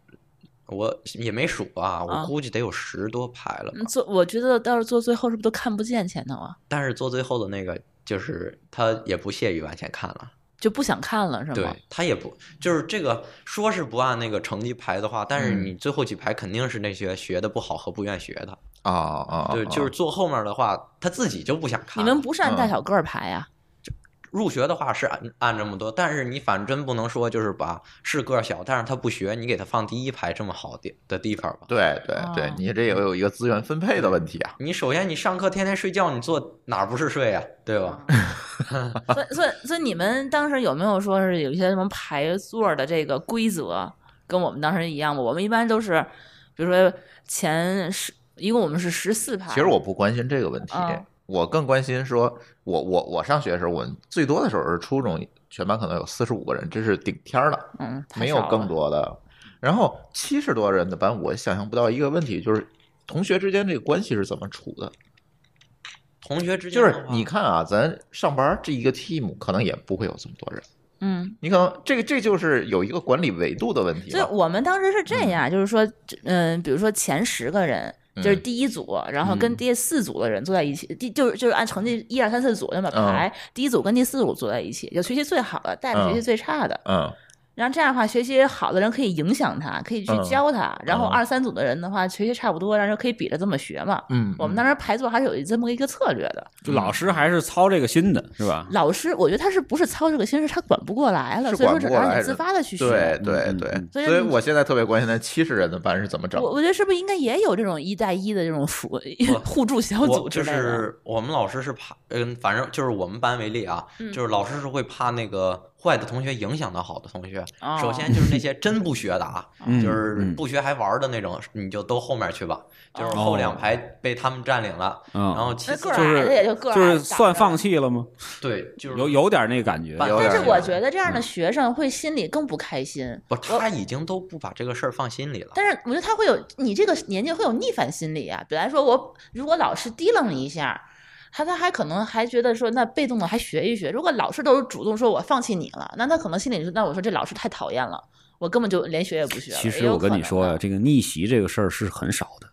Speaker 4: 我也没数啊，
Speaker 3: 啊
Speaker 4: 我估计得有十多排了吧
Speaker 3: 嗯。坐我觉得到时坐最后是不是都看不见前头啊？
Speaker 4: 但是做最后的那个就是他也不屑于往前看了。
Speaker 3: 就不想看了是吗
Speaker 4: 对？他也不就是这个说是不按那个成绩排的话，但是
Speaker 1: 嗯
Speaker 4: 你最后几排肯定是那些学的不好和不愿学的。
Speaker 1: 啊啊，
Speaker 4: 对，就是坐后面的话，他自己就不想
Speaker 3: 你
Speaker 4: 看了。
Speaker 3: 们不是按大小个儿排呀、
Speaker 4: 入学的话是按按这么多，但是你反正不能说就是把是个儿小，但是他不学，你给他放第一排这么好的的地方吧。
Speaker 1: 对对对
Speaker 3: 哦，
Speaker 1: 你这也有一个资源分配的问题啊。
Speaker 4: 你首先你上课天天睡觉，你坐哪儿不是睡呀、啊对吧？
Speaker 3: 嗯所以，所以，所以你们当时有没有说是有一些什么排座的这个规则跟我们当时一样吗？我们一般都是，比如说前十，一共我们是十四排。
Speaker 1: 其实我不关心这个问题
Speaker 3: 嗯，
Speaker 1: 我更关心说，我我我上学的时候，我最多的时候是初中，全班可能有四十五个人，这是顶天儿了，
Speaker 3: 嗯，太
Speaker 1: 没
Speaker 3: 少
Speaker 1: 有
Speaker 3: 了
Speaker 1: 更多的。然后七十多人的班，我想象不到一个问题，就是同学之间这个关系是怎么处的。
Speaker 4: 同学之间
Speaker 1: 就
Speaker 4: 的
Speaker 1: 是
Speaker 4: 话
Speaker 1: 你看啊，咱上班这一个 team 可能也不会有这么多人，
Speaker 3: 嗯，
Speaker 1: 你可能这个这就是有一个管理维度的问题
Speaker 3: 所以
Speaker 1: 了。
Speaker 3: 我们当时是这样，就是说，嗯、比如说前十个人，就是第一组，然后
Speaker 1: 嗯
Speaker 3: 跟第四组的人坐在一起，第就是就是按成绩一二三四组那么
Speaker 1: 嗯
Speaker 3: 排，第一组跟第四组坐在一起，就学习最好的带着学习最差的，
Speaker 1: 嗯
Speaker 3: 然后这样的话，学习好的人可以影响他，可以去
Speaker 1: 嗯
Speaker 3: 教他。然后
Speaker 1: 嗯
Speaker 3: 二三组的人的话，学习差不多，然后可以比着这么学嘛。
Speaker 1: 嗯
Speaker 3: 我们当时排座还是有这么一个策略的。
Speaker 2: 就老师还是操这个心的，是吧？
Speaker 3: 老师，我觉得他是不是操这个心是他管不过来了，
Speaker 1: 嗯是
Speaker 3: 所以
Speaker 1: 管不
Speaker 3: 说只
Speaker 1: 过
Speaker 3: 能
Speaker 1: 来
Speaker 3: 让
Speaker 1: 的
Speaker 3: 你自发的去学。
Speaker 1: 对对
Speaker 2: 嗯
Speaker 1: 对
Speaker 2: 嗯，
Speaker 3: 所以
Speaker 1: 所以我现在特别关心那七十人的班是怎么整
Speaker 3: 我我觉得是不是应该也有这种一带一的这种辅 [LAUGHS] 互助小组
Speaker 4: 我
Speaker 3: 之
Speaker 4: 就
Speaker 3: 类的？
Speaker 4: 是我们老师是怕，嗯，反正就是我们班为例啊，
Speaker 3: 嗯
Speaker 4: 就是老师是会怕那个坏的同学影响到好的同学。
Speaker 3: 哦
Speaker 4: 首先就是那些真不学
Speaker 3: [LAUGHS]
Speaker 4: 的啊，
Speaker 2: 嗯
Speaker 4: 就是
Speaker 2: 嗯
Speaker 4: 不学还玩的那种，你就都后面去吧，就是后两排被他们占领了。
Speaker 2: 嗯，
Speaker 4: 然后
Speaker 3: 哦
Speaker 4: 其
Speaker 3: 那
Speaker 4: 次
Speaker 3: 个儿
Speaker 2: 就
Speaker 3: 矮
Speaker 2: 是
Speaker 3: 的也就个儿
Speaker 2: 就
Speaker 3: 矮
Speaker 2: 是
Speaker 3: 的
Speaker 2: 算
Speaker 3: 着
Speaker 2: 放弃了吗？
Speaker 4: 对，就是
Speaker 2: 有有点那感觉，
Speaker 4: 有
Speaker 3: 但
Speaker 4: 点
Speaker 3: 是
Speaker 4: 儿
Speaker 3: 我觉得
Speaker 2: 嗯
Speaker 3: 这样的学生会心里更不开心。
Speaker 4: 不，他已经都不把这个事儿放心里了。
Speaker 3: 但是我觉得他会有你这个年纪会有逆反心理啊。比来说我如果老师提楞你一下，他他还可能还觉得说那被动的还学一学。如果老师都是主动说我放弃你了，那他可能心里就那我说这老师太讨厌了，我根本就连学也不学了。
Speaker 2: 其
Speaker 3: 也
Speaker 2: 实
Speaker 3: 有
Speaker 2: 我跟
Speaker 3: 可
Speaker 2: 你
Speaker 3: 能
Speaker 2: 说呀、
Speaker 3: 的
Speaker 2: 这个逆袭这个事儿是很少的，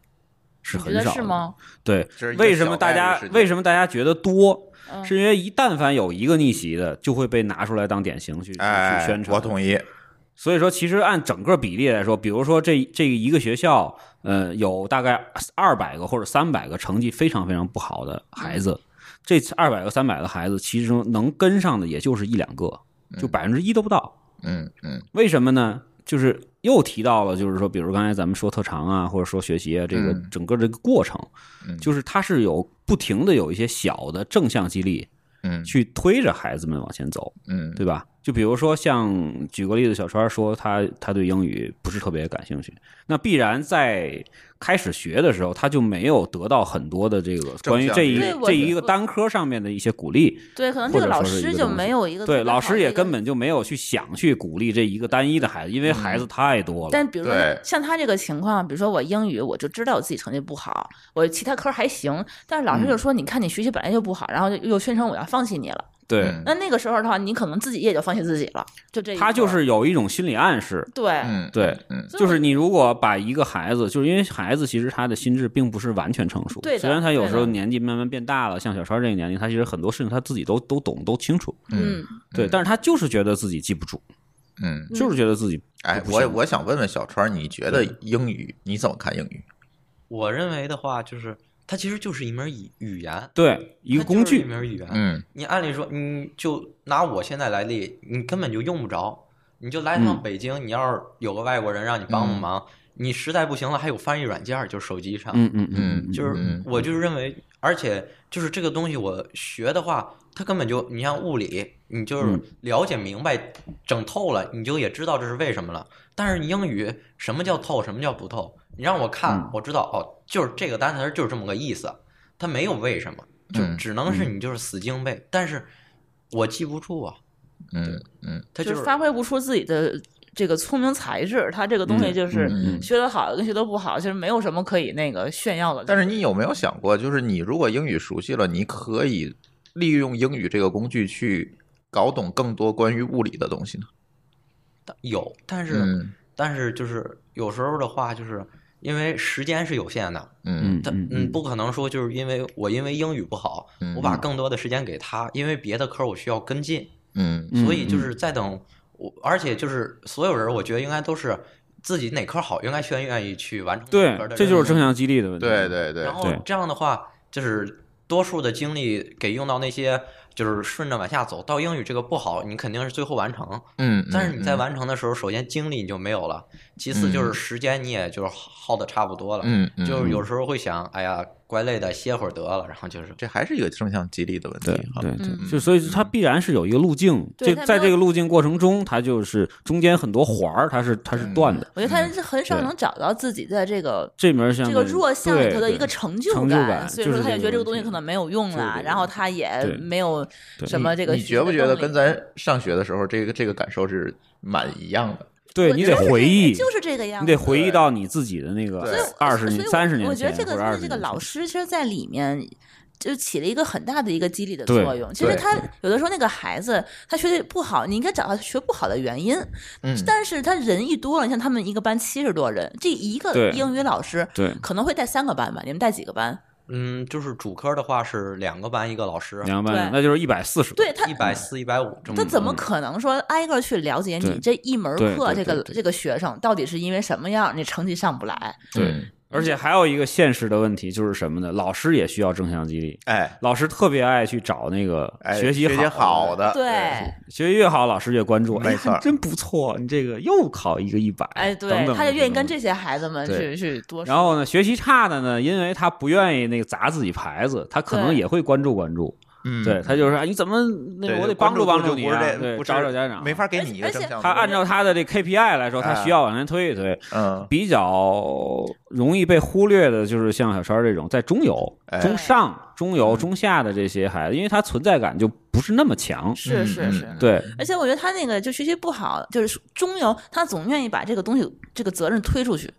Speaker 2: 是
Speaker 3: 你觉
Speaker 2: 很
Speaker 3: 得
Speaker 2: 少的。
Speaker 3: 是？吗？
Speaker 2: 对
Speaker 1: 这是一，个
Speaker 2: 为什么
Speaker 1: 小概
Speaker 2: 大
Speaker 1: 率
Speaker 2: 家
Speaker 1: 事件
Speaker 2: 为什么大家觉得多？
Speaker 3: 嗯
Speaker 2: 是因为一旦凡有一个逆袭的，就会被拿出来当典型去去去
Speaker 1: 哎
Speaker 2: 宣，传。
Speaker 1: 我同意，
Speaker 2: 所以说，其实按整个比例来说，比如说这这一个学校，呃，有大概二百个或者三百个成绩非常非常不好的孩
Speaker 3: 嗯
Speaker 2: 子，这二百个三百个孩子，其中能跟上的也就是一两个，就百分之一都不到。
Speaker 1: 嗯嗯
Speaker 2: 为什么呢？就是又提到了，就是说，比如刚才咱们说特长啊，或者说学习啊，这个
Speaker 1: 嗯
Speaker 2: 整个这个过程，
Speaker 1: 嗯
Speaker 2: 就是它是有不停的有一些小的正向激励
Speaker 1: 嗯
Speaker 2: 去推着孩子们往前走，
Speaker 1: 嗯
Speaker 2: 对吧？就比如说像举个例子，小川说他他对英语不是特别感兴趣，那必然在开始学的时候，他就没有得到很多的这个关于这一
Speaker 1: 正
Speaker 3: 向激励
Speaker 2: 这一个单科上面的一些鼓励，
Speaker 3: 对，可能这
Speaker 2: 或者
Speaker 3: 老
Speaker 2: 说是一
Speaker 3: 师
Speaker 2: 个
Speaker 3: 就
Speaker 2: 东西
Speaker 3: 没有一个特
Speaker 2: 对，
Speaker 3: 别
Speaker 2: 老
Speaker 3: 好
Speaker 2: 师
Speaker 3: 的
Speaker 2: 也
Speaker 3: 一个
Speaker 2: 根本就没有去想去鼓励这一个单一的孩子，因
Speaker 1: 嗯
Speaker 2: 为孩子太多了。
Speaker 3: 但比如说
Speaker 1: 对
Speaker 3: 像他这个情况，比如说我英语，我就知道我自己成绩不好，我其他科还行，但是老
Speaker 1: 嗯
Speaker 3: 师就说，你看你学习本来就不好，然后就又宣称我要放弃你了。
Speaker 2: 对，
Speaker 1: 嗯
Speaker 3: 那那个时候的话，你可能自己也就放弃自己了，就这一
Speaker 2: 他就
Speaker 3: 刻
Speaker 2: 是有一种心理暗示，
Speaker 3: 对，
Speaker 1: 嗯，
Speaker 2: 对，
Speaker 1: 嗯
Speaker 3: 所以
Speaker 2: 就
Speaker 3: 我
Speaker 2: 是你如果把一个孩子，就是因为孩子其实他的心智并不是完全成熟，
Speaker 3: 对的
Speaker 2: 虽然他有时候
Speaker 3: 对的
Speaker 2: 年纪慢慢变大了，像小川这个年龄，他其实很多事情他自己都都懂都清楚，
Speaker 3: 嗯，
Speaker 2: 对，但是他就是觉得自己记不住，
Speaker 1: 嗯，
Speaker 2: 就是觉得自己
Speaker 1: 哎，
Speaker 2: 不
Speaker 1: 我
Speaker 2: 行
Speaker 1: 我想问问小川，你觉得英语你怎么看英语？啊
Speaker 4: 我认为的话，就是它其实就是一门语语言，
Speaker 2: 对一个
Speaker 4: 它就
Speaker 2: 工
Speaker 4: 是一
Speaker 2: 具，
Speaker 4: 门语言。
Speaker 1: 嗯
Speaker 4: 你按理说，你就拿我现在来例，你根本就用不着。你就来
Speaker 2: 嗯
Speaker 4: 趟北京，你要是有个外国人让你帮帮
Speaker 1: 嗯
Speaker 4: 忙，你实在不行了，还有翻译软件儿，就是手机上。
Speaker 2: 嗯嗯
Speaker 1: 嗯
Speaker 2: 嗯，
Speaker 4: 就
Speaker 1: 嗯
Speaker 4: 是
Speaker 1: 嗯
Speaker 4: 我就是认为，而且就是这个东西，我学的话，它根本就你像物理，你就是
Speaker 2: 嗯
Speaker 4: 了解明白、整透了，你就也知道这是为什么了。但是英语什么叫透，什么叫不透？你让我看
Speaker 2: 嗯，
Speaker 4: 我知道哦，就是这个单词儿就是这么个意思，它没有为什么，就
Speaker 1: 嗯
Speaker 4: 只能是你就是死记硬背。但是我记不住啊，
Speaker 1: 嗯嗯
Speaker 4: 它
Speaker 3: 就是
Speaker 4: 是
Speaker 3: 发挥不出自己的这个聪明才智，他这个东西就是
Speaker 1: 嗯嗯
Speaker 3: 学得好跟学得不好，其实没有什么可以那个炫耀的。
Speaker 1: 但是你有没有想过，就是你如果英语熟悉了，你可以利用英语这个工具去搞懂更多关于物理的东西呢？
Speaker 4: 有，但是、
Speaker 1: 嗯
Speaker 4: 但是就是有时候的话，就是因为时间是有限的，
Speaker 1: 嗯
Speaker 4: 他
Speaker 2: 嗯
Speaker 4: 嗯，不可能说就是因为我因为英语不好，
Speaker 1: 嗯
Speaker 4: 我把更多的时间给他，因为别的科我需要跟进，
Speaker 1: 嗯
Speaker 2: 嗯
Speaker 4: 所以就是在等我，而且就是所有人，我觉得应该都是自己哪科好，应该先愿意去完成
Speaker 2: 对
Speaker 4: 哪科，的
Speaker 2: 这
Speaker 4: 任
Speaker 2: 就是
Speaker 4: 务
Speaker 2: 正向激励的问题，
Speaker 1: 对对对
Speaker 4: 然，后
Speaker 2: 对
Speaker 4: 这样的话，就是多数的精力给用到那些就是顺着往下走，到英语这个不好，你肯定是最后完成，
Speaker 1: 嗯，
Speaker 4: 但是你在
Speaker 1: 嗯
Speaker 4: 完成的时候，首先精力你就没有了，其次就是
Speaker 1: 嗯
Speaker 4: 时间你也就是耗的差不多了，
Speaker 1: 嗯嗯
Speaker 4: 就
Speaker 1: 嗯
Speaker 4: 是有时候会想，哎呀，怪累的，歇会儿得了，然后就是
Speaker 1: 这还是一个正向激励的问题
Speaker 2: 对
Speaker 1: 啊。
Speaker 2: 对对，
Speaker 3: 嗯
Speaker 2: 就所以它必然是有一个路径，
Speaker 3: 对
Speaker 2: 这
Speaker 3: 它没有
Speaker 2: 在这个路径过程中，它就是中间很多环儿，它是它是断的。
Speaker 3: 我觉
Speaker 1: 嗯
Speaker 3: 得他是很少
Speaker 2: 对
Speaker 3: 能找到自己在这个
Speaker 2: 这门儿像
Speaker 3: 这个弱项里头的一个
Speaker 2: 对
Speaker 3: 成就
Speaker 2: 成就感
Speaker 3: 所以说
Speaker 2: 就是
Speaker 3: 他
Speaker 2: 这
Speaker 3: 就
Speaker 2: 个
Speaker 3: 觉得这个
Speaker 2: 问
Speaker 3: 东西
Speaker 2: 题
Speaker 3: 可能没有用
Speaker 2: 就是这
Speaker 3: 了
Speaker 2: 个，
Speaker 3: 然后他也
Speaker 2: 对
Speaker 3: 没有
Speaker 2: 对
Speaker 3: 什么这个
Speaker 1: 你
Speaker 3: 学
Speaker 1: 觉
Speaker 3: 的
Speaker 1: 不觉得
Speaker 3: 动力
Speaker 1: 跟咱上学的时候这个这个感受是蛮一样的？
Speaker 2: 对
Speaker 3: 我
Speaker 2: 你
Speaker 3: 觉
Speaker 2: 得
Speaker 3: 是
Speaker 2: 回
Speaker 3: 这
Speaker 2: 忆，
Speaker 3: 就是这个样
Speaker 2: 你
Speaker 3: 子。
Speaker 2: 得回忆到你自己的那个
Speaker 1: 对
Speaker 3: 所以我
Speaker 2: 二十
Speaker 3: 所以
Speaker 2: 年、
Speaker 3: 我
Speaker 2: 三十年前
Speaker 3: 我觉得这个
Speaker 2: 或者二十
Speaker 3: 东西，这个
Speaker 2: 年前
Speaker 3: 老师其实在里面就起了一个很大的一个激励的作用。其实他有的时候那个孩子他学的不好，你应该找他学不好的原因。
Speaker 1: 嗯
Speaker 3: 但是他人一多了，你像他们一个班七十多人，这一个
Speaker 2: 对
Speaker 3: 英语老师
Speaker 2: 对，
Speaker 3: 可能会带三个班吧？你们带几个班？
Speaker 4: 嗯，就是主科的话是两个班一个老师，
Speaker 2: 两万
Speaker 3: 对，
Speaker 2: 那就是一百四十。
Speaker 3: 对他
Speaker 4: 一百四、一百五这
Speaker 3: 他。
Speaker 4: 么
Speaker 3: 怎么可能说挨个去了解
Speaker 2: 嗯
Speaker 3: 你
Speaker 2: 对
Speaker 3: 这一门
Speaker 2: 对
Speaker 3: 课
Speaker 2: 对
Speaker 3: 这个
Speaker 2: 对啊对
Speaker 3: 这个学生到底是因为什么样，你成绩上不来？
Speaker 1: 对，
Speaker 2: 而且还有一个现实的问题就是什么呢？老师也需要正向激励，
Speaker 1: 哎，
Speaker 2: 老师特别爱去找那个
Speaker 1: 哎
Speaker 2: 学习
Speaker 1: 学习好
Speaker 2: 好的，
Speaker 1: 的，
Speaker 3: 对，
Speaker 2: 学习越好，老师越关注。
Speaker 1: 没
Speaker 2: 哎呀
Speaker 1: 错儿
Speaker 2: 真不错，你这个又考一个一百，
Speaker 3: 哎，对，
Speaker 2: 等等
Speaker 3: 他就愿意跟
Speaker 2: 种
Speaker 3: 这些孩子们去
Speaker 2: 对
Speaker 3: 去多说。
Speaker 2: 然后呢，学习差的呢，因为他不愿意那个砸自己牌子，他可能
Speaker 3: 对
Speaker 2: 也会关注关注。
Speaker 1: 嗯，
Speaker 2: 对他就是啊，你怎么那
Speaker 1: 对
Speaker 2: 个我得
Speaker 1: 关
Speaker 2: 帮
Speaker 1: 注
Speaker 2: 助帮
Speaker 1: 度就
Speaker 2: 助你
Speaker 1: 不
Speaker 2: 啊
Speaker 1: 是这，
Speaker 2: 对，
Speaker 1: 不是
Speaker 2: 找找家长。
Speaker 1: 没法给
Speaker 3: 而
Speaker 1: 你一
Speaker 3: 且
Speaker 1: 个
Speaker 3: 而
Speaker 1: 正
Speaker 3: 且
Speaker 1: 向的。
Speaker 2: 他按照他的这 KPI 来说，他需要往前推一推。
Speaker 1: 嗯
Speaker 2: 比较容易被忽略的就是像小川这种在中游
Speaker 1: 哎、嗯
Speaker 2: 中上、中游、中下的这些孩子，因为他存在感就不是那么强。
Speaker 3: 是是
Speaker 1: 嗯
Speaker 3: 是，
Speaker 1: 嗯
Speaker 2: 对，
Speaker 3: 而且我觉得他那个就学习不好，就是中游，他总愿意把这个东西这个责任推出去。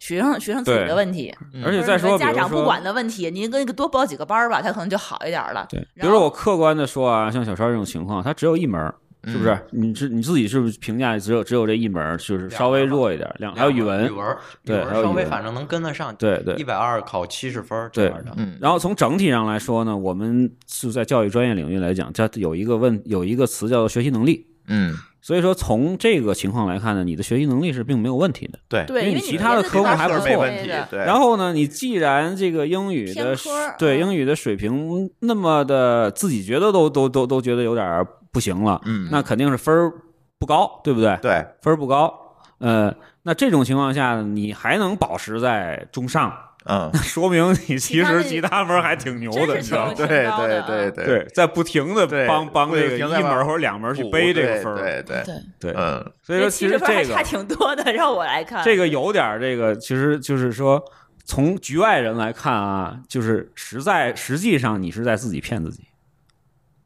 Speaker 3: 学生学生自己
Speaker 2: 对
Speaker 3: 的问题，
Speaker 2: 而且
Speaker 3: 或者
Speaker 2: 再
Speaker 3: 你们
Speaker 2: 说，比
Speaker 3: 家
Speaker 2: 如
Speaker 3: 长不
Speaker 2: 说，
Speaker 3: 管的问题，你跟多报几个班儿吧，他可能就好一点儿了。
Speaker 2: 对，比
Speaker 3: 然
Speaker 2: 如说
Speaker 3: 后
Speaker 2: 我客观的说啊，像小川这种情况，他只有一门儿，是不
Speaker 1: 嗯
Speaker 2: 是？你是你自己是不是评价只有只有这一门儿，就是稍微弱一点儿，两还有语文
Speaker 4: 语，文，
Speaker 2: 对
Speaker 4: 语文
Speaker 2: 还有
Speaker 4: 稍
Speaker 2: 语
Speaker 4: 微
Speaker 2: 文
Speaker 4: 反正能跟得上，
Speaker 2: 对对
Speaker 4: 一。百二考七十分儿这
Speaker 2: 对
Speaker 4: 样的。
Speaker 1: 嗯，
Speaker 2: 然后从整体上来说呢，我们是在教育专业领域来讲，它有一个问有一个词叫做学习能力。
Speaker 1: 嗯，
Speaker 2: 所以说，从这个情况来看呢，你的学习能力是并没有问题的。
Speaker 1: 对，
Speaker 3: 对，
Speaker 2: 因为
Speaker 3: 因为
Speaker 2: 你
Speaker 3: 你
Speaker 2: 其他的科目还不
Speaker 1: 是
Speaker 2: 错
Speaker 1: 没问题
Speaker 3: 对的，
Speaker 1: 对，
Speaker 2: 然后呢，你既然这个英语
Speaker 3: 偏
Speaker 2: 的
Speaker 3: 科儿
Speaker 2: 对
Speaker 3: 嗯
Speaker 2: 英语的水平那么的，自己觉得都都都都觉得有点儿不行了，
Speaker 1: 嗯，
Speaker 2: 那肯定是分儿不高，对不对？
Speaker 1: 对，
Speaker 2: 分儿不高，呃，那这种情况下，你还能保持在中上， [LAUGHS]
Speaker 1: 嗯，
Speaker 2: 说明你其
Speaker 3: 他的
Speaker 2: 实其他门儿还挺牛的，
Speaker 3: 真
Speaker 2: 你
Speaker 3: 是
Speaker 2: 知道
Speaker 3: 挺
Speaker 2: 吗？
Speaker 1: 对对对对，
Speaker 2: 对，在不停的
Speaker 1: 对
Speaker 2: 帮帮
Speaker 1: 会
Speaker 2: 这个一
Speaker 1: 停在
Speaker 2: 门
Speaker 1: 往
Speaker 2: 儿或者两门儿去背这个分儿，
Speaker 1: 对对
Speaker 3: 对，
Speaker 2: 对，
Speaker 1: 嗯，
Speaker 2: 所以说其
Speaker 3: 七
Speaker 2: 实
Speaker 3: 十分还
Speaker 2: 这个
Speaker 3: 差挺多的，让我来看
Speaker 2: 这个有点儿这个，其实就是说，从局外人来看啊，就是实在实际上你是在自己骗自己，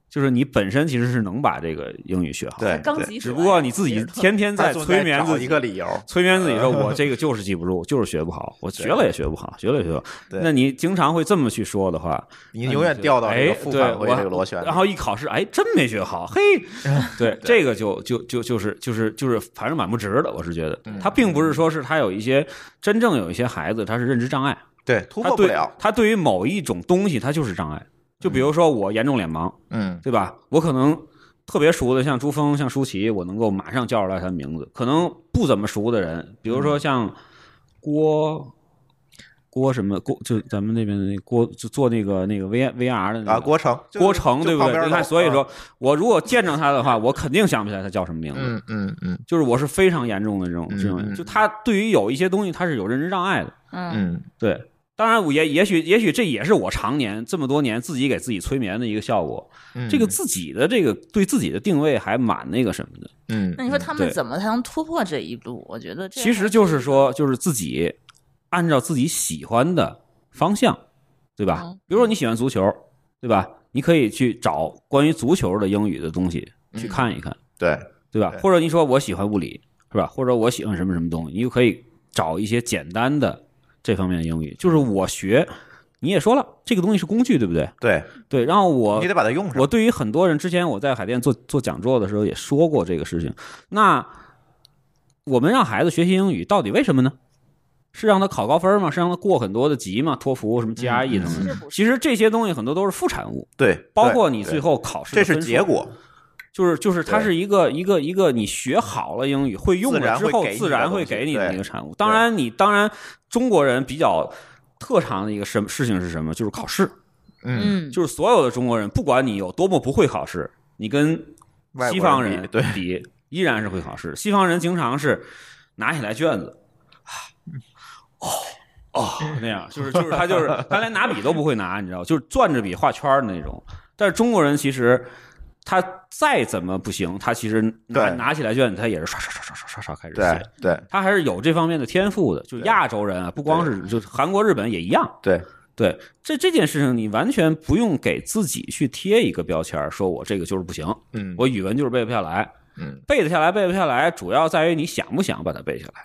Speaker 2: 就是你本身其实是能把这个英语学好，
Speaker 1: 对
Speaker 3: 刚及
Speaker 2: 只不过你自己天天在催眠自
Speaker 1: 一
Speaker 2: 己。
Speaker 1: 个嗯理由，
Speaker 2: 催眠自己说：“我这个就是记不住，就是学不好，我学了也学不好，学了也学不好。”
Speaker 1: 对
Speaker 2: 那你经常会这么去说的话，
Speaker 1: 你永远掉到这
Speaker 2: 哎
Speaker 1: 个，负
Speaker 2: 对
Speaker 1: 反馈
Speaker 2: 我
Speaker 1: 这个螺旋，
Speaker 2: 然后一考试，哎，真没学好，
Speaker 1: [LAUGHS]
Speaker 2: 嘿，对，这个就就就就是就是就是，反正蛮不值的，我是觉得，他并不是说是他有一些真正有一些孩子他是认知障碍，
Speaker 1: 对突
Speaker 2: 他
Speaker 1: 破不
Speaker 2: 对
Speaker 1: 了，
Speaker 2: 他对于某一种东西他就是障碍，就比如说我严重脸盲，
Speaker 1: 嗯
Speaker 2: 对吧？我可能特别熟的，像朱峰、像舒淇，我能够马上叫出来他的名字。可能不怎么熟的人，比如说像郭郭什么郭，就咱们那边的那郭，就做那个那个 V V R 的那个
Speaker 1: 啊，郭成，就
Speaker 2: 嗯郭成，
Speaker 1: 就
Speaker 2: 对不
Speaker 1: 旁
Speaker 2: 对？
Speaker 1: 边
Speaker 2: 你看，
Speaker 1: 楼
Speaker 2: 所以
Speaker 1: 啊
Speaker 2: 说我如果见着他的话，我肯定想不起来他叫什么名字。
Speaker 1: 嗯嗯嗯
Speaker 2: 就是我是非常严重的这种
Speaker 1: 嗯
Speaker 2: 这种
Speaker 1: 嗯
Speaker 2: 人，就他对于有一些东西他是有认知障碍的。
Speaker 3: 嗯，
Speaker 1: 嗯，
Speaker 2: 对，当然我也也许也许这也是我常年这么多年自己给自己催眠的一个效果。
Speaker 1: 嗯
Speaker 2: 这个自己的这个对自己的定位还蛮那个什么的。
Speaker 1: 嗯，
Speaker 3: 那你说他们
Speaker 2: 对
Speaker 3: 怎么才能突破这一步？我觉得这
Speaker 2: 其
Speaker 3: 还
Speaker 2: 实就是说，就是自己按照自己喜欢的方向，对吧
Speaker 3: 嗯？
Speaker 2: 比如说你喜欢足球，对吧？你可以去找关于足球的英语的东西
Speaker 1: 嗯
Speaker 2: 去看一看，
Speaker 1: 对，
Speaker 2: 对吧
Speaker 1: 对？
Speaker 2: 或者你说我喜欢物理，是吧？或者我喜欢什么什么东西，你就可以找一些简单的这方面的英语。就是我学，你也说了，这个东西是工具，对不对？
Speaker 1: 对
Speaker 2: 对。然后我
Speaker 1: 你得把它用上
Speaker 2: 呃我，对于很多人，之前我在海淀做做讲座的时候也说过这个事情。那我们让孩子学习英语，到底为什么呢？是让他考高分吗？是让他过很多的级吗？托福、什么
Speaker 1: 嗯
Speaker 2: GRE 等
Speaker 3: 其
Speaker 2: 等。
Speaker 3: 实不是
Speaker 2: 其实这些东西很多都是副产物，
Speaker 1: 对，
Speaker 2: 包
Speaker 1: 对
Speaker 2: 括你
Speaker 1: 对
Speaker 2: 最后考试
Speaker 1: 这
Speaker 2: 的分
Speaker 1: 是
Speaker 2: 数
Speaker 1: 结，果，
Speaker 2: 就是就是它
Speaker 1: 对
Speaker 2: 是一个一个一个你学好了英语会用
Speaker 1: 自然
Speaker 2: 了之
Speaker 1: 会
Speaker 2: 后
Speaker 1: 给你，
Speaker 2: 自
Speaker 1: 的
Speaker 2: 然
Speaker 1: 东
Speaker 2: 会
Speaker 1: 西
Speaker 2: 给你的
Speaker 1: 对
Speaker 2: 一个产物。当然你当然中国人比较特长的一个什么事情是什么？就是考试，
Speaker 1: 嗯，
Speaker 3: 嗯，
Speaker 2: 就是所有的中国人，不管你有多么不会考试，你跟
Speaker 1: 外
Speaker 2: 西
Speaker 1: 国
Speaker 2: 方
Speaker 1: 人
Speaker 2: 人
Speaker 1: 比对，
Speaker 2: 比依然是会考试。西方人经常是拿起来卷子，啊哦哦那样，就是就是他就是他连拿笔都不会拿，你知道，就是攥着笔画圈儿的那种。但是中国人其实他再怎么不行，他其实拿
Speaker 1: 对
Speaker 2: 拿起来卷子，他也是刷刷刷刷刷刷刷开始
Speaker 1: 对
Speaker 2: 写。
Speaker 1: 对
Speaker 2: 他还是有这方面的天赋的，就是
Speaker 1: 对
Speaker 2: 亚洲人啊，不光是就是韩国、日本也一样。
Speaker 1: 对，
Speaker 2: 对，这这件事情你完全不用给自己去贴一个标签儿，说我这个就是不行，
Speaker 1: 嗯，
Speaker 2: 我语文就是背不下来，
Speaker 1: 嗯，
Speaker 2: 背得下来背不下来，主要在于你想不想把它背下来。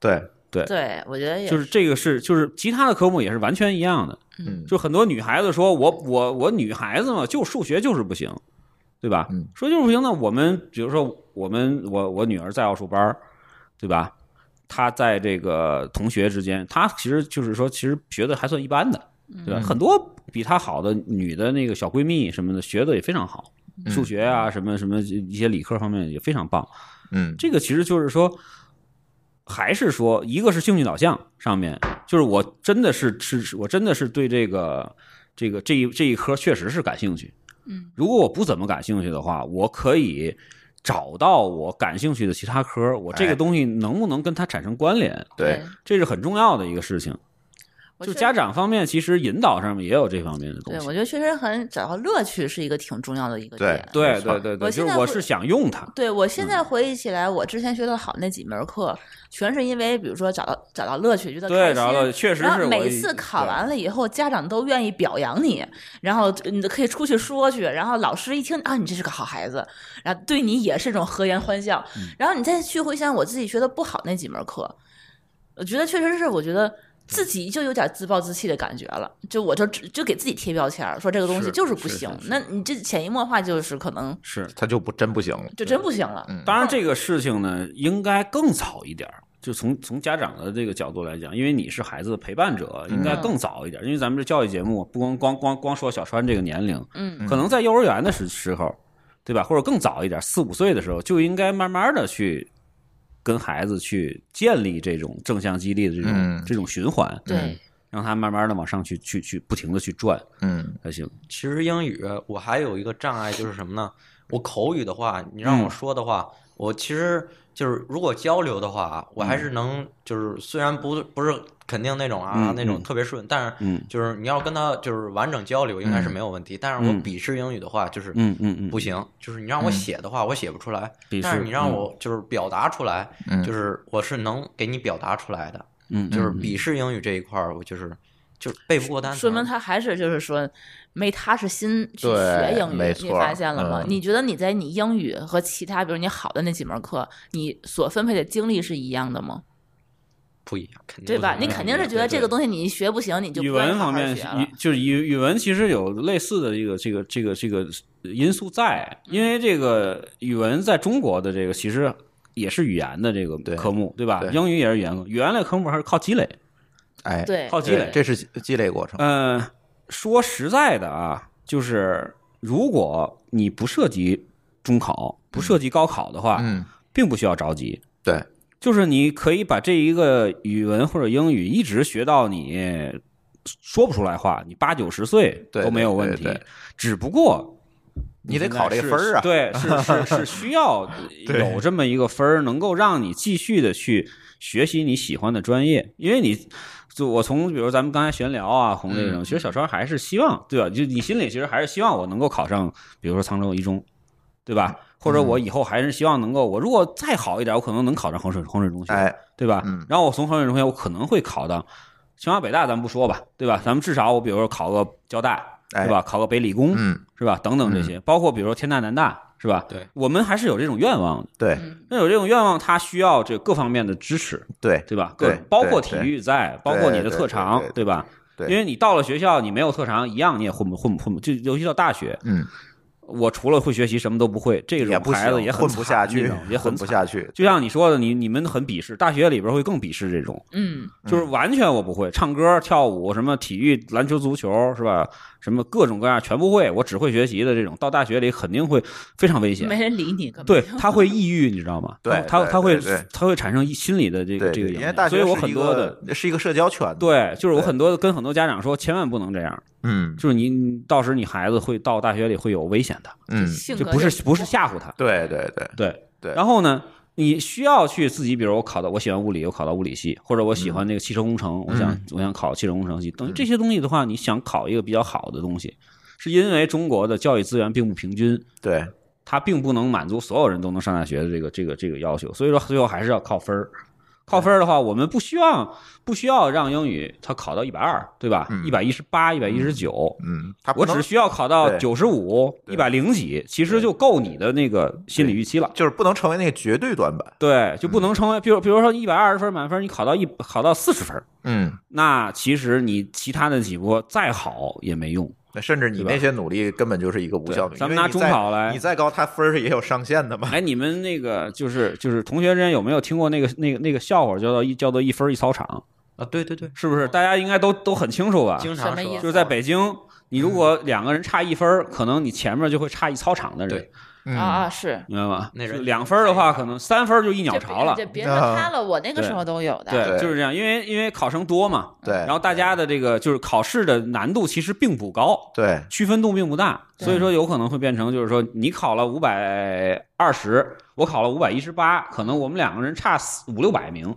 Speaker 1: 对
Speaker 3: 对，我觉得也
Speaker 2: 就是这个是就是其他的科目也是完全一样的，
Speaker 1: 嗯，
Speaker 2: 就很多女孩子说，我我我女孩子嘛，就数学就是不行，对吧？
Speaker 1: 嗯
Speaker 2: 说就是不行，那我们比如说我们我我女儿在奥数班儿，对吧？她在这个同学之间，她其实就是说，其实学的还算一般的，对吧？
Speaker 1: 嗯
Speaker 2: 很多比她好的女的那个小闺蜜什么的，学的也非常好，
Speaker 1: 嗯
Speaker 2: 数学啊什么什么一些理科方面也非常棒。
Speaker 1: 嗯
Speaker 2: 这个其实就是说，还是说，一个是兴趣导向上面，就是我真的是是是我真的是对这个这个这一这一科确实是感兴趣。
Speaker 3: 嗯，
Speaker 2: 如果我不怎么感兴趣的话，我可以找到我感兴趣的其他科，我这
Speaker 1: 哎
Speaker 2: 个东西能不能跟它产生关联，
Speaker 1: 对，
Speaker 2: 这是很重要的一个事情。
Speaker 3: 我
Speaker 2: 就
Speaker 3: 确
Speaker 2: 家长方面，其实引导上面也有这方面的东
Speaker 3: 对，
Speaker 2: 西
Speaker 3: 我。觉得确实很找到乐趣是一个挺重要的一个
Speaker 1: 对
Speaker 3: 点。
Speaker 2: 对嗯
Speaker 1: 没错
Speaker 2: 对对
Speaker 3: 我
Speaker 2: 对，
Speaker 3: 现
Speaker 2: 就是
Speaker 3: 在
Speaker 2: 我
Speaker 3: 会
Speaker 2: 是想用它。
Speaker 3: 对我现在回忆起来，我之前学的好那几门课，全是因为比如说找到找到乐趣，觉得
Speaker 2: 对
Speaker 3: 开心
Speaker 2: 找到乐趣确实
Speaker 3: 然
Speaker 2: 是
Speaker 3: 后
Speaker 2: 我
Speaker 3: 每
Speaker 2: 一
Speaker 3: 次考
Speaker 2: 对
Speaker 3: 完了以后，家长都愿意表扬你，然后你可以出去说去，然后老师一听啊，你这是个好孩子，然后对你也是一种和颜欢笑。然后你再去回想我自己学的不好那几门课，我觉得确实是，我觉得。自己就有点自暴自弃的感觉了，就我就只就给自己贴标签儿，说这个东西
Speaker 1: 是
Speaker 3: 就是不
Speaker 1: 是
Speaker 3: 行。
Speaker 1: 是是
Speaker 3: 那你这潜移默化就是可能
Speaker 2: 是，
Speaker 1: 他就不真不行了。
Speaker 3: 就真不行了。
Speaker 1: 嗯
Speaker 2: 当然，这个事情呢，应该更早一点儿。就从从家长的这个角度来讲，因为你是孩子的陪伴者，应该更早一点儿。因为咱们这教育节目不光光光光说小川这个年龄，
Speaker 3: 嗯，
Speaker 2: 可能在幼儿园的时时候，对吧？或者更早一点儿，四五岁的时候，就应该慢慢的去跟孩子去建立这种正向激励的这种、
Speaker 1: 嗯
Speaker 2: 这种循环，嗯
Speaker 3: 对，
Speaker 2: 让他慢慢的往上去去去不停的去转
Speaker 1: 嗯
Speaker 2: 才行。
Speaker 4: 其实英语我还有一个障碍就是什么呢？我口语的话，你让我
Speaker 2: 嗯
Speaker 4: 说的话，我其实就是如果交流的话，我还是能，就是虽然不不是肯定那种啊、
Speaker 2: 嗯
Speaker 4: 那种
Speaker 2: 嗯
Speaker 4: 特别顺，但是
Speaker 2: 嗯
Speaker 4: 就是你要跟他就是完整交流，应该是没有问题。但是我笔试英语的话，就是
Speaker 2: 嗯嗯嗯，
Speaker 4: 不行，就是你让我
Speaker 1: 嗯
Speaker 4: 写的话，我写不出来
Speaker 2: 笔；
Speaker 4: 但是
Speaker 2: 试
Speaker 4: 你让
Speaker 2: 嗯
Speaker 4: 我就是表达出来，
Speaker 1: 嗯
Speaker 4: 就是我是能给你表达出来的。
Speaker 2: 嗯，嗯
Speaker 4: 就是
Speaker 2: 嗯
Speaker 4: 笔试英语这一块儿，我就是就背不过单词
Speaker 3: 说
Speaker 4: 儿。
Speaker 3: 明他还是就是说没踏实心去学
Speaker 1: 对
Speaker 3: 英语
Speaker 1: 没，
Speaker 3: 你
Speaker 1: 错
Speaker 3: 发现了吗？
Speaker 1: 嗯
Speaker 3: 你觉得你在你英语和其他比如你好的那几门课，你所分配的精力是一样的吗？
Speaker 4: 不一样，肯定
Speaker 3: 对
Speaker 4: 不
Speaker 3: 吧？
Speaker 4: 同
Speaker 3: 你
Speaker 4: 的
Speaker 3: 肯定
Speaker 2: 嗯
Speaker 3: 是觉得这个东西你一学不行，你就不
Speaker 2: 语
Speaker 3: 愿意
Speaker 2: 文
Speaker 3: 好
Speaker 2: 方
Speaker 3: 好
Speaker 2: 面
Speaker 3: 学
Speaker 2: 是
Speaker 3: 了
Speaker 2: 语。就是语语文其实有类似的这个这个这个这个因素在，因为这个
Speaker 3: 嗯
Speaker 2: 语文在中国的这个其实也是语言的这个
Speaker 1: 对
Speaker 2: 科目，对吧？
Speaker 1: 对
Speaker 2: 英语也是语言科目，语言类科目还是靠积累。
Speaker 1: 哎，
Speaker 3: 对，
Speaker 2: 靠积
Speaker 1: 对
Speaker 2: 累
Speaker 1: 这是积累过程。
Speaker 2: 嗯、说实在的啊，就是如果你不涉及中考，不涉及高考的话，
Speaker 1: 嗯，
Speaker 2: 并不需要着急。
Speaker 1: 对，
Speaker 2: 就是你可以把这一个语文或者英语一直学到你说不出来话，你八九十岁
Speaker 1: 对
Speaker 2: 都没有问题。
Speaker 1: 对对对
Speaker 2: 只不过
Speaker 1: 你得
Speaker 2: 现在
Speaker 1: 考这个
Speaker 2: 是
Speaker 1: 分儿啊。
Speaker 2: 对，是是是需要
Speaker 1: [LAUGHS] 对
Speaker 2: 有这么一个分儿，能够让你继续的去学习你喜欢的专业，因为你。就我从比如咱们刚才闲聊啊，红这
Speaker 1: 嗯
Speaker 2: 种，其实小川还是希望，对吧？就你心里其实还是希望我能够考上，比如说沧州一中，对吧？
Speaker 1: 嗯
Speaker 2: 或者我以后还是希望能够，我如果再好一点，我可能能考上衡水衡水中学，
Speaker 1: 哎，
Speaker 2: 对吧？
Speaker 1: 嗯
Speaker 2: 然后我从衡水中学，我可能会考到清华北大，咱不说吧，对吧？咱们至少我比如说考个交大，
Speaker 1: 哎
Speaker 2: 对吧？考个北理工，
Speaker 1: 嗯，
Speaker 2: 是吧？等等这些，包括比如说天大、南大，是吧？
Speaker 4: 对，
Speaker 2: 我们还是有这种愿望的。
Speaker 1: 对
Speaker 3: 嗯
Speaker 2: 那有这种愿望，它需要这各方面的支持，
Speaker 1: 对
Speaker 2: 对吧？
Speaker 1: 对
Speaker 2: 各种包括
Speaker 1: 对
Speaker 2: 体
Speaker 1: 对
Speaker 2: 育在，包括你的
Speaker 1: 对
Speaker 2: 特长
Speaker 1: 对对，
Speaker 2: 对吧？
Speaker 1: 对
Speaker 2: 因为你到了学校，你没有特长，一样你也混不混不混不，就尤其到大学，
Speaker 1: 嗯，
Speaker 2: 我除了会学习，什么都不会，这
Speaker 1: 也
Speaker 2: 种
Speaker 1: 不
Speaker 2: 孩子
Speaker 1: 行
Speaker 2: 也
Speaker 1: 嗯
Speaker 2: 很
Speaker 1: 混不下
Speaker 2: 惨那
Speaker 1: 去
Speaker 2: 种，也很
Speaker 1: 混不
Speaker 2: 惨。
Speaker 1: 下去。
Speaker 2: 就像你说的，你你们很鄙视，大学里边会更鄙视这种，
Speaker 3: 嗯，
Speaker 2: 就是完全我不会，唱歌、跳舞、什么体育、篮球、足球，是吧？什么各种各样全不会，我只会学习的这种，到大学里肯定会非常危
Speaker 3: 没
Speaker 2: 险。
Speaker 3: 人理你，根本
Speaker 2: 对，他会抑郁，你知道吗？
Speaker 1: [LAUGHS] 对
Speaker 2: 他
Speaker 1: 对
Speaker 2: 他会
Speaker 1: 对对
Speaker 2: 他会产生一心理的这个
Speaker 1: 对，
Speaker 2: 这个
Speaker 1: 对
Speaker 2: 影
Speaker 1: 因为大
Speaker 2: 响，
Speaker 1: 学
Speaker 2: 所以我
Speaker 1: 是
Speaker 2: 很
Speaker 1: 一
Speaker 2: 多的 [LAUGHS]
Speaker 1: 个是一个社交圈子。
Speaker 2: 对，就是我
Speaker 1: 对
Speaker 2: 很多跟很多家长说，千万不能这样，
Speaker 1: 嗯
Speaker 2: 就是你你到时你孩子会到大学里会有危险的，
Speaker 1: 嗯，
Speaker 3: [LAUGHS] 性
Speaker 2: 就
Speaker 3: 格
Speaker 2: 不
Speaker 3: 就是
Speaker 2: 不是吓唬他，
Speaker 1: 对对对，
Speaker 2: 对
Speaker 1: 对
Speaker 2: 然后呢，你需要去自己，比如我考到我喜欢物理，我考到物理系，或者我喜欢那个汽车工程，我
Speaker 1: 嗯
Speaker 2: 想我想考汽车工程系，等于这些东西的话，你想考一个比较好的东西，是因为中国的教育资源并不平均。
Speaker 1: 对
Speaker 2: 它并不能满足所有人都能上大学的这个这个这个要求，所以说最后还是要靠分儿，靠分儿的话，我们不希望不需要让英语它考到一百二，对吧？
Speaker 1: 嗯
Speaker 2: 一百一十八、一百一十九，
Speaker 1: 嗯，他不
Speaker 2: 我
Speaker 1: 能
Speaker 2: 只需要考到
Speaker 1: 对
Speaker 2: 九十五、
Speaker 1: 对
Speaker 2: 一百零几，其实就够你的那个心理预期了。
Speaker 1: 就是不能成为那个绝对短板。
Speaker 2: 对，就不能成为，比如比如说一百二十分满分，你考到一考到四十分，
Speaker 1: 嗯，
Speaker 2: 那其实你其他的几波再好也没用。
Speaker 1: 那甚至你
Speaker 2: 对吧
Speaker 1: 那些努力根本就是一个无效的。
Speaker 2: 对咱
Speaker 1: 因为
Speaker 2: 们拿
Speaker 1: 你
Speaker 2: 中
Speaker 1: 再
Speaker 2: 考来
Speaker 1: 你再高，他分儿也有上限的嘛。
Speaker 2: 哎，你们那个就是就是同学之间有没有听过那个那个那个笑话，叫做一叫做一分一操场，
Speaker 4: 啊，对对对，
Speaker 2: 是不是？大家应该都都很清楚吧？
Speaker 4: 经
Speaker 3: 什
Speaker 4: 常
Speaker 3: 么意
Speaker 4: 说
Speaker 3: 思
Speaker 2: 就是在北京，你如果两个人差一分儿，可能你前面就会差一操场的人
Speaker 4: 对，
Speaker 3: 啊
Speaker 1: 嗯，
Speaker 3: 啊是。
Speaker 2: 明白吗？
Speaker 4: 那人
Speaker 2: 就两分儿的话，可能三分儿就一鸟
Speaker 3: 这
Speaker 2: 巢了
Speaker 3: 别。这别说他了，我那个时候都有的。
Speaker 1: 对
Speaker 2: 就是这样，因为因为考生多嘛，
Speaker 1: 对
Speaker 2: 然后大家的这个就是考试的难度其实并不高，
Speaker 1: 对，
Speaker 2: 区分度并不大，
Speaker 3: 对
Speaker 2: 所以说有可能会变成就是说你考了五百二十，我考了五百一十八，可能我们两个人差四五六百名，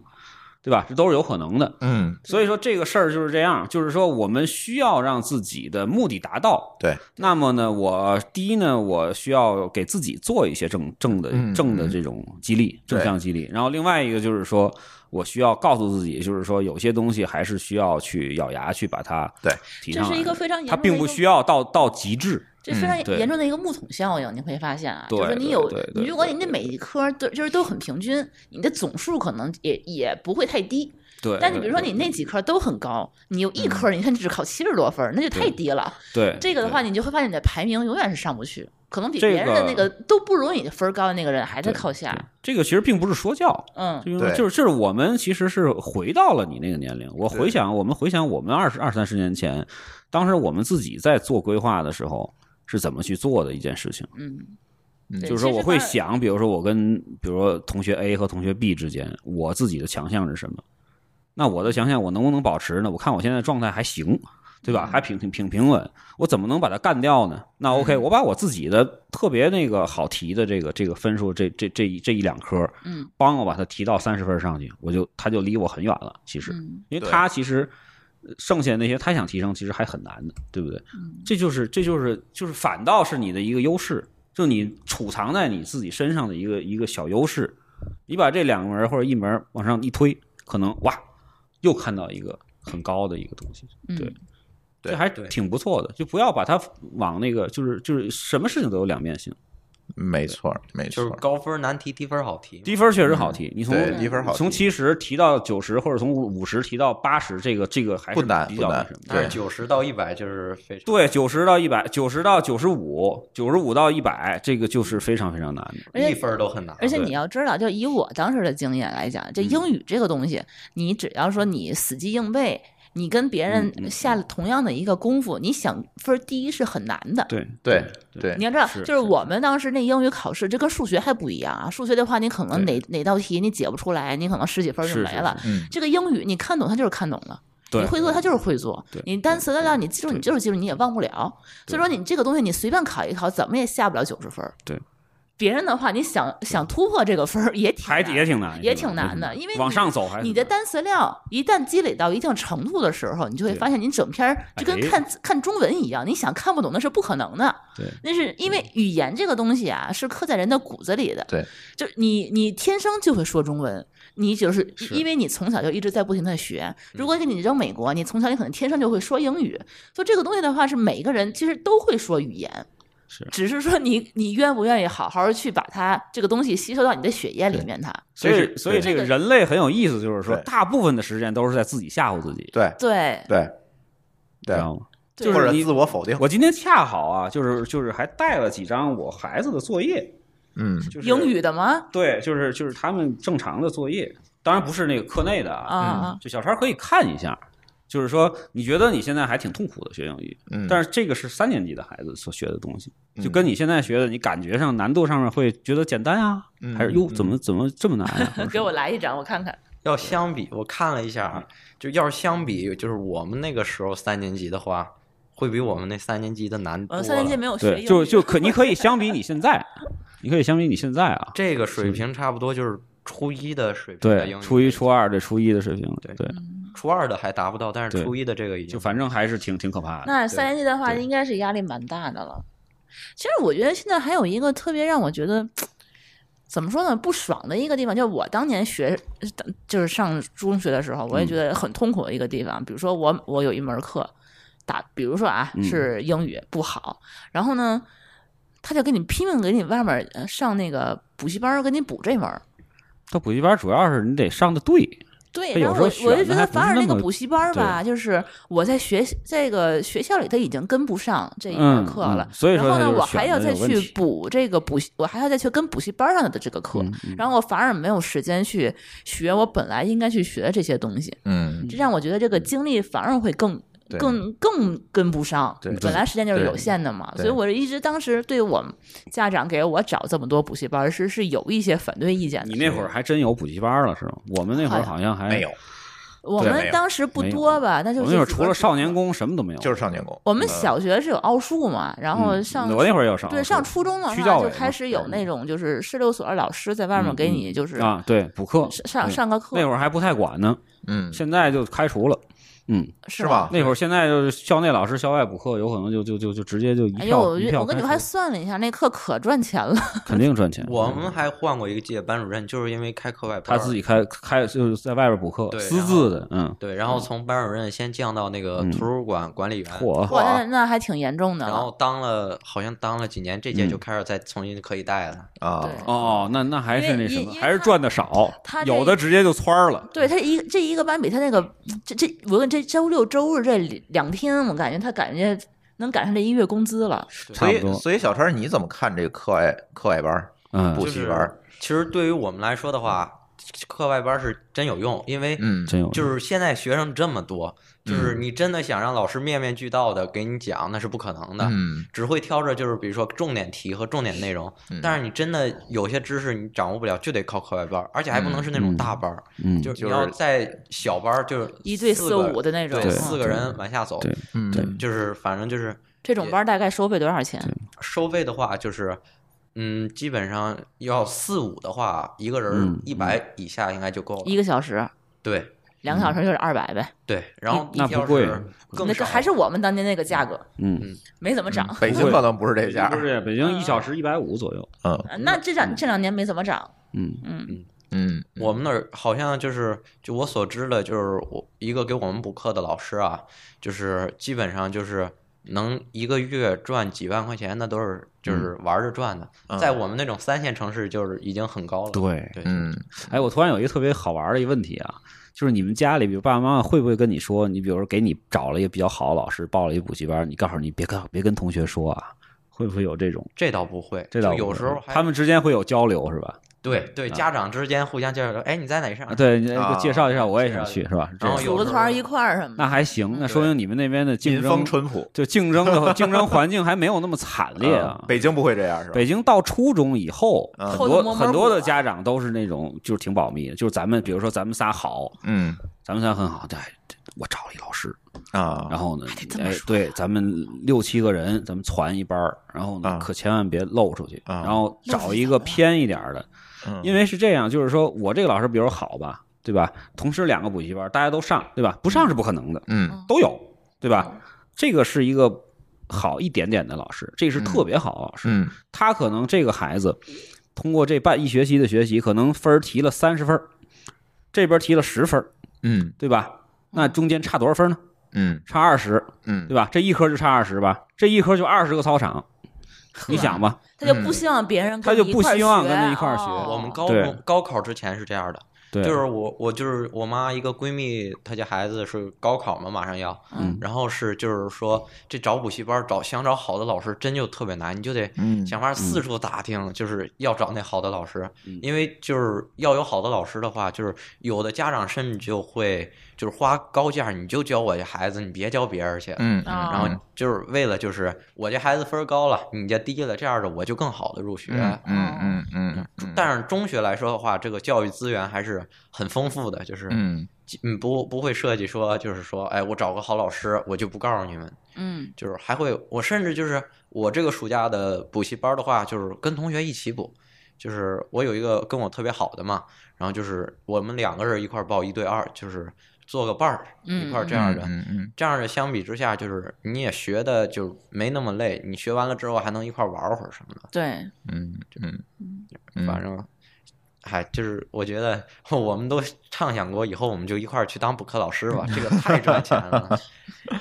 Speaker 2: 对吧？这都是有可能的。
Speaker 1: 嗯，
Speaker 2: 所以说这个事儿就是这样，就是说我们需要让自己的目的达到。
Speaker 1: 对，
Speaker 2: 那么呢，我第一呢，我需要给自己做一些正正的
Speaker 1: 嗯
Speaker 2: 正的这种激励，
Speaker 1: 对
Speaker 2: 正向激励。然后另外一个就是说。我需要告诉自己，就是说有些东西还是需要去咬牙去把它
Speaker 1: 对
Speaker 2: 提
Speaker 3: 这
Speaker 2: 上来的。
Speaker 3: 是一个非常严重
Speaker 2: 它
Speaker 3: 的
Speaker 2: 并
Speaker 3: 一
Speaker 2: 不
Speaker 3: 个
Speaker 2: 需要到到极致。
Speaker 3: 这非常
Speaker 2: 嗯对
Speaker 3: 严重的一个木桶效应，你会发现啊，
Speaker 2: 对
Speaker 3: 就是你
Speaker 2: 对
Speaker 3: 有
Speaker 2: 对，对
Speaker 3: 你如果你的每一科都就是都很平均，你的总数可能也也不会太低。
Speaker 2: 对，嗯
Speaker 3: 但你比如说你那几科都很高，你有一科你看你只考七十多分儿，那就太低了。
Speaker 2: 对
Speaker 3: 这个的话，，你就会发现你的排名永远是上不去，可能比
Speaker 2: 这
Speaker 3: 别人的
Speaker 2: 个
Speaker 3: 那个都不如你分儿高的那个人还在
Speaker 2: 对
Speaker 3: 靠下
Speaker 2: 对。这个其实并不是说教，
Speaker 3: 嗯，
Speaker 2: 就是
Speaker 1: 对
Speaker 2: 就是就是我们其实是回到了你那个年龄。我回
Speaker 1: 对
Speaker 2: 想，我们回想我们二十二三十年前，当时我们自己在做规划的时候是怎么去做的一件事情。
Speaker 3: 嗯，
Speaker 1: 嗯
Speaker 3: 对
Speaker 2: 就是说，我会，想，比如说我跟比如说同学 A 和同学 B 之间，我自己的强项是什么？那我的强项我能不能保持呢？我看我现在状态还行，对
Speaker 3: 嗯
Speaker 2: 吧？还平挺挺平稳，我怎么能把它干掉呢？那 OK，我
Speaker 3: 嗯
Speaker 2: 把我自己的特别那个好提的这个这个分数，这这这一这一两科，
Speaker 3: 其实反而嗯
Speaker 2: 帮我把它提到三十分上去，我就他就离我很远了。其实，
Speaker 3: 嗯，
Speaker 2: 因为
Speaker 1: 对
Speaker 2: 他其实呃剩下那些他想提升，其实还很难的，对不对？
Speaker 3: 嗯
Speaker 2: 这就是这就是就是反倒是你的一个优势，就你储藏在你自己身上的一个一个小优势。你把这两个门或者一门往上一推，可能哇，又看到一个很高的一个东西，
Speaker 3: 嗯
Speaker 2: 对，
Speaker 1: 对
Speaker 2: 这还
Speaker 4: 对
Speaker 2: 挺不错的。就不要把它往那个，就是就是什么事情都有两面性。
Speaker 1: 没错，没
Speaker 4: 就
Speaker 1: 错，
Speaker 4: 是高分难题，低分好题嘛。
Speaker 2: 低分儿确实好提，你从
Speaker 1: 对低分儿好提
Speaker 2: 从七十提到九十，或者从五十提到八十，这个这个还是
Speaker 1: 不难
Speaker 2: 比较
Speaker 1: 不
Speaker 2: 那
Speaker 1: 难
Speaker 2: 什么的。
Speaker 4: 但是九十到一百就是非常
Speaker 2: 对，九十到一百，九十到九十五，九十五到一百，这个就是非常非常难的。
Speaker 3: 而且
Speaker 4: 一分儿都很难。
Speaker 3: 而且
Speaker 2: 啊对嗯
Speaker 3: 你要知道，就以我当时的经验来讲，这英语这个东西，你只要说你死记硬背，你跟别
Speaker 2: 嗯嗯
Speaker 3: 人下了同样的一个功夫，你想分儿第一是很难的。
Speaker 2: 对
Speaker 1: 对对
Speaker 3: 你要知道，
Speaker 2: 是
Speaker 3: 就是我们当时那英语考试，这跟数学还不一样啊。数学的话，你可能
Speaker 2: 对
Speaker 3: 哪哪道题你解不出来，你可能十几分儿就是没
Speaker 2: 是
Speaker 3: 了。
Speaker 1: 嗯
Speaker 3: 这个英语你看懂它就是看懂了，
Speaker 2: 对
Speaker 3: 你会做它就是会做
Speaker 2: 对，
Speaker 3: 你单词的量你记住
Speaker 2: 对
Speaker 3: 你就是记住，你也忘不了。所以说你这个东西你随便考一考，怎么也下不了九十分儿。
Speaker 2: 对
Speaker 3: 别人的话，你想想突破这个分儿也挺
Speaker 2: 还
Speaker 3: 难
Speaker 2: 也挺难，
Speaker 3: 也
Speaker 2: 挺
Speaker 3: 挺难的因为
Speaker 2: 往
Speaker 3: 你
Speaker 2: 上走还是
Speaker 3: 你
Speaker 2: 挺
Speaker 3: 的
Speaker 2: 难
Speaker 3: 单词量一旦积累到一定程度的时候，你就会
Speaker 2: 对
Speaker 3: 发现，你整篇儿就跟
Speaker 2: 哎
Speaker 3: 看、看中文一样，你想看不懂那是不可能的。
Speaker 2: 对，
Speaker 3: 那是因为语言这个东西啊，是刻在人的骨子里的。
Speaker 1: 对，
Speaker 3: 就是你你天生就会说中文，你就是
Speaker 4: 是
Speaker 3: 因为你从小就一直在不停的
Speaker 2: 嗯
Speaker 3: 学。如果给你扔美国，你从小你可能天生就会说英语。所以这个东西的话，是每个人其实都会说语言。
Speaker 2: 是
Speaker 3: 只是说你你愿不愿意好好去把它这个东西吸收到你的血液里面它，
Speaker 2: 所
Speaker 1: 这
Speaker 2: 以
Speaker 1: 是
Speaker 2: 所以这
Speaker 3: 对
Speaker 2: 个人类很有意思，就是说
Speaker 1: 对
Speaker 2: 大部分的时间都是在自己吓唬自己，
Speaker 1: 对
Speaker 3: 对，
Speaker 1: 对
Speaker 2: 知
Speaker 1: 对，
Speaker 2: 道吗？
Speaker 3: 对
Speaker 2: 就
Speaker 1: 或
Speaker 2: 是
Speaker 1: 者
Speaker 2: 你
Speaker 1: 自我否定，
Speaker 2: 我今天恰好啊，就是就是还带了几张我孩子的作业，
Speaker 1: 嗯
Speaker 2: 就是
Speaker 3: 英语的吗？
Speaker 2: 对，就是就是他们正常的作业，当然不是那个课内的
Speaker 3: 啊啊，
Speaker 2: 就小超可以看一下。就是说，你觉得你现在还挺痛苦的学英语，
Speaker 1: 嗯，
Speaker 2: 但
Speaker 1: 是
Speaker 2: 是这个是三年级的孩子所学的东西，就
Speaker 1: 嗯
Speaker 2: 跟你现在学的，你感觉上难度上面会觉得简单啊，
Speaker 1: 嗯
Speaker 2: 还是
Speaker 1: 嗯
Speaker 2: 哟
Speaker 1: 嗯
Speaker 2: 怎么怎么这么难啊？或者
Speaker 3: 给我来一张，我看看。
Speaker 4: 要相比，我看了一下啊，就要是相比，就是我们那个时候三年级的话，会比我们那三年级的难
Speaker 3: 我
Speaker 2: 呃
Speaker 3: 们
Speaker 4: 多
Speaker 3: 呃三年级
Speaker 4: 了。
Speaker 3: 没有学英
Speaker 2: 对，
Speaker 3: 语，
Speaker 2: 就就可你可以相比你现
Speaker 3: [LAUGHS]
Speaker 2: 在，啊你可以相比你现在啊，
Speaker 4: 这个水平差不多就是初一的水平的英
Speaker 2: 对，
Speaker 4: 语，
Speaker 2: 初一初二这初一的水平，
Speaker 4: 对
Speaker 2: 对，
Speaker 4: 初二的还达不到，但是
Speaker 2: 对
Speaker 4: 初一的这个已经
Speaker 2: 就反正还是挺挺可怕的。
Speaker 3: 那三年级的话，
Speaker 2: 对
Speaker 3: 应该是压力蛮大的了。其实我觉得现在还有一个特别让我觉得怎么说呢？不爽的一个地方，就是我当年学，就是上中学的时
Speaker 2: 嗯
Speaker 3: 候，我也觉得很痛苦的一个地方。比如说我，我有一门课打，比如说啊
Speaker 2: 嗯
Speaker 3: 是英语不好，然后呢，他就给你拼命给你外面呃上那个补习班儿给你补这门儿。
Speaker 2: 他补习班主要是你得上的对，
Speaker 3: 对，
Speaker 2: 他有时
Speaker 3: 然后
Speaker 2: 候
Speaker 3: 我
Speaker 2: 选
Speaker 3: 我就
Speaker 2: 的
Speaker 3: 觉
Speaker 2: 还
Speaker 3: 得
Speaker 2: 不
Speaker 3: 反
Speaker 2: 是
Speaker 3: 而
Speaker 2: 那
Speaker 3: 那个
Speaker 2: 么
Speaker 3: 补习班儿吧，就是我在学这个学校里头已经跟不上这一门
Speaker 2: 嗯，
Speaker 3: 课了
Speaker 2: 嗯，所以
Speaker 3: 然
Speaker 2: 说
Speaker 3: 后
Speaker 2: 他
Speaker 3: 呢，
Speaker 2: 就是
Speaker 3: 我还
Speaker 2: 选
Speaker 3: 要
Speaker 2: 的
Speaker 3: 再
Speaker 2: 有问
Speaker 3: 去
Speaker 2: 题
Speaker 3: 补这个补习，我还要再去跟补习班上的这个课，
Speaker 2: 嗯嗯
Speaker 3: 然后我反而没有时间去学我本来应该去学的这些东西，
Speaker 1: 嗯，
Speaker 3: 这让我觉得这个精力反而会更。
Speaker 4: 对
Speaker 3: 更更跟不上，
Speaker 4: 对
Speaker 3: 本来时间就是有限的嘛，
Speaker 1: 对
Speaker 3: 所以我一直当时对我家长给我找这么多补习班儿是是有一些反对意见的
Speaker 2: 你。那会儿还真有补习班了是吗？我们那会儿好像还
Speaker 1: 没有，，
Speaker 3: 我
Speaker 1: 对
Speaker 3: 们
Speaker 1: 没有
Speaker 3: 当时不
Speaker 2: 没有
Speaker 3: 多吧，那
Speaker 2: 我
Speaker 3: 就
Speaker 2: 们
Speaker 3: 是
Speaker 2: 那会儿
Speaker 3: 几
Speaker 2: 除
Speaker 3: 门
Speaker 2: 了
Speaker 3: 课
Speaker 2: 少年宫什么都没有，
Speaker 1: 就是上年宫。
Speaker 3: 我们
Speaker 1: 嗯
Speaker 3: 小学是有奥数嘛，然后哦上
Speaker 2: 嗯我那会儿也有上
Speaker 3: 对上初中的话
Speaker 2: 区教委
Speaker 3: 就开
Speaker 2: 嘛
Speaker 3: 始有
Speaker 2: 嗯
Speaker 3: 那种就是十六所的老师在外面给你就是上
Speaker 2: 啊，对补课嗯
Speaker 3: 上上个课
Speaker 2: 那会儿还不太管呢，
Speaker 1: 嗯，
Speaker 2: 现在就开除了。嗯，
Speaker 3: 是
Speaker 1: 吧？
Speaker 2: 那会儿现在就是校内老师校外补课，有可能就就就就直接就一
Speaker 3: 哎呦，
Speaker 2: 票、
Speaker 3: 我
Speaker 2: 一
Speaker 3: 就
Speaker 2: 票
Speaker 3: 我跟你
Speaker 2: 开
Speaker 3: 们还
Speaker 2: 除
Speaker 3: 算了一下，那课可赚钱了。
Speaker 2: 肯定赚钱。
Speaker 4: 我们还换过一个届班主任，就是因为开课外
Speaker 2: 嗯
Speaker 4: 班
Speaker 2: 他
Speaker 4: 儿，
Speaker 2: 自己开开就是在外边补课，
Speaker 4: 对
Speaker 2: 私
Speaker 4: 然后
Speaker 2: 自的，嗯，
Speaker 4: 对，然后从班主任先降到那个
Speaker 2: 嗯
Speaker 4: 图书馆管理员，
Speaker 2: 嚯，
Speaker 3: 哇，那那还挺严重的
Speaker 4: 然
Speaker 3: 了。
Speaker 4: 后当了好像当了几年，这届
Speaker 2: 嗯
Speaker 4: 就开始再重新可以带了。
Speaker 1: 啊
Speaker 3: 对，
Speaker 2: 哦，那那还是
Speaker 3: 因为
Speaker 2: 那什
Speaker 3: 因
Speaker 2: 么，
Speaker 3: 因为
Speaker 2: 还是
Speaker 3: 他
Speaker 2: 赚的少
Speaker 3: 他，嗯这
Speaker 2: 有的直接就窜儿了。
Speaker 3: 对他一这一个班比他那个这这我跟这周六周日这两天，我感觉他感觉能赶上这一月工资了。
Speaker 1: 所
Speaker 2: 差不
Speaker 1: 以
Speaker 2: 多
Speaker 1: 所以小川你怎么看这个课外课外班儿？
Speaker 2: 嗯，
Speaker 1: 补
Speaker 4: 就
Speaker 1: 习
Speaker 4: 是
Speaker 1: 班儿
Speaker 4: 其实对于我们来说的话，课外班儿是真有用，因为
Speaker 1: 嗯，
Speaker 2: 真有
Speaker 4: 就是现在学生这么多，就是你真的想让老师面面俱到的给你讲，那是不可能的。
Speaker 1: 嗯
Speaker 4: 只会挑着就是比如说重点题和重点内容，
Speaker 1: 嗯
Speaker 4: 但是你真的有些知识你掌握不了，就得靠课外班儿，而且还不能是那
Speaker 2: 嗯
Speaker 4: 种大班儿，
Speaker 2: 嗯，
Speaker 4: 就是
Speaker 1: 就
Speaker 4: 你
Speaker 1: 是
Speaker 4: 要在小班儿，就是
Speaker 3: 一对
Speaker 4: 四
Speaker 3: 四
Speaker 4: 个
Speaker 3: 五的那种嗯
Speaker 4: 对，四个人往下走，
Speaker 2: 对
Speaker 1: 嗯，
Speaker 2: 对
Speaker 4: 就是反正就是
Speaker 3: 这种班大概收费多少钱？
Speaker 4: 收费的话，就是嗯，基本上要四五的话，一个人
Speaker 2: 嗯
Speaker 4: 一百以下应该就够了。
Speaker 3: 一个小时，
Speaker 4: 对
Speaker 3: 两
Speaker 2: 嗯
Speaker 3: 个小时就是二百呗。
Speaker 4: 对，然后
Speaker 2: 一那
Speaker 4: 一条
Speaker 2: 不贵啊
Speaker 4: 是更
Speaker 3: 那个
Speaker 4: 少，
Speaker 3: 还是我们当年那个价格，
Speaker 2: 嗯，
Speaker 3: 没怎么涨。
Speaker 1: 北京可能不是这价
Speaker 2: 不，是北京一小时一百五左右，
Speaker 1: 嗯
Speaker 3: 呃那这两这两年没怎么涨，
Speaker 2: 嗯，
Speaker 3: 嗯，
Speaker 1: 嗯，
Speaker 4: 我们那儿好像就是，就我所知的，就是我一个给我们补课的老师啊，就是基本上就是能一个月赚几万块钱，那都是就是玩着赚的。
Speaker 1: 嗯
Speaker 4: 在我们那种三线城市，就是已经很高了。
Speaker 2: 对
Speaker 4: 对，
Speaker 1: 嗯
Speaker 2: 哎，我突然有一个特别好玩的一个问题啊，就是你们家里，比如爸爸妈妈会不会跟你说，你比如说给你找了一个比较好的老师，报了一个补习班，你告诉你别跟别跟同学说啊，会不会有这种？
Speaker 4: 这倒不会，
Speaker 2: 这倒
Speaker 4: 就有
Speaker 2: 不
Speaker 4: 时
Speaker 2: 会
Speaker 4: 候还
Speaker 2: 他们嗯之间会有交流是吧？
Speaker 4: 对对家长之间互相介绍，哎，你在哪上
Speaker 2: 啊，？对，你给
Speaker 1: 啊
Speaker 2: 我介绍介绍，我也想去是吧？是这
Speaker 4: 然
Speaker 2: 样
Speaker 4: 后
Speaker 3: 组
Speaker 4: 嗯有
Speaker 3: 个
Speaker 4: 时
Speaker 3: 团儿
Speaker 4: 候
Speaker 3: 一块儿什么的。
Speaker 2: 那还行，那说明你们那边的
Speaker 1: 嗯
Speaker 2: 竞
Speaker 1: 民
Speaker 2: 争
Speaker 1: 风淳朴，
Speaker 2: 就竞争的竞争环境还没有那么惨烈啊
Speaker 1: 嗯。北京不会这样是吧？
Speaker 2: 北京到初中以后，
Speaker 1: 嗯
Speaker 2: 很
Speaker 3: 后头
Speaker 2: 多
Speaker 3: 摸摸
Speaker 2: 很多
Speaker 3: 补
Speaker 2: 的
Speaker 3: 啊
Speaker 2: 家长都是那种就是挺保密的，就是咱们比如说咱们仨好，
Speaker 1: 嗯
Speaker 2: 咱们仨很好，对，我找了一老师，
Speaker 1: 啊，
Speaker 2: 然后呢
Speaker 3: 还得，这么
Speaker 2: 哎
Speaker 3: 说，
Speaker 2: 对，咱们六七个人，咱们攒一班儿，然后
Speaker 1: 啊
Speaker 2: 呢，可千万别漏出去，
Speaker 1: 啊
Speaker 2: 然后找一
Speaker 3: 漏
Speaker 2: 个
Speaker 3: 出去怎么了
Speaker 2: 偏一点儿的，
Speaker 1: 嗯
Speaker 2: 因为是这样，就是说我这个老师比如好吧，对吧？同时两个补习班，大家都上，对吧？不上是不可能的，
Speaker 1: 嗯
Speaker 2: 都有，对吧？这个是一个好一点点的老师，这是特别好的老师，
Speaker 1: 嗯
Speaker 2: 他可能这个孩子通过这半一学期的学习，可能分儿提了三十分儿，这边儿提了十分儿，
Speaker 1: 嗯
Speaker 2: 对吧？那中间差多少分儿呢？
Speaker 1: 嗯
Speaker 2: 差二十，
Speaker 1: 嗯
Speaker 2: 对吧？这一科就差二十吧，这一科就二十个操场，你想吧，
Speaker 3: 他就不希望别人跟
Speaker 2: 他就
Speaker 3: 你
Speaker 2: 不
Speaker 3: 一块儿
Speaker 2: 希望跟
Speaker 3: 学
Speaker 2: 他一块儿学
Speaker 3: 哦
Speaker 4: 我们高
Speaker 2: 对
Speaker 4: 中高考之前是这样的，
Speaker 2: 对，
Speaker 4: 就是我我就是我妈一个闺蜜，她家孩子是高考嘛，马上要，
Speaker 2: 嗯
Speaker 4: 然后是就是说这找补习班儿找想找好的老师真就特别难，你就得
Speaker 1: 嗯
Speaker 4: 想法四处打听，就是要找那好的老师，
Speaker 2: 嗯
Speaker 4: 因为就是要有好的老师的话，就是有的家长甚至就会就是花高价，你就教我这孩子，你别教别人去。
Speaker 1: 嗯，
Speaker 4: 然后就是为了就是我这孩子分儿高了，你这低了，这样的我就更好的入学。
Speaker 1: 嗯嗯嗯嗯，
Speaker 4: 但是中学来说的话，这个教育资源还是很丰富的，就是
Speaker 1: 嗯
Speaker 4: 嗯不不会设计说就是说，哎，我找个好老师，我就不告诉你们，
Speaker 3: 嗯，
Speaker 4: 就是还会我甚至就是我这个暑假的补习班的话，就是跟同学一起补，就是我有一个跟我特别好的嘛，然后就是我们两个人一块儿报一对二，就是做个伴儿
Speaker 3: 嗯
Speaker 4: 一块儿这样的。
Speaker 1: 嗯嗯
Speaker 4: 这样的相比之下，就是你也学的就没那么累，你学完了之后还能一块儿玩会儿什么的，
Speaker 3: 对，
Speaker 1: 嗯嗯嗯，
Speaker 4: 反正哎，就是我觉得我们都畅想过，以后我们就一块儿去当补课老师吧，这个太赚钱
Speaker 1: [LAUGHS]
Speaker 4: 了。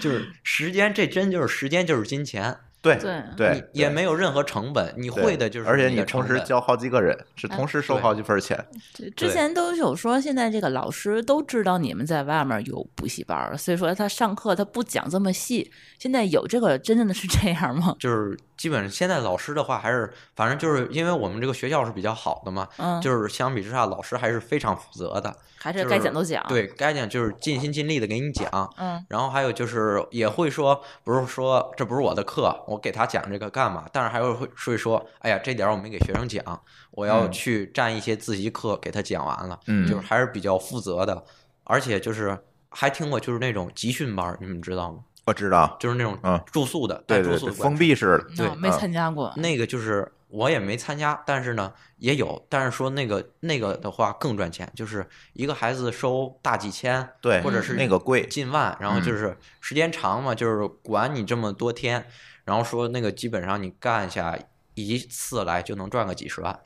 Speaker 4: 就是时间，这真就是时间就是金钱，
Speaker 1: 对
Speaker 3: 对
Speaker 1: 对，
Speaker 4: 你也没有任何成本，你
Speaker 1: 对
Speaker 4: 会的就是
Speaker 1: 而且
Speaker 4: 你
Speaker 1: 你
Speaker 4: 的
Speaker 1: 同
Speaker 4: 成
Speaker 1: 时
Speaker 4: 本
Speaker 1: 教好几个人，是同时收
Speaker 4: 对
Speaker 1: 好几份钱，
Speaker 3: 对之
Speaker 4: 对
Speaker 3: 前都有说，现在这个老师都知道你们在外面有补习班儿，所以说他上课他不讲这么细。现在有这个真正的是这样吗？
Speaker 4: 就是基本上现在老师的话还是，反正就是因为我们这个学校是比较好的嘛，
Speaker 3: 嗯，
Speaker 4: 就是相比之下，老师还是非常负责的，
Speaker 3: 还是
Speaker 4: 就是
Speaker 3: 该讲都讲。，
Speaker 4: 对该讲就是尽心尽力的给你讲。
Speaker 3: 嗯
Speaker 4: 然后还有就是也会说，不是说这不是我的课，我给他讲这个干嘛？但是还会会说，哎呀，这点儿我没给学生讲，我要
Speaker 1: 嗯
Speaker 4: 去占一些自习课给他讲完了，
Speaker 1: 嗯
Speaker 4: 就是还是比较负责的，而且就是还听过就是那种集训班儿，你们知道吗？
Speaker 1: 我知道，
Speaker 4: 就是那种
Speaker 1: 嗯
Speaker 4: 住宿的，带
Speaker 1: 对
Speaker 4: 住
Speaker 1: 对
Speaker 4: 宿
Speaker 1: 对，
Speaker 4: 的
Speaker 1: 封
Speaker 4: 管制
Speaker 1: 闭式的，
Speaker 4: 对啊
Speaker 3: 哦没
Speaker 1: 嗯
Speaker 3: 参加过。
Speaker 4: 那个就是我也没参加，但是呢也有，但是说那个那个的话更赚钱，就是一个孩子收大几千，
Speaker 1: 对，
Speaker 4: 或者是
Speaker 1: 那个贵，
Speaker 4: 近万，然
Speaker 2: 嗯
Speaker 4: 后就是时间长嘛，就是管你这么多天，然后说那个基本上你干下一次来就能赚个几十万，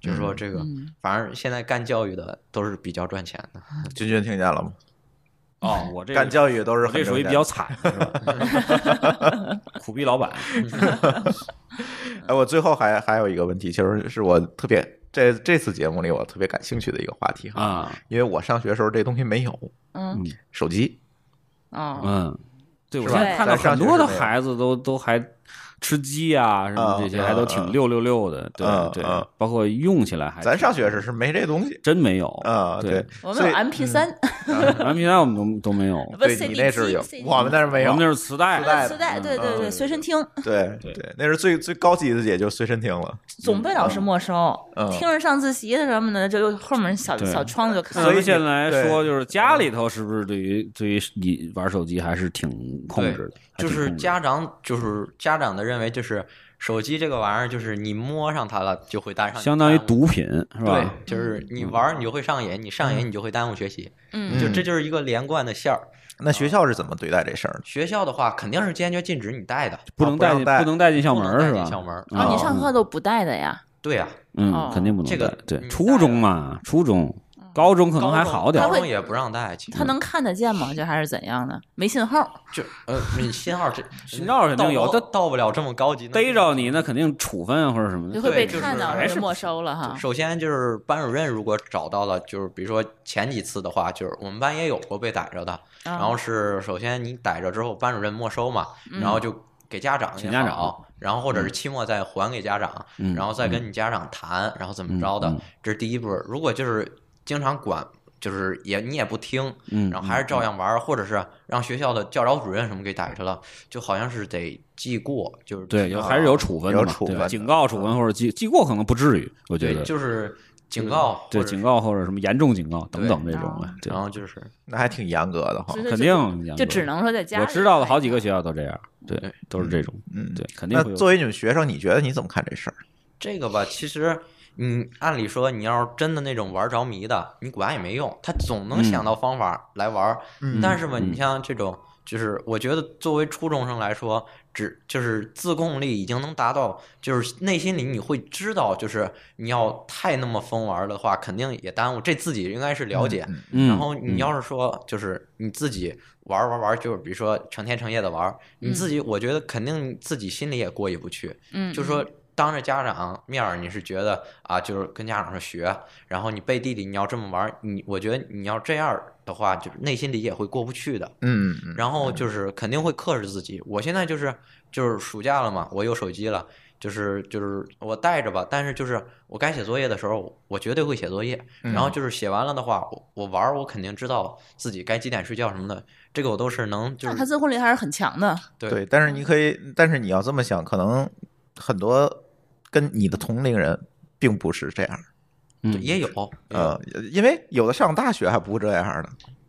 Speaker 4: 就是说这个，
Speaker 3: 嗯，
Speaker 4: 反正现在干教育的都是比较赚钱的。
Speaker 1: 君君听见了吗？ [LAUGHS]
Speaker 2: 哦，我这
Speaker 1: 干教育都是
Speaker 2: 我这
Speaker 1: 很
Speaker 2: 属于
Speaker 1: 挣
Speaker 2: 比较
Speaker 1: 钱
Speaker 2: 惨，是吧
Speaker 1: [LAUGHS]
Speaker 2: 苦逼老板。
Speaker 1: 哎，我最后还还有一个问题，其实是我特别这这次节目里我特别感兴趣的一个话题哈，
Speaker 2: 啊，
Speaker 1: 因为我上学的时候这东西没有
Speaker 3: 嗯
Speaker 1: 手机，
Speaker 3: 哦，
Speaker 2: 嗯，对，我
Speaker 1: 啊是
Speaker 2: 现
Speaker 1: 吧
Speaker 2: 在看到
Speaker 1: 在上
Speaker 2: 很
Speaker 1: 学
Speaker 2: 多
Speaker 1: 是
Speaker 2: 的
Speaker 1: 没有
Speaker 2: 孩子都都还吃鸡啊什么这些，
Speaker 1: 嗯
Speaker 2: 还都
Speaker 1: 嗯
Speaker 2: 挺
Speaker 1: 嗯
Speaker 2: 六六六的，
Speaker 1: 嗯
Speaker 2: 对对
Speaker 1: 嗯，
Speaker 2: 包括用起来还
Speaker 1: 咱
Speaker 2: 挺
Speaker 1: 上学时是没这东西
Speaker 2: 真没有 [LAUGHS]
Speaker 1: 啊，
Speaker 2: 哎对
Speaker 1: 对，，
Speaker 3: 我们
Speaker 1: 所以
Speaker 3: 有
Speaker 2: 嗯
Speaker 3: MP 三，
Speaker 2: M P 三我们都都没有，
Speaker 3: 不
Speaker 1: 对
Speaker 3: 是
Speaker 1: 你
Speaker 3: CD
Speaker 1: 那时候有
Speaker 3: 机，
Speaker 1: 我们那 [LAUGHS] 儿没
Speaker 2: 我
Speaker 1: 有
Speaker 2: 们，那是磁带
Speaker 1: 磁带的
Speaker 2: 的，
Speaker 3: 磁带，
Speaker 2: 啊
Speaker 1: 嗯
Speaker 3: 对对
Speaker 1: 嗯
Speaker 3: 对，随身听，
Speaker 1: 对对，那是最最高级的也就随身听了，
Speaker 4: 嗯
Speaker 3: 总被老师没收
Speaker 1: 嗯嗯。
Speaker 3: 听着上自习的什么的，就又后面小
Speaker 2: 对
Speaker 3: 小窗就看
Speaker 2: 所
Speaker 1: 所以
Speaker 2: 以
Speaker 1: 你
Speaker 2: 现在来
Speaker 1: 对嗯
Speaker 2: 说，就是家里头是不是对于对于你玩手机还是挺控
Speaker 4: 对
Speaker 2: 制的，还
Speaker 4: 就
Speaker 2: 挺
Speaker 4: 是
Speaker 2: 控制
Speaker 4: 家长，就是家长的认为，就是手机这个玩意儿，就是你摸上它了就会带上，
Speaker 2: 相当于毒品是吧？嗯
Speaker 4: 对，就是你玩儿你就会上瘾，你上瘾你就会耽误学习，
Speaker 3: 嗯，
Speaker 4: 就这就是一个连贯的线儿。
Speaker 1: 那
Speaker 2: 啊
Speaker 1: 学校是怎么对待这事儿呢？
Speaker 4: 学校的话肯定是坚决禁止你带的，
Speaker 2: 不
Speaker 1: 啊
Speaker 2: 能
Speaker 1: 不让
Speaker 2: 带进
Speaker 1: 带
Speaker 2: 不能带进校
Speaker 4: 不
Speaker 2: 门
Speaker 4: 能
Speaker 2: 儿
Speaker 4: 带
Speaker 2: 是
Speaker 4: 进
Speaker 2: 吧？
Speaker 4: 校门儿
Speaker 3: 啊，你上课都不带的呀？
Speaker 4: 对呀、
Speaker 2: 嗯
Speaker 3: 哦，
Speaker 2: 肯定不能
Speaker 4: 这个
Speaker 2: 带对，
Speaker 4: 嗯
Speaker 2: 初中嘛，初中、
Speaker 1: 嗯
Speaker 2: 高中可能还好点
Speaker 4: 高
Speaker 2: 儿，
Speaker 4: 中也不让带，其实
Speaker 3: 他能看得见吗？就还是怎样的？没信号，
Speaker 4: 就呃，你信号这
Speaker 2: [LAUGHS] 信号肯定有
Speaker 4: 到
Speaker 2: 但
Speaker 4: 不到不了这么高级，
Speaker 2: 嗯逮着你那肯定处分啊或者什么
Speaker 3: 就
Speaker 2: 的。
Speaker 3: 会被
Speaker 4: 对就是
Speaker 3: 看到，
Speaker 2: 还
Speaker 3: 就是没收了哈。
Speaker 4: 首先就是班主任如果找到了，就是比如说前几次的话，就是我们班也有过被逮着的，
Speaker 3: 然
Speaker 4: 然后是首先你逮着之后，班主任没收嘛，然后就给家长
Speaker 2: 请
Speaker 4: 也
Speaker 2: 家长
Speaker 4: 好，然后或者是期末再还给家长，
Speaker 2: 嗯
Speaker 4: 然后再跟你家长谈，然后怎么着的，
Speaker 2: 嗯嗯
Speaker 4: 这是第一步。如果就是经常管，就是也你也不听，
Speaker 2: 嗯
Speaker 4: 然后还是照样玩儿，或者是让学校的教导主任什么给逮着了，就好像是得记过，就是
Speaker 2: 对，
Speaker 4: 记
Speaker 2: 有
Speaker 4: 过
Speaker 2: 还是有处分的嗯
Speaker 1: 有
Speaker 2: 嘛
Speaker 1: 处
Speaker 2: 对
Speaker 1: 分的
Speaker 2: 警告处分或者记记过可能不至于，我觉
Speaker 4: 对，
Speaker 2: 得
Speaker 4: 就是警告，
Speaker 2: 对
Speaker 4: 或者
Speaker 2: 警，告或者什么严重警告等
Speaker 4: 对
Speaker 2: 等这种
Speaker 3: 啊
Speaker 2: 的，对
Speaker 4: 然后就是
Speaker 1: 那还挺严格的哈
Speaker 3: 所，以说
Speaker 2: 肯
Speaker 3: 就
Speaker 2: 定
Speaker 3: 就只能说在家里
Speaker 2: 我
Speaker 3: 看一看。
Speaker 2: 知道的好几个学校都这样，对
Speaker 4: 对，
Speaker 2: 都是这种，
Speaker 1: 嗯，
Speaker 2: 对，肯定
Speaker 1: 那
Speaker 2: 会有。
Speaker 1: 作为你们学生，你觉得你怎么看这事儿？
Speaker 4: 这个吧，其实你按理说，你要是真的那种玩着迷的，你管也没用，他总能想到方法来玩儿。
Speaker 1: 嗯
Speaker 4: 但是吧，
Speaker 2: 嗯
Speaker 4: 你像这种，就是我觉得作为初中生来说，只就是自控力已经能达到，就是内心里你会知道，就是你要太那么疯玩儿的话，肯定也耽误。这自己应该是了解。
Speaker 1: 嗯
Speaker 2: 嗯，
Speaker 4: 然后你
Speaker 2: 嗯
Speaker 4: 要是说，就是你自己玩儿玩儿玩儿，就是比如说成天成夜的玩儿，你自己，我觉得肯定你自己心里也过意不去。
Speaker 3: 嗯，
Speaker 4: 就说当着家长面儿，你是觉得啊，就是跟家长说学，然后你背地里你要这么玩儿，你我觉得你要这样儿的话，就是内心里也会过不去的。
Speaker 1: 嗯嗯，
Speaker 4: 然后就是肯定会克制自己。我现在就是就是暑假了嘛，我有手机了，就是就是我带着吧，但是就是我该写作业的时候，我绝对会写作业。然
Speaker 1: 嗯
Speaker 4: 后就是写完了的话，我我玩儿我肯定知道自己该几点睡觉什么的，这个我都是能就
Speaker 3: 那
Speaker 4: 是啊
Speaker 3: 他自控力还是很强的。
Speaker 4: 对
Speaker 1: 对，但是
Speaker 3: 嗯
Speaker 1: 你可以，但是你要这么想，可能很多跟你的同龄人并不是这样，嗯
Speaker 4: 对也有，也有
Speaker 1: 呃，因为有的上大学还不是这样的，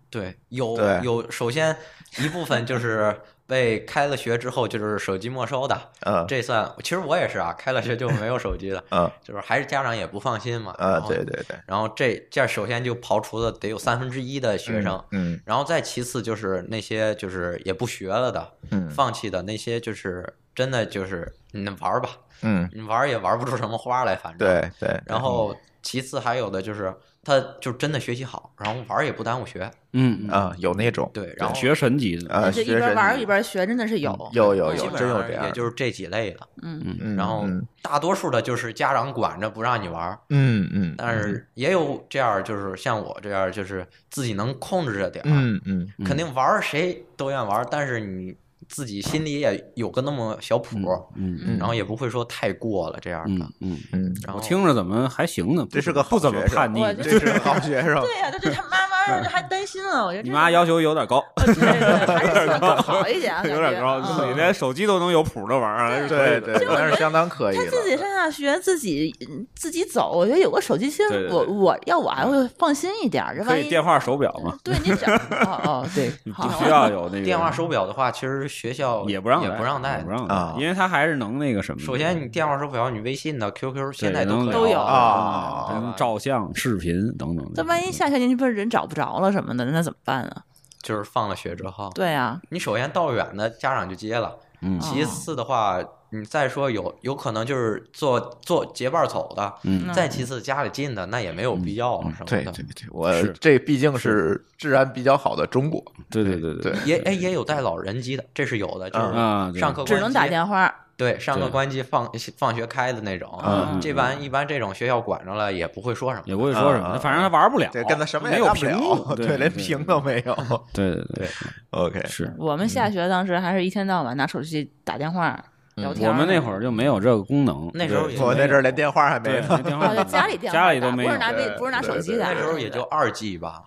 Speaker 4: 对，有
Speaker 1: 对
Speaker 4: 有，首先一部分就是被开了学之后就是手机没收的，
Speaker 1: 呃，，
Speaker 4: 这算其实我也是啊，开了学就没有手机了
Speaker 1: 呃，
Speaker 4: 就是还是家长也不放心嘛。
Speaker 1: 呃，
Speaker 4: 然后
Speaker 1: 对。对对，
Speaker 4: 然后这这首先就刨除了得有三分之一的学生，
Speaker 1: 嗯
Speaker 4: 然后再其次就是那些就是也不学了的，
Speaker 1: 嗯
Speaker 4: 放弃的那些就是真的就是你玩儿吧，
Speaker 1: 嗯，
Speaker 4: 你玩儿也玩儿不出什么花来，反正。
Speaker 1: 对对，
Speaker 4: 然后其次还有的就是他就真的学习好，然后玩儿也不耽误学。
Speaker 2: 嗯，
Speaker 1: 啊，有那种
Speaker 4: 对，呃然后
Speaker 2: 学神级的，
Speaker 1: 啊，学
Speaker 3: 就一边
Speaker 1: 生
Speaker 3: 玩儿一边学，真的是有
Speaker 1: 有有
Speaker 4: 基
Speaker 1: 有，
Speaker 4: 本
Speaker 1: 真有
Speaker 4: 上
Speaker 1: 这样
Speaker 4: 也，就是这几类了。
Speaker 3: 嗯
Speaker 1: 嗯
Speaker 4: 然后
Speaker 1: 嗯
Speaker 4: 大多数的就是家长管着不让你玩儿，
Speaker 1: 嗯嗯，
Speaker 4: 但是也有这样，就是像我这样，就是自己能控制着点儿。
Speaker 1: 嗯嗯
Speaker 4: 肯定玩儿谁都愿玩儿，但是你自己心里也有个那么小谱，
Speaker 2: 嗯
Speaker 1: 嗯，
Speaker 4: 然后也不会说太过了这样的。
Speaker 2: 嗯嗯，
Speaker 1: 嗯，
Speaker 4: 然
Speaker 2: 我
Speaker 4: 后
Speaker 2: 听着怎么还行呢？不
Speaker 1: 这是个好
Speaker 2: 不怎么
Speaker 1: 学生
Speaker 2: 叛逆
Speaker 3: 我，
Speaker 2: 这
Speaker 3: 就
Speaker 1: 这是好学生，
Speaker 3: 对呀、这这他妈妈还担心了，我觉得
Speaker 2: 你妈要求有点高，
Speaker 3: 对对对，还是想更好一点啊，
Speaker 2: [LAUGHS] 有点高，
Speaker 3: 感觉
Speaker 2: 自己
Speaker 3: 嗯
Speaker 2: 连手机都能有谱的玩儿啊，
Speaker 1: 对对，
Speaker 3: 我
Speaker 1: 那
Speaker 3: 觉
Speaker 1: 是
Speaker 3: 得
Speaker 1: 相当可以
Speaker 3: 他
Speaker 1: 了。
Speaker 3: 自己上下学，自己嗯自己走，我觉得有个手机芯
Speaker 2: 对对，对嗯
Speaker 3: 我我要我还会放心一点儿。这
Speaker 2: 可
Speaker 3: 万
Speaker 2: 以
Speaker 3: 一
Speaker 2: 电话手表嘛，
Speaker 3: 对你
Speaker 2: [LAUGHS]
Speaker 3: 整，哦哦，对，
Speaker 2: 不
Speaker 3: 好
Speaker 2: 需要有那个
Speaker 4: 电话手表的话，其实学校
Speaker 2: 也不让
Speaker 4: 也不让
Speaker 2: 带，
Speaker 4: 带
Speaker 2: 也不。让
Speaker 1: 啊
Speaker 2: 因为他还是能那个什么的。
Speaker 4: 首先，你电话手表，你微信的、QQ
Speaker 2: 对
Speaker 4: 现在
Speaker 2: 能
Speaker 4: 可以
Speaker 3: 都有
Speaker 1: 啊
Speaker 4: 对
Speaker 2: 能
Speaker 4: 吧
Speaker 2: 照相、视频等等的。嗯
Speaker 3: 这万一下学年不是人找不着了什么的，那怎么办啊？
Speaker 4: 就是放了学之后，
Speaker 3: 对啊，哦
Speaker 4: 你首先到远的家长就接了，
Speaker 2: 嗯
Speaker 4: 其次的话，你再说有有可能就是做做结伴走的，
Speaker 2: 嗯
Speaker 4: 再其次家里近的那也没有必要了什么
Speaker 1: 对
Speaker 4: 的。
Speaker 1: 对对，我
Speaker 2: 是
Speaker 1: 这毕竟是治安比较好的中国，
Speaker 2: 对对对
Speaker 1: 对
Speaker 4: 也哎也有带老人机的，这是有的，就
Speaker 2: 啊
Speaker 4: 是上课
Speaker 3: 只能
Speaker 4: 关
Speaker 3: 打
Speaker 4: 机
Speaker 3: 电话。
Speaker 4: 对，上课
Speaker 2: 对
Speaker 4: 关机放放学开的那种，
Speaker 1: 嗯
Speaker 4: 这般一般这种学校管着了也不会说什
Speaker 2: 也
Speaker 4: 么。
Speaker 2: 不会说什么，
Speaker 1: 啊
Speaker 2: 反正他玩不了，
Speaker 1: 对，跟他什么
Speaker 2: 没
Speaker 1: 也
Speaker 2: 有
Speaker 1: 干不
Speaker 2: 屏
Speaker 1: 了，[LAUGHS]
Speaker 2: 幕，
Speaker 1: 对，连屏都没有。 [LAUGHS]
Speaker 2: 对对对，
Speaker 1: OK，
Speaker 2: 是
Speaker 3: 我们
Speaker 2: 嗯
Speaker 3: 下学当时还是一天到晚拿手机打电话
Speaker 4: 嗯
Speaker 3: 聊天。
Speaker 2: 我们那会儿就没有这个功能，
Speaker 4: 那时候也
Speaker 1: 我
Speaker 4: 没
Speaker 1: 在
Speaker 4: 有
Speaker 1: 这儿连电话还没
Speaker 2: 对
Speaker 1: 呢。 [LAUGHS]
Speaker 2: 那电话
Speaker 3: 哦，就家里电话打，
Speaker 2: 家里都没
Speaker 3: 不
Speaker 2: 有
Speaker 3: 是，拿
Speaker 1: 对
Speaker 3: 微，不是拿手机
Speaker 1: 对
Speaker 3: 打，
Speaker 4: 那时候也就二 G 吧，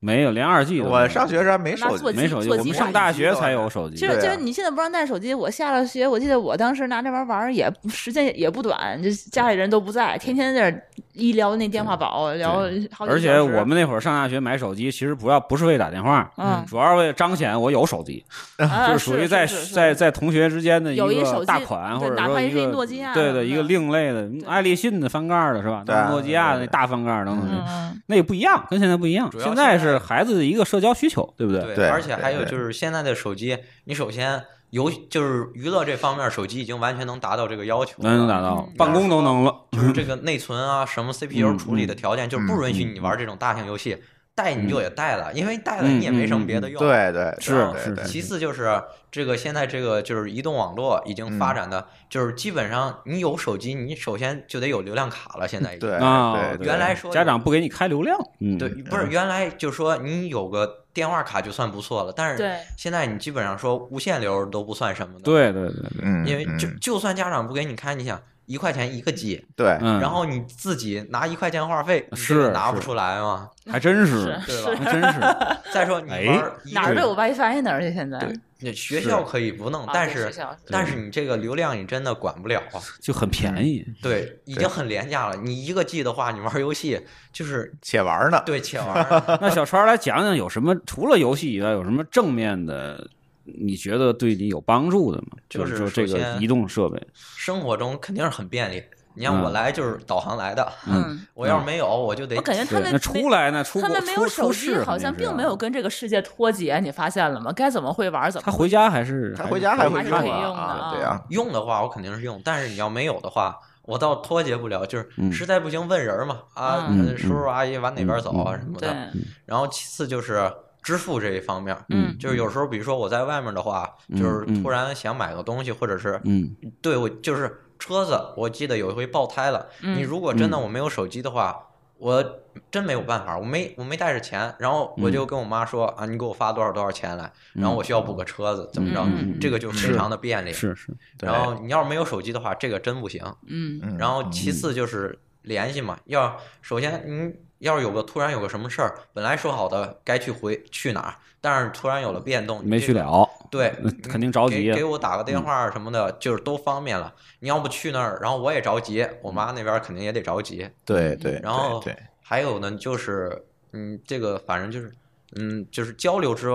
Speaker 2: 没有连二 G 都没有
Speaker 1: 我上学时候还没手
Speaker 3: 那做
Speaker 1: 机，
Speaker 2: 没手机，
Speaker 3: 座
Speaker 2: 我
Speaker 3: 机
Speaker 2: 们
Speaker 3: 座
Speaker 2: 上
Speaker 3: 机
Speaker 2: 大学才有手
Speaker 3: 就
Speaker 2: 机
Speaker 1: 对。
Speaker 3: 是就
Speaker 1: 啊
Speaker 3: 是你现在不让带手机，我下了学，我记得我当时拿这玩玩儿也不时间也也不短，就家里人都不在，天天在这儿一聊那电话煲，聊好几个
Speaker 2: 而且
Speaker 3: 小时
Speaker 2: 我们那会儿上大学买手机，其实不要不是为打电话，
Speaker 3: 嗯
Speaker 2: 主要是为了彰显我有手机，
Speaker 3: 啊
Speaker 2: 嗯就是属于在
Speaker 3: 是是
Speaker 2: 在在同学之间的
Speaker 3: 有一
Speaker 2: 个
Speaker 3: 手机
Speaker 2: 大款，
Speaker 3: 对
Speaker 2: 或者
Speaker 3: 哪
Speaker 2: 说
Speaker 3: 怕
Speaker 2: 一
Speaker 3: 是一
Speaker 2: 个
Speaker 3: 诺基亚
Speaker 2: 对
Speaker 3: 什么
Speaker 2: 对一个
Speaker 3: 的
Speaker 2: 另类的，爱立信的翻盖儿的是吧？
Speaker 1: 对啊
Speaker 2: 诺基亚
Speaker 1: 对
Speaker 2: 那
Speaker 1: 对
Speaker 2: 大翻盖儿等等
Speaker 3: 嗯
Speaker 2: 这，
Speaker 3: 嗯
Speaker 2: 那也不一样，跟现在不一样。
Speaker 4: 主要
Speaker 2: 现在
Speaker 4: 现在
Speaker 2: 是孩子的一个社交需求，对不对？
Speaker 4: 对，
Speaker 1: 对
Speaker 4: 而且还有
Speaker 1: 对
Speaker 4: 就是现在的手机，你首先游就是娱乐这方面，手机已经完全能达到这个要求了，
Speaker 2: 能达
Speaker 3: 嗯
Speaker 2: 到，办公都能了。
Speaker 4: 就是这个内存啊，什么 CPU 处理的条件，就是不允许
Speaker 1: 嗯嗯
Speaker 4: 你玩这种大型游戏，带你就也带了，因为带了你也没什么别的用。
Speaker 1: 对对
Speaker 2: 是
Speaker 1: 对
Speaker 2: 是
Speaker 1: 对
Speaker 2: 是
Speaker 4: 其次就是这个现在这个就是移动网络已
Speaker 2: 嗯
Speaker 4: 经发展的，就是基本上你有手机，你首先就得有流量卡了。现在已经
Speaker 1: 对
Speaker 2: 啊
Speaker 1: 对，对
Speaker 4: 原来说
Speaker 2: 家长不给你开流量，嗯，
Speaker 4: 对，不是原来就说你有个电话卡就算不错了，但是
Speaker 3: 对
Speaker 4: 现在你基本上说无限流都不算什么的。，
Speaker 2: 对对对对，
Speaker 1: 嗯，
Speaker 4: 因为就
Speaker 1: 嗯
Speaker 4: 就算家长不给你开，你想一块钱一个 G，
Speaker 1: 对
Speaker 2: 嗯，
Speaker 4: 然后你自己拿一块钱话费，你
Speaker 2: 是
Speaker 4: 真的拿
Speaker 2: 是
Speaker 4: 不出来嘛，
Speaker 2: 还真是，
Speaker 4: 对
Speaker 2: 还
Speaker 4: 吧？
Speaker 2: 真是，
Speaker 4: 再说你
Speaker 2: 哎
Speaker 4: 玩儿一
Speaker 3: 哪儿
Speaker 4: 个
Speaker 3: 都有 WiFi 哪儿去现在，
Speaker 4: 那学
Speaker 2: 是
Speaker 4: 校可以不弄
Speaker 3: 啊，
Speaker 4: 嗯但
Speaker 3: 对学
Speaker 4: 是
Speaker 3: 校
Speaker 4: 但是你这个流量你真的管不了啊。
Speaker 2: 就很便宜。
Speaker 4: 对，已经很廉价了。你一个 G 的话，你玩儿游戏就是
Speaker 1: 且玩呢，
Speaker 4: 对且玩
Speaker 2: [LAUGHS]
Speaker 4: [LAUGHS] 儿
Speaker 2: 那小川儿来讲讲，有什么除了游戏以外，有什么正面的？你觉得对你有帮助的吗？就
Speaker 4: 就是
Speaker 2: 就这
Speaker 4: 首
Speaker 2: 个
Speaker 4: 先
Speaker 2: 移动设备，
Speaker 4: 生活中肯定是很便利。你看我
Speaker 2: 嗯
Speaker 4: 来就是导航来的，
Speaker 3: 嗯，
Speaker 4: 我要是没有我就得
Speaker 3: 我感觉他
Speaker 2: 对，
Speaker 3: 们
Speaker 2: 那
Speaker 3: 没
Speaker 2: 出来呢？出
Speaker 3: 他
Speaker 2: 国
Speaker 3: 们没有
Speaker 2: 出
Speaker 3: 手
Speaker 2: 出
Speaker 3: 机，
Speaker 2: 事
Speaker 3: 好
Speaker 2: 肯定
Speaker 3: 像
Speaker 2: 是
Speaker 3: 并
Speaker 2: 啊
Speaker 3: 没有跟这个世界脱节，你发现了吗？该怎么会玩儿怎
Speaker 2: 他
Speaker 3: 么
Speaker 2: 回家还是
Speaker 1: 他回家还会
Speaker 3: 还是
Speaker 1: 用
Speaker 3: 可以用的
Speaker 1: 啊，
Speaker 3: 啊
Speaker 1: 对啊，
Speaker 4: 用的话，我肯定是用。但是你要没有的话，我倒脱节不了，就是
Speaker 2: 嗯
Speaker 4: 实在不行问人儿嘛，啊，
Speaker 3: 嗯
Speaker 4: 呃叔叔阿姨往哪边走啊什么
Speaker 3: 对
Speaker 4: 的。，然后其次就是支付这一方面，
Speaker 3: 嗯
Speaker 4: 就是有时候比如说我在外面的话，
Speaker 2: 嗯
Speaker 4: 就是
Speaker 2: 嗯
Speaker 4: 突然想买个东西，或者是
Speaker 2: 嗯
Speaker 4: 对我就是车子，我记得有一回爆胎了，
Speaker 3: 嗯
Speaker 4: 你如果真的我没有手机的话。我真没有办法，我没我没带着钱，然后我就跟我妈说、啊，你给我发多少多少钱来，
Speaker 2: 嗯
Speaker 4: 然后我需要补个车子，怎么着？
Speaker 3: 嗯
Speaker 4: 这个就是非常的便利。
Speaker 2: 是是
Speaker 1: 对
Speaker 4: 然后你要是没有手机的话，这个真不行。
Speaker 3: 嗯
Speaker 1: 嗯
Speaker 4: 然后其次就是联系嘛，要首先您要是有个突然有个什么事儿，本来说好的该去回去哪儿，但是突然有了变动，你
Speaker 2: 没
Speaker 4: 这
Speaker 2: 去
Speaker 4: 个，
Speaker 2: 了， [LAUGHS]
Speaker 4: 对，
Speaker 2: 那
Speaker 4: 你
Speaker 2: 肯定着急啊嗯
Speaker 4: 给给我打个电话什么的，就是都方便了。你要不去那儿，然后我也着急，我妈那边肯定也得着急。
Speaker 1: 对对，
Speaker 4: 然后
Speaker 1: 对
Speaker 4: 还有呢，就是嗯，这个反正就是嗯，就是交流之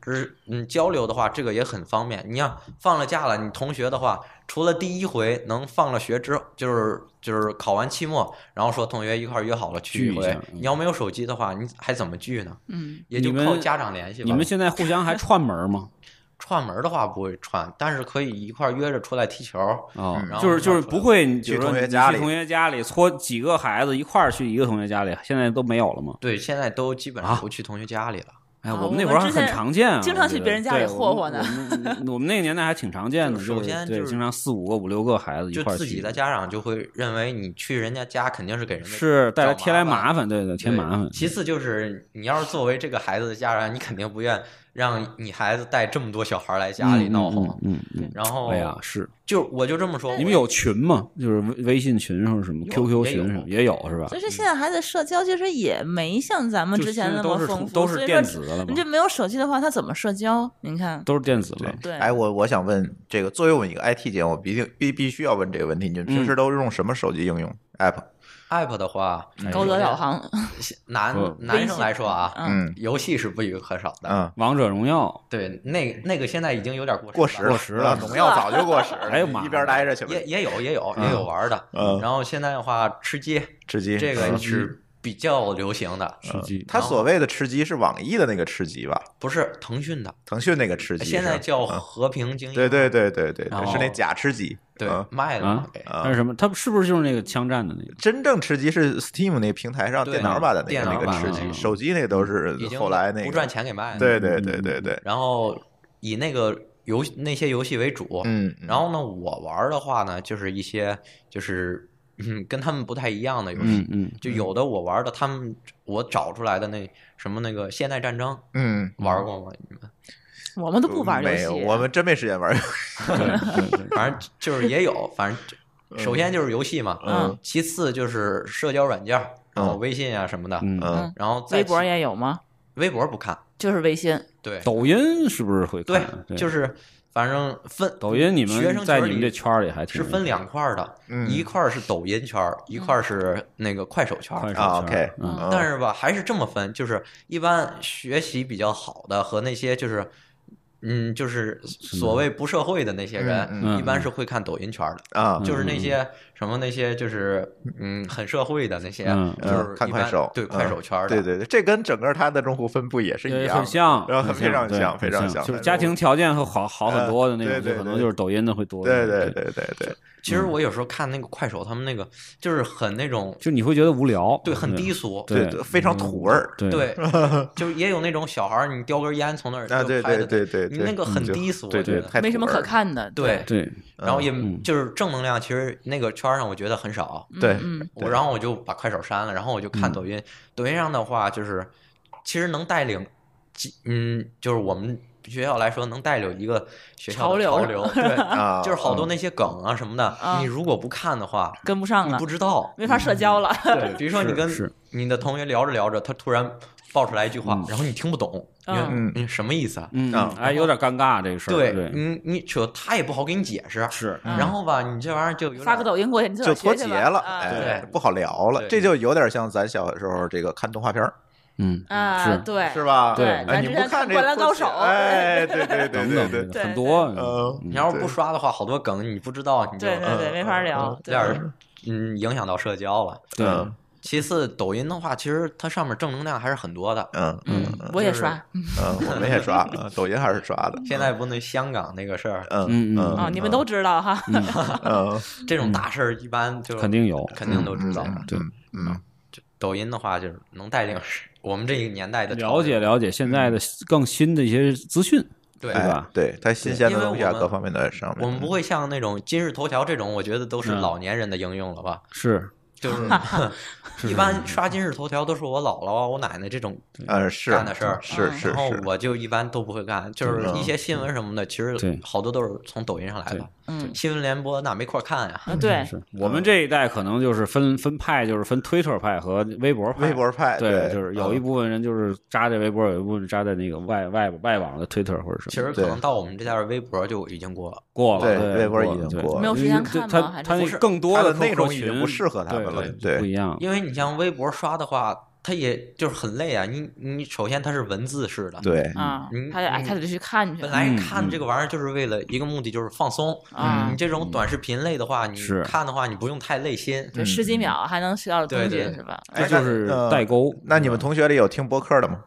Speaker 4: 之嗯交流的话，这个也很方便。你像放了假了，你同学的话，除了第一回能放了学之后，就是就是考完期末，然后说同学一块儿约好了
Speaker 2: 聚
Speaker 4: 去
Speaker 2: 一
Speaker 4: 一回
Speaker 2: 下，嗯
Speaker 4: 你要没有手机的话，你还怎么聚呢？
Speaker 3: 嗯，
Speaker 4: 也就
Speaker 2: 你们
Speaker 4: 靠家长联系吧。
Speaker 2: 你们现在互相还串门吗？
Speaker 4: 串门儿的话不会串，但是可以一块儿约着出来踢球儿。
Speaker 2: 哦
Speaker 4: 嗯然，后
Speaker 2: 就是就是
Speaker 4: 出来
Speaker 2: 不会，你比
Speaker 1: 去
Speaker 2: 如说
Speaker 1: 同学
Speaker 2: 你
Speaker 1: 家里
Speaker 2: 去同学家里搓几个孩子一块儿去一个同学家里，现在都没有了吗？
Speaker 4: 对，现在都基
Speaker 2: 啊
Speaker 4: 本上不去同学家里了。
Speaker 2: 哎，
Speaker 3: 啊
Speaker 2: 我
Speaker 3: 我
Speaker 2: 们那
Speaker 3: 们
Speaker 2: 会儿还
Speaker 3: 之
Speaker 2: 很
Speaker 3: 前
Speaker 2: 常见啊，
Speaker 3: 经
Speaker 2: 我
Speaker 3: 常
Speaker 2: 觉
Speaker 3: 去
Speaker 2: 得
Speaker 3: 别人家
Speaker 2: 对
Speaker 3: 里霍
Speaker 2: 我
Speaker 3: 霍
Speaker 2: 们
Speaker 3: 呢
Speaker 2: 我们我们那个年代还挺常
Speaker 3: [LAUGHS]
Speaker 2: 见的，
Speaker 4: 就
Speaker 2: 就
Speaker 4: 首
Speaker 2: 是
Speaker 4: 先
Speaker 2: 对，
Speaker 4: 就是
Speaker 2: 经常四五个、五六个孩子一
Speaker 4: 就
Speaker 2: 块儿
Speaker 4: 自己
Speaker 2: 去
Speaker 4: 的家长就会认为你去人家家肯定是给人家
Speaker 2: 是带来
Speaker 4: 找
Speaker 2: 添来
Speaker 4: 麻
Speaker 2: 麻烦，对对，添
Speaker 4: 对
Speaker 2: 麻烦。
Speaker 4: 其次就是你要是作为这个孩子的家长，你肯定不愿让你孩子带这么多小孩来家里闹
Speaker 2: 哄
Speaker 4: 哄。，
Speaker 2: 嗯嗯，
Speaker 4: 然
Speaker 3: 哦
Speaker 4: 后，
Speaker 2: 哎呀，是
Speaker 4: 就我就这么
Speaker 1: 哎
Speaker 4: 说，
Speaker 2: 你们
Speaker 4: 我
Speaker 2: 有群吗？就是微微信群或者什么
Speaker 4: 有
Speaker 2: QQ
Speaker 4: 也有
Speaker 2: 群什么也有是吧
Speaker 3: 啊所？以说现在孩子社交其实也没像咱们
Speaker 2: 就
Speaker 3: 之
Speaker 2: 是
Speaker 3: 前
Speaker 2: 现在
Speaker 3: 那
Speaker 2: 都
Speaker 3: 么
Speaker 2: 是
Speaker 3: 丰
Speaker 2: 出
Speaker 3: 富，
Speaker 2: 都
Speaker 3: 所
Speaker 2: 是
Speaker 3: 以
Speaker 2: 电
Speaker 3: 说
Speaker 2: 子的了嘛
Speaker 3: 你，这没有手机的话，他怎么社交？你看，
Speaker 2: 都是电子了。
Speaker 3: 对，
Speaker 1: 哎，我我想问这个，作为我们一个 IT 节目，我必定必必须要问这个问题：你们平时都是用什么手机应用 app？
Speaker 4: app 的话，
Speaker 2: 哎
Speaker 3: 高德导航，
Speaker 4: 男
Speaker 2: 不
Speaker 4: 男生来说啊，
Speaker 3: 嗯，
Speaker 1: 嗯
Speaker 4: 游戏是不可可少的。
Speaker 1: 嗯，
Speaker 2: 王者荣耀，
Speaker 4: 对，那那个现在已经有点过
Speaker 1: 过时
Speaker 4: 时
Speaker 1: 了，嗯
Speaker 4: 了。
Speaker 2: 时了
Speaker 1: 荣耀早就 [LAUGHS] 过时了。
Speaker 2: 哎呦妈
Speaker 1: 一边待着去吧，
Speaker 4: 也也有也有也有玩的，
Speaker 1: 嗯
Speaker 4: 然后现在的话，吃鸡
Speaker 1: 吃鸡
Speaker 4: 这个
Speaker 1: 嗯
Speaker 4: 是比较流行的，
Speaker 2: 吃
Speaker 3: 呃
Speaker 2: 鸡，
Speaker 1: 他所谓的吃鸡是网易的那个吃鸡吧？
Speaker 4: 不是腾讯的，
Speaker 1: 腾讯那个吃鸡是，
Speaker 4: 现在叫
Speaker 1: 嗯
Speaker 4: 和平精英，
Speaker 1: 对对对对对
Speaker 4: 然
Speaker 1: 对，
Speaker 4: 后
Speaker 1: 是那假吃鸡。
Speaker 4: 对
Speaker 1: 嗯，
Speaker 4: 卖了
Speaker 2: 啊
Speaker 4: 嘛给
Speaker 3: 呃
Speaker 2: 那是什么？他是不是就是那个枪战的那个？
Speaker 1: 真正吃鸡是 Steam 那平台上
Speaker 4: 对
Speaker 1: 电脑版的那
Speaker 4: 电
Speaker 1: 个
Speaker 4: 脑
Speaker 1: 那个
Speaker 4: 版
Speaker 1: 吃
Speaker 2: 的
Speaker 1: 鸡，
Speaker 2: 嗯
Speaker 1: 手机那个都是
Speaker 4: 已经
Speaker 1: 后来那
Speaker 4: 不
Speaker 1: 个
Speaker 4: 赚。钱给卖了。嗯
Speaker 1: 对对对对对，
Speaker 4: 然后以那个游那些游戏为主，
Speaker 1: 嗯，
Speaker 4: 然后呢，我玩儿的话呢，就是一些就是嗯跟他们不太一样的游戏，
Speaker 2: 嗯嗯，
Speaker 4: 就有的我玩儿的他们我找出来的那什么那个现代战争
Speaker 1: 嗯，
Speaker 4: 玩儿过吗？你们
Speaker 3: 我们都不玩游
Speaker 1: 没
Speaker 3: 戏，
Speaker 1: 有，我们真没时间玩。
Speaker 2: 对对
Speaker 3: [LAUGHS]
Speaker 2: 对
Speaker 3: 呃
Speaker 4: 反正就是也有，
Speaker 1: [LAUGHS]
Speaker 4: 反正首先就是游戏嘛，
Speaker 3: 嗯
Speaker 4: 其次就是社交软件儿，然后微信啊什么的，
Speaker 2: 嗯，
Speaker 1: 嗯
Speaker 4: 然后再
Speaker 3: 微博
Speaker 4: 其
Speaker 3: 也有吗？
Speaker 4: 微博不看，
Speaker 3: 就是微信，
Speaker 4: 对
Speaker 2: 抖音是不是会
Speaker 4: 对
Speaker 2: 看？，啊
Speaker 4: 就是反正分
Speaker 2: 抖音，你
Speaker 4: 学生
Speaker 2: 们在
Speaker 4: 群
Speaker 2: 你们
Speaker 4: 里
Speaker 2: 这圈儿里还挺
Speaker 4: 是分两块儿的，
Speaker 1: 嗯
Speaker 4: 一块儿是抖音圈儿，一块儿是那个快手圈
Speaker 2: 快
Speaker 4: 儿。
Speaker 2: 手
Speaker 1: 啊
Speaker 2: 圈儿
Speaker 1: ，OK，
Speaker 2: 嗯
Speaker 1: 嗯
Speaker 4: 但是吧，还是这么分，就是一般学习比较好的和那些就是，嗯，就是所谓不社会的那些
Speaker 1: 嗯
Speaker 4: 人，
Speaker 2: 嗯
Speaker 4: 一般是会看抖音圈儿的。
Speaker 1: 啊，
Speaker 4: 就是那些什么那些就是嗯很社会的那些，
Speaker 2: 嗯
Speaker 4: 就
Speaker 1: 嗯
Speaker 4: 是
Speaker 1: 看
Speaker 4: 一般
Speaker 1: 快手，
Speaker 4: 对
Speaker 1: 嗯
Speaker 4: 快手圈儿的，
Speaker 1: 对对对，这跟整个它的用户分布也是一
Speaker 2: 对
Speaker 1: 样
Speaker 2: 很，像，
Speaker 1: 然后
Speaker 2: 很
Speaker 1: 非常
Speaker 2: 对
Speaker 1: 像非常
Speaker 2: 很
Speaker 1: 像
Speaker 2: 就是
Speaker 1: 但
Speaker 2: 家
Speaker 1: 是
Speaker 2: 庭条件会好好很
Speaker 1: 呃
Speaker 2: 多的那
Speaker 1: 对
Speaker 2: 种，
Speaker 1: 对
Speaker 2: 就可能
Speaker 1: 对
Speaker 2: 就是抖音的会多一
Speaker 1: 对
Speaker 2: 点。
Speaker 1: 对
Speaker 4: 嗯
Speaker 1: 对对对，
Speaker 4: 其实我有时候看那个快手，他们那个就是很那种，
Speaker 2: 嗯就你会觉得无聊，嗯
Speaker 4: 对，很低俗，
Speaker 2: 对
Speaker 1: 对，非常土味儿，
Speaker 2: 对，
Speaker 4: 对，
Speaker 1: [LAUGHS]
Speaker 4: 就是也有那种小孩儿，你叼根烟从那儿
Speaker 1: 啊，
Speaker 4: 嗯就
Speaker 1: 对
Speaker 4: 拍
Speaker 1: 对
Speaker 4: 的
Speaker 1: 对对
Speaker 4: 你
Speaker 1: 对，
Speaker 4: 那个很
Speaker 1: 嗯就
Speaker 4: 低俗，
Speaker 1: 对
Speaker 4: 我觉
Speaker 1: 对，
Speaker 4: 得
Speaker 1: 太
Speaker 3: 没什么
Speaker 1: 土味
Speaker 3: 可
Speaker 1: 儿了，
Speaker 3: 看的，
Speaker 4: 对，
Speaker 2: 对，
Speaker 4: 然后也
Speaker 2: 嗯
Speaker 4: 就是正能量，其实那个圈儿上我觉得很少，
Speaker 3: 嗯
Speaker 1: 对
Speaker 3: 嗯，
Speaker 4: 我然后我就把快手删了，然后我就看抖音，抖音上的话就是其实能带领几，嗯，就是我们学校来说能带领一个学校的
Speaker 3: 潮
Speaker 4: 潮
Speaker 3: 流
Speaker 4: 流，
Speaker 3: [LAUGHS]
Speaker 4: 对，
Speaker 1: [LAUGHS] 啊
Speaker 4: 就是好多那些梗啊什么的，
Speaker 3: 嗯
Speaker 4: 你如果不看的话，
Speaker 3: 跟不上
Speaker 4: 你
Speaker 3: 了
Speaker 4: 不，知道，
Speaker 3: 没法社交了。
Speaker 4: 对，比如说你
Speaker 2: 是
Speaker 4: 跟
Speaker 2: 是
Speaker 4: 你的同学聊着聊着，他突然爆出来一句话，然后你听不懂，你说
Speaker 1: 嗯
Speaker 4: 嗯什么意思啊？
Speaker 2: 嗯
Speaker 1: 啊，嗯
Speaker 2: 哎，有点尴尬这个事儿，
Speaker 4: 对
Speaker 2: 对，
Speaker 4: 你你扯他也不好给你解释，
Speaker 2: 是
Speaker 1: 啊
Speaker 3: 嗯
Speaker 4: 然后吧，你这玩意儿就有点
Speaker 3: 发个抖音过去，你自
Speaker 1: 就
Speaker 3: 个儿
Speaker 1: 脱
Speaker 3: 学
Speaker 1: 节
Speaker 3: 去吧
Speaker 1: 了，
Speaker 3: 啊
Speaker 1: 哎，
Speaker 4: 对
Speaker 1: 不好聊了，
Speaker 4: 对
Speaker 1: 这就有点像咱小时候这个看动画片儿，
Speaker 2: 嗯
Speaker 3: 啊，
Speaker 2: 是
Speaker 3: 对，
Speaker 1: 是？吧？
Speaker 2: 对
Speaker 1: 哎，
Speaker 3: 咱
Speaker 1: 你
Speaker 3: 之
Speaker 1: 不
Speaker 3: 前
Speaker 1: 看
Speaker 3: 看
Speaker 1: 这
Speaker 3: 灌篮
Speaker 1: 脱
Speaker 3: 高
Speaker 1: 节 [LAUGHS]
Speaker 3: 手
Speaker 1: 哎，对对对
Speaker 2: [LAUGHS] 等
Speaker 1: 对
Speaker 2: 等
Speaker 1: 对，
Speaker 2: 对
Speaker 3: 对
Speaker 2: 很
Speaker 3: 对
Speaker 2: 多，
Speaker 1: 嗯
Speaker 2: 嗯
Speaker 4: 你要是不刷的话，好多梗你不知道，你就
Speaker 3: 对对对，
Speaker 1: 嗯
Speaker 3: 没法聊
Speaker 1: 嗯，
Speaker 4: 有点儿嗯影响到社交了。
Speaker 2: 对，
Speaker 1: 嗯
Speaker 4: 其次，抖音的话，其实它上面正能量还是很多的。
Speaker 1: 嗯
Speaker 3: 嗯，我也刷
Speaker 1: 嗯，我们也刷，嗯抖音还是刷的，
Speaker 4: 现在不那香港那个事儿，
Speaker 1: 嗯
Speaker 2: 嗯嗯
Speaker 3: 啊，
Speaker 1: 嗯
Speaker 3: 你们都知道哈，
Speaker 1: 嗯
Speaker 4: 这种大事儿一般就
Speaker 2: 肯定有，
Speaker 4: 肯定都知道。
Speaker 2: 对，
Speaker 1: 嗯，
Speaker 4: 抖音的话，就是能带领我们这一个年代的潮
Speaker 2: 了解
Speaker 4: 流
Speaker 2: 了解
Speaker 1: 嗯
Speaker 2: 现在的更新的一些资讯，
Speaker 4: 对
Speaker 2: 哎
Speaker 4: 吧？
Speaker 1: 哎对，它新鲜的东西啊，
Speaker 4: 因为我们
Speaker 1: 各方面都在上面。
Speaker 4: 我们不会像那种今日头条这种，我觉得都是
Speaker 2: 嗯
Speaker 4: 老年人的应用了吧？
Speaker 2: 是
Speaker 4: 就是
Speaker 2: 是
Speaker 4: 一般刷今日头条都是我姥姥啊、我奶奶这种
Speaker 1: 呃是
Speaker 4: 干的事儿
Speaker 1: 是
Speaker 3: 嗯
Speaker 1: 是
Speaker 4: 然后
Speaker 1: 是，
Speaker 4: 我就一般都不会干，就是一些新闻什么的，其
Speaker 2: 对
Speaker 4: 实好多都是从抖音上来的。
Speaker 3: 嗯，
Speaker 4: 新闻联播那没空看呀，
Speaker 3: 啊对，
Speaker 2: 是，我
Speaker 1: 嗯
Speaker 2: 们这一代可能就是分分派，就是分推特派和微博派，
Speaker 1: 微博派
Speaker 2: 对，
Speaker 1: 对
Speaker 2: 就是有
Speaker 1: 嗯
Speaker 2: 一部分人就是扎在微博，有一部分扎在那个外外外网的推特或者什么。
Speaker 4: 其实可能到我们这代人微博就已经过了。
Speaker 2: 过了，
Speaker 1: 对
Speaker 2: 对，
Speaker 1: 微博
Speaker 2: 了
Speaker 1: 已经
Speaker 2: 对
Speaker 1: 过了
Speaker 3: 没有时间看吗
Speaker 2: 他
Speaker 3: 还是
Speaker 2: 他那
Speaker 3: 不是
Speaker 2: 更多
Speaker 1: 他的
Speaker 2: 客
Speaker 1: 内容
Speaker 2: 客
Speaker 1: 已
Speaker 2: 群
Speaker 1: 经不适合他们了对
Speaker 2: 对，不一样。
Speaker 4: 因为你像微博刷的话，它也就是很累啊。你你首先它是文字式的，，
Speaker 1: 对，
Speaker 3: 啊
Speaker 4: 嗯，
Speaker 3: 他得哎，
Speaker 4: 嗯
Speaker 3: 他得去看去
Speaker 4: 本，来
Speaker 2: 嗯
Speaker 4: 嗯看这个玩意儿就是为了一个目的，就是放松。
Speaker 3: 啊
Speaker 4: 你这种短视频类的话，你
Speaker 2: 是
Speaker 4: 看的话，你不用太累心。
Speaker 3: 对，十几秒还能学到东
Speaker 4: 对
Speaker 3: 西
Speaker 4: 对
Speaker 1: 哎
Speaker 3: 是吧？
Speaker 1: 嗯
Speaker 2: 这就是代沟。
Speaker 1: 那你们同学里有听播客的吗？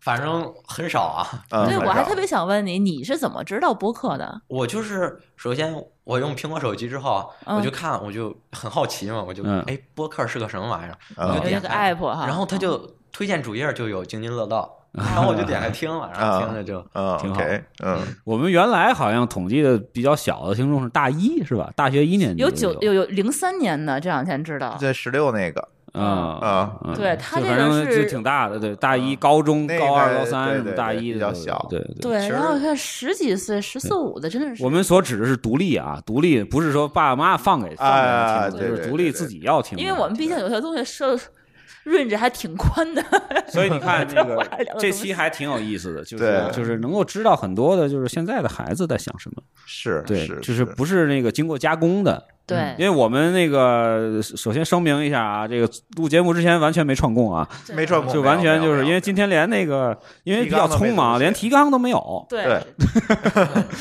Speaker 4: 反正很少啊。 [LAUGHS]
Speaker 1: 嗯
Speaker 3: 对，
Speaker 1: 很
Speaker 3: 我还
Speaker 1: 少
Speaker 3: 特别想问你，你是怎么知道播客的？
Speaker 4: 我就是首先我用苹果手机之后，
Speaker 3: 嗯
Speaker 4: 我就看，我就很好奇嘛，我就
Speaker 2: 嗯
Speaker 4: 哎播客是个什么玩意儿，
Speaker 1: 嗯
Speaker 4: 我就
Speaker 3: 哦有那
Speaker 4: 点
Speaker 3: 个
Speaker 4: 开
Speaker 3: app，哈，
Speaker 4: 哦
Speaker 3: 啊嗯
Speaker 4: 然后他就推荐主页就有津津乐道，然后我就点开听了，然后听着就
Speaker 1: 嗯
Speaker 2: 挺好
Speaker 1: ，OK，嗯，
Speaker 2: 我们原来好像统计的比较小的听众是大一，是吧？大学一年级
Speaker 3: 有
Speaker 2: 就
Speaker 3: 九有有零三年的，这两天知道。
Speaker 1: 在十六那个
Speaker 2: 啊
Speaker 1: 啊，
Speaker 2: 嗯
Speaker 3: 对他
Speaker 2: 就
Speaker 3: 这
Speaker 2: 反
Speaker 3: 个
Speaker 2: 正就是挺大的，对大一、
Speaker 1: 嗯
Speaker 2: 高中、
Speaker 1: 那
Speaker 2: 高二、
Speaker 1: 个
Speaker 2: 高三
Speaker 1: 对
Speaker 2: 什么
Speaker 1: 对
Speaker 2: 大
Speaker 1: 对
Speaker 2: 一的
Speaker 1: 比较
Speaker 2: 都有
Speaker 1: 小
Speaker 2: 对对。
Speaker 3: 对，
Speaker 4: 其实
Speaker 3: 然后看十几岁、十四五的，真的是
Speaker 2: 我们所指的是独立啊，独立不是说爸妈放给放给他听的，
Speaker 1: 哎
Speaker 2: 就
Speaker 1: 对
Speaker 2: 是
Speaker 1: 对
Speaker 2: 独
Speaker 1: 对
Speaker 2: 立
Speaker 1: 对
Speaker 2: 自己要听的。
Speaker 3: 因为我们毕竟有些东西受润着还挺宽的。
Speaker 2: 所以你看这
Speaker 3: 我
Speaker 2: 个
Speaker 3: 还聊
Speaker 2: 这
Speaker 3: 了嗯这么
Speaker 2: 期还挺有意思的，就是
Speaker 1: 对
Speaker 2: 就是能够知道很多的，就是现在的孩子在想什么。
Speaker 1: 是
Speaker 2: 对，
Speaker 1: 是，
Speaker 2: 就是不是那个经过加工的。
Speaker 3: 对
Speaker 2: 因为我们那个首先声明一下啊，这个录节目之前完全没串供啊，
Speaker 3: 对
Speaker 1: 没转过，
Speaker 2: 就完全
Speaker 1: 没有
Speaker 2: 就
Speaker 1: 没
Speaker 2: 是
Speaker 1: 有
Speaker 2: 因为今天连那个因为比较匆忙，连提纲都没有。
Speaker 3: 对， [LAUGHS]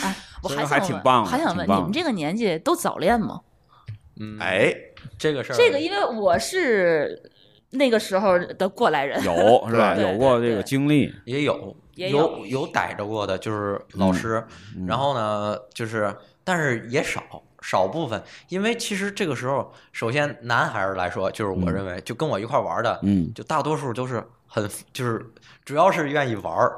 Speaker 3: 哎，我
Speaker 2: 所以
Speaker 3: 还
Speaker 2: 还
Speaker 3: 想
Speaker 2: 挺
Speaker 3: 问
Speaker 2: 棒的
Speaker 3: 还想
Speaker 2: 挺
Speaker 3: 问
Speaker 2: 棒
Speaker 3: 你们
Speaker 2: 的
Speaker 3: 这个年纪都早恋吗？
Speaker 4: 嗯，
Speaker 1: 哎，
Speaker 4: 这个事儿，
Speaker 3: 这个因为我是那个时候的过来人，
Speaker 2: 有是吧？
Speaker 1: 对
Speaker 2: 有过这
Speaker 3: 对
Speaker 2: 个经历，
Speaker 4: 也有，
Speaker 3: 也有
Speaker 4: 有有逮着过的，就是老师。然后呢，就是但是也少少部分，因为其实这个时候，首先男孩儿来说，就是我认为，就跟我一块儿玩儿的，
Speaker 2: 嗯，
Speaker 4: 就大多数都是很就是主要是愿意玩儿。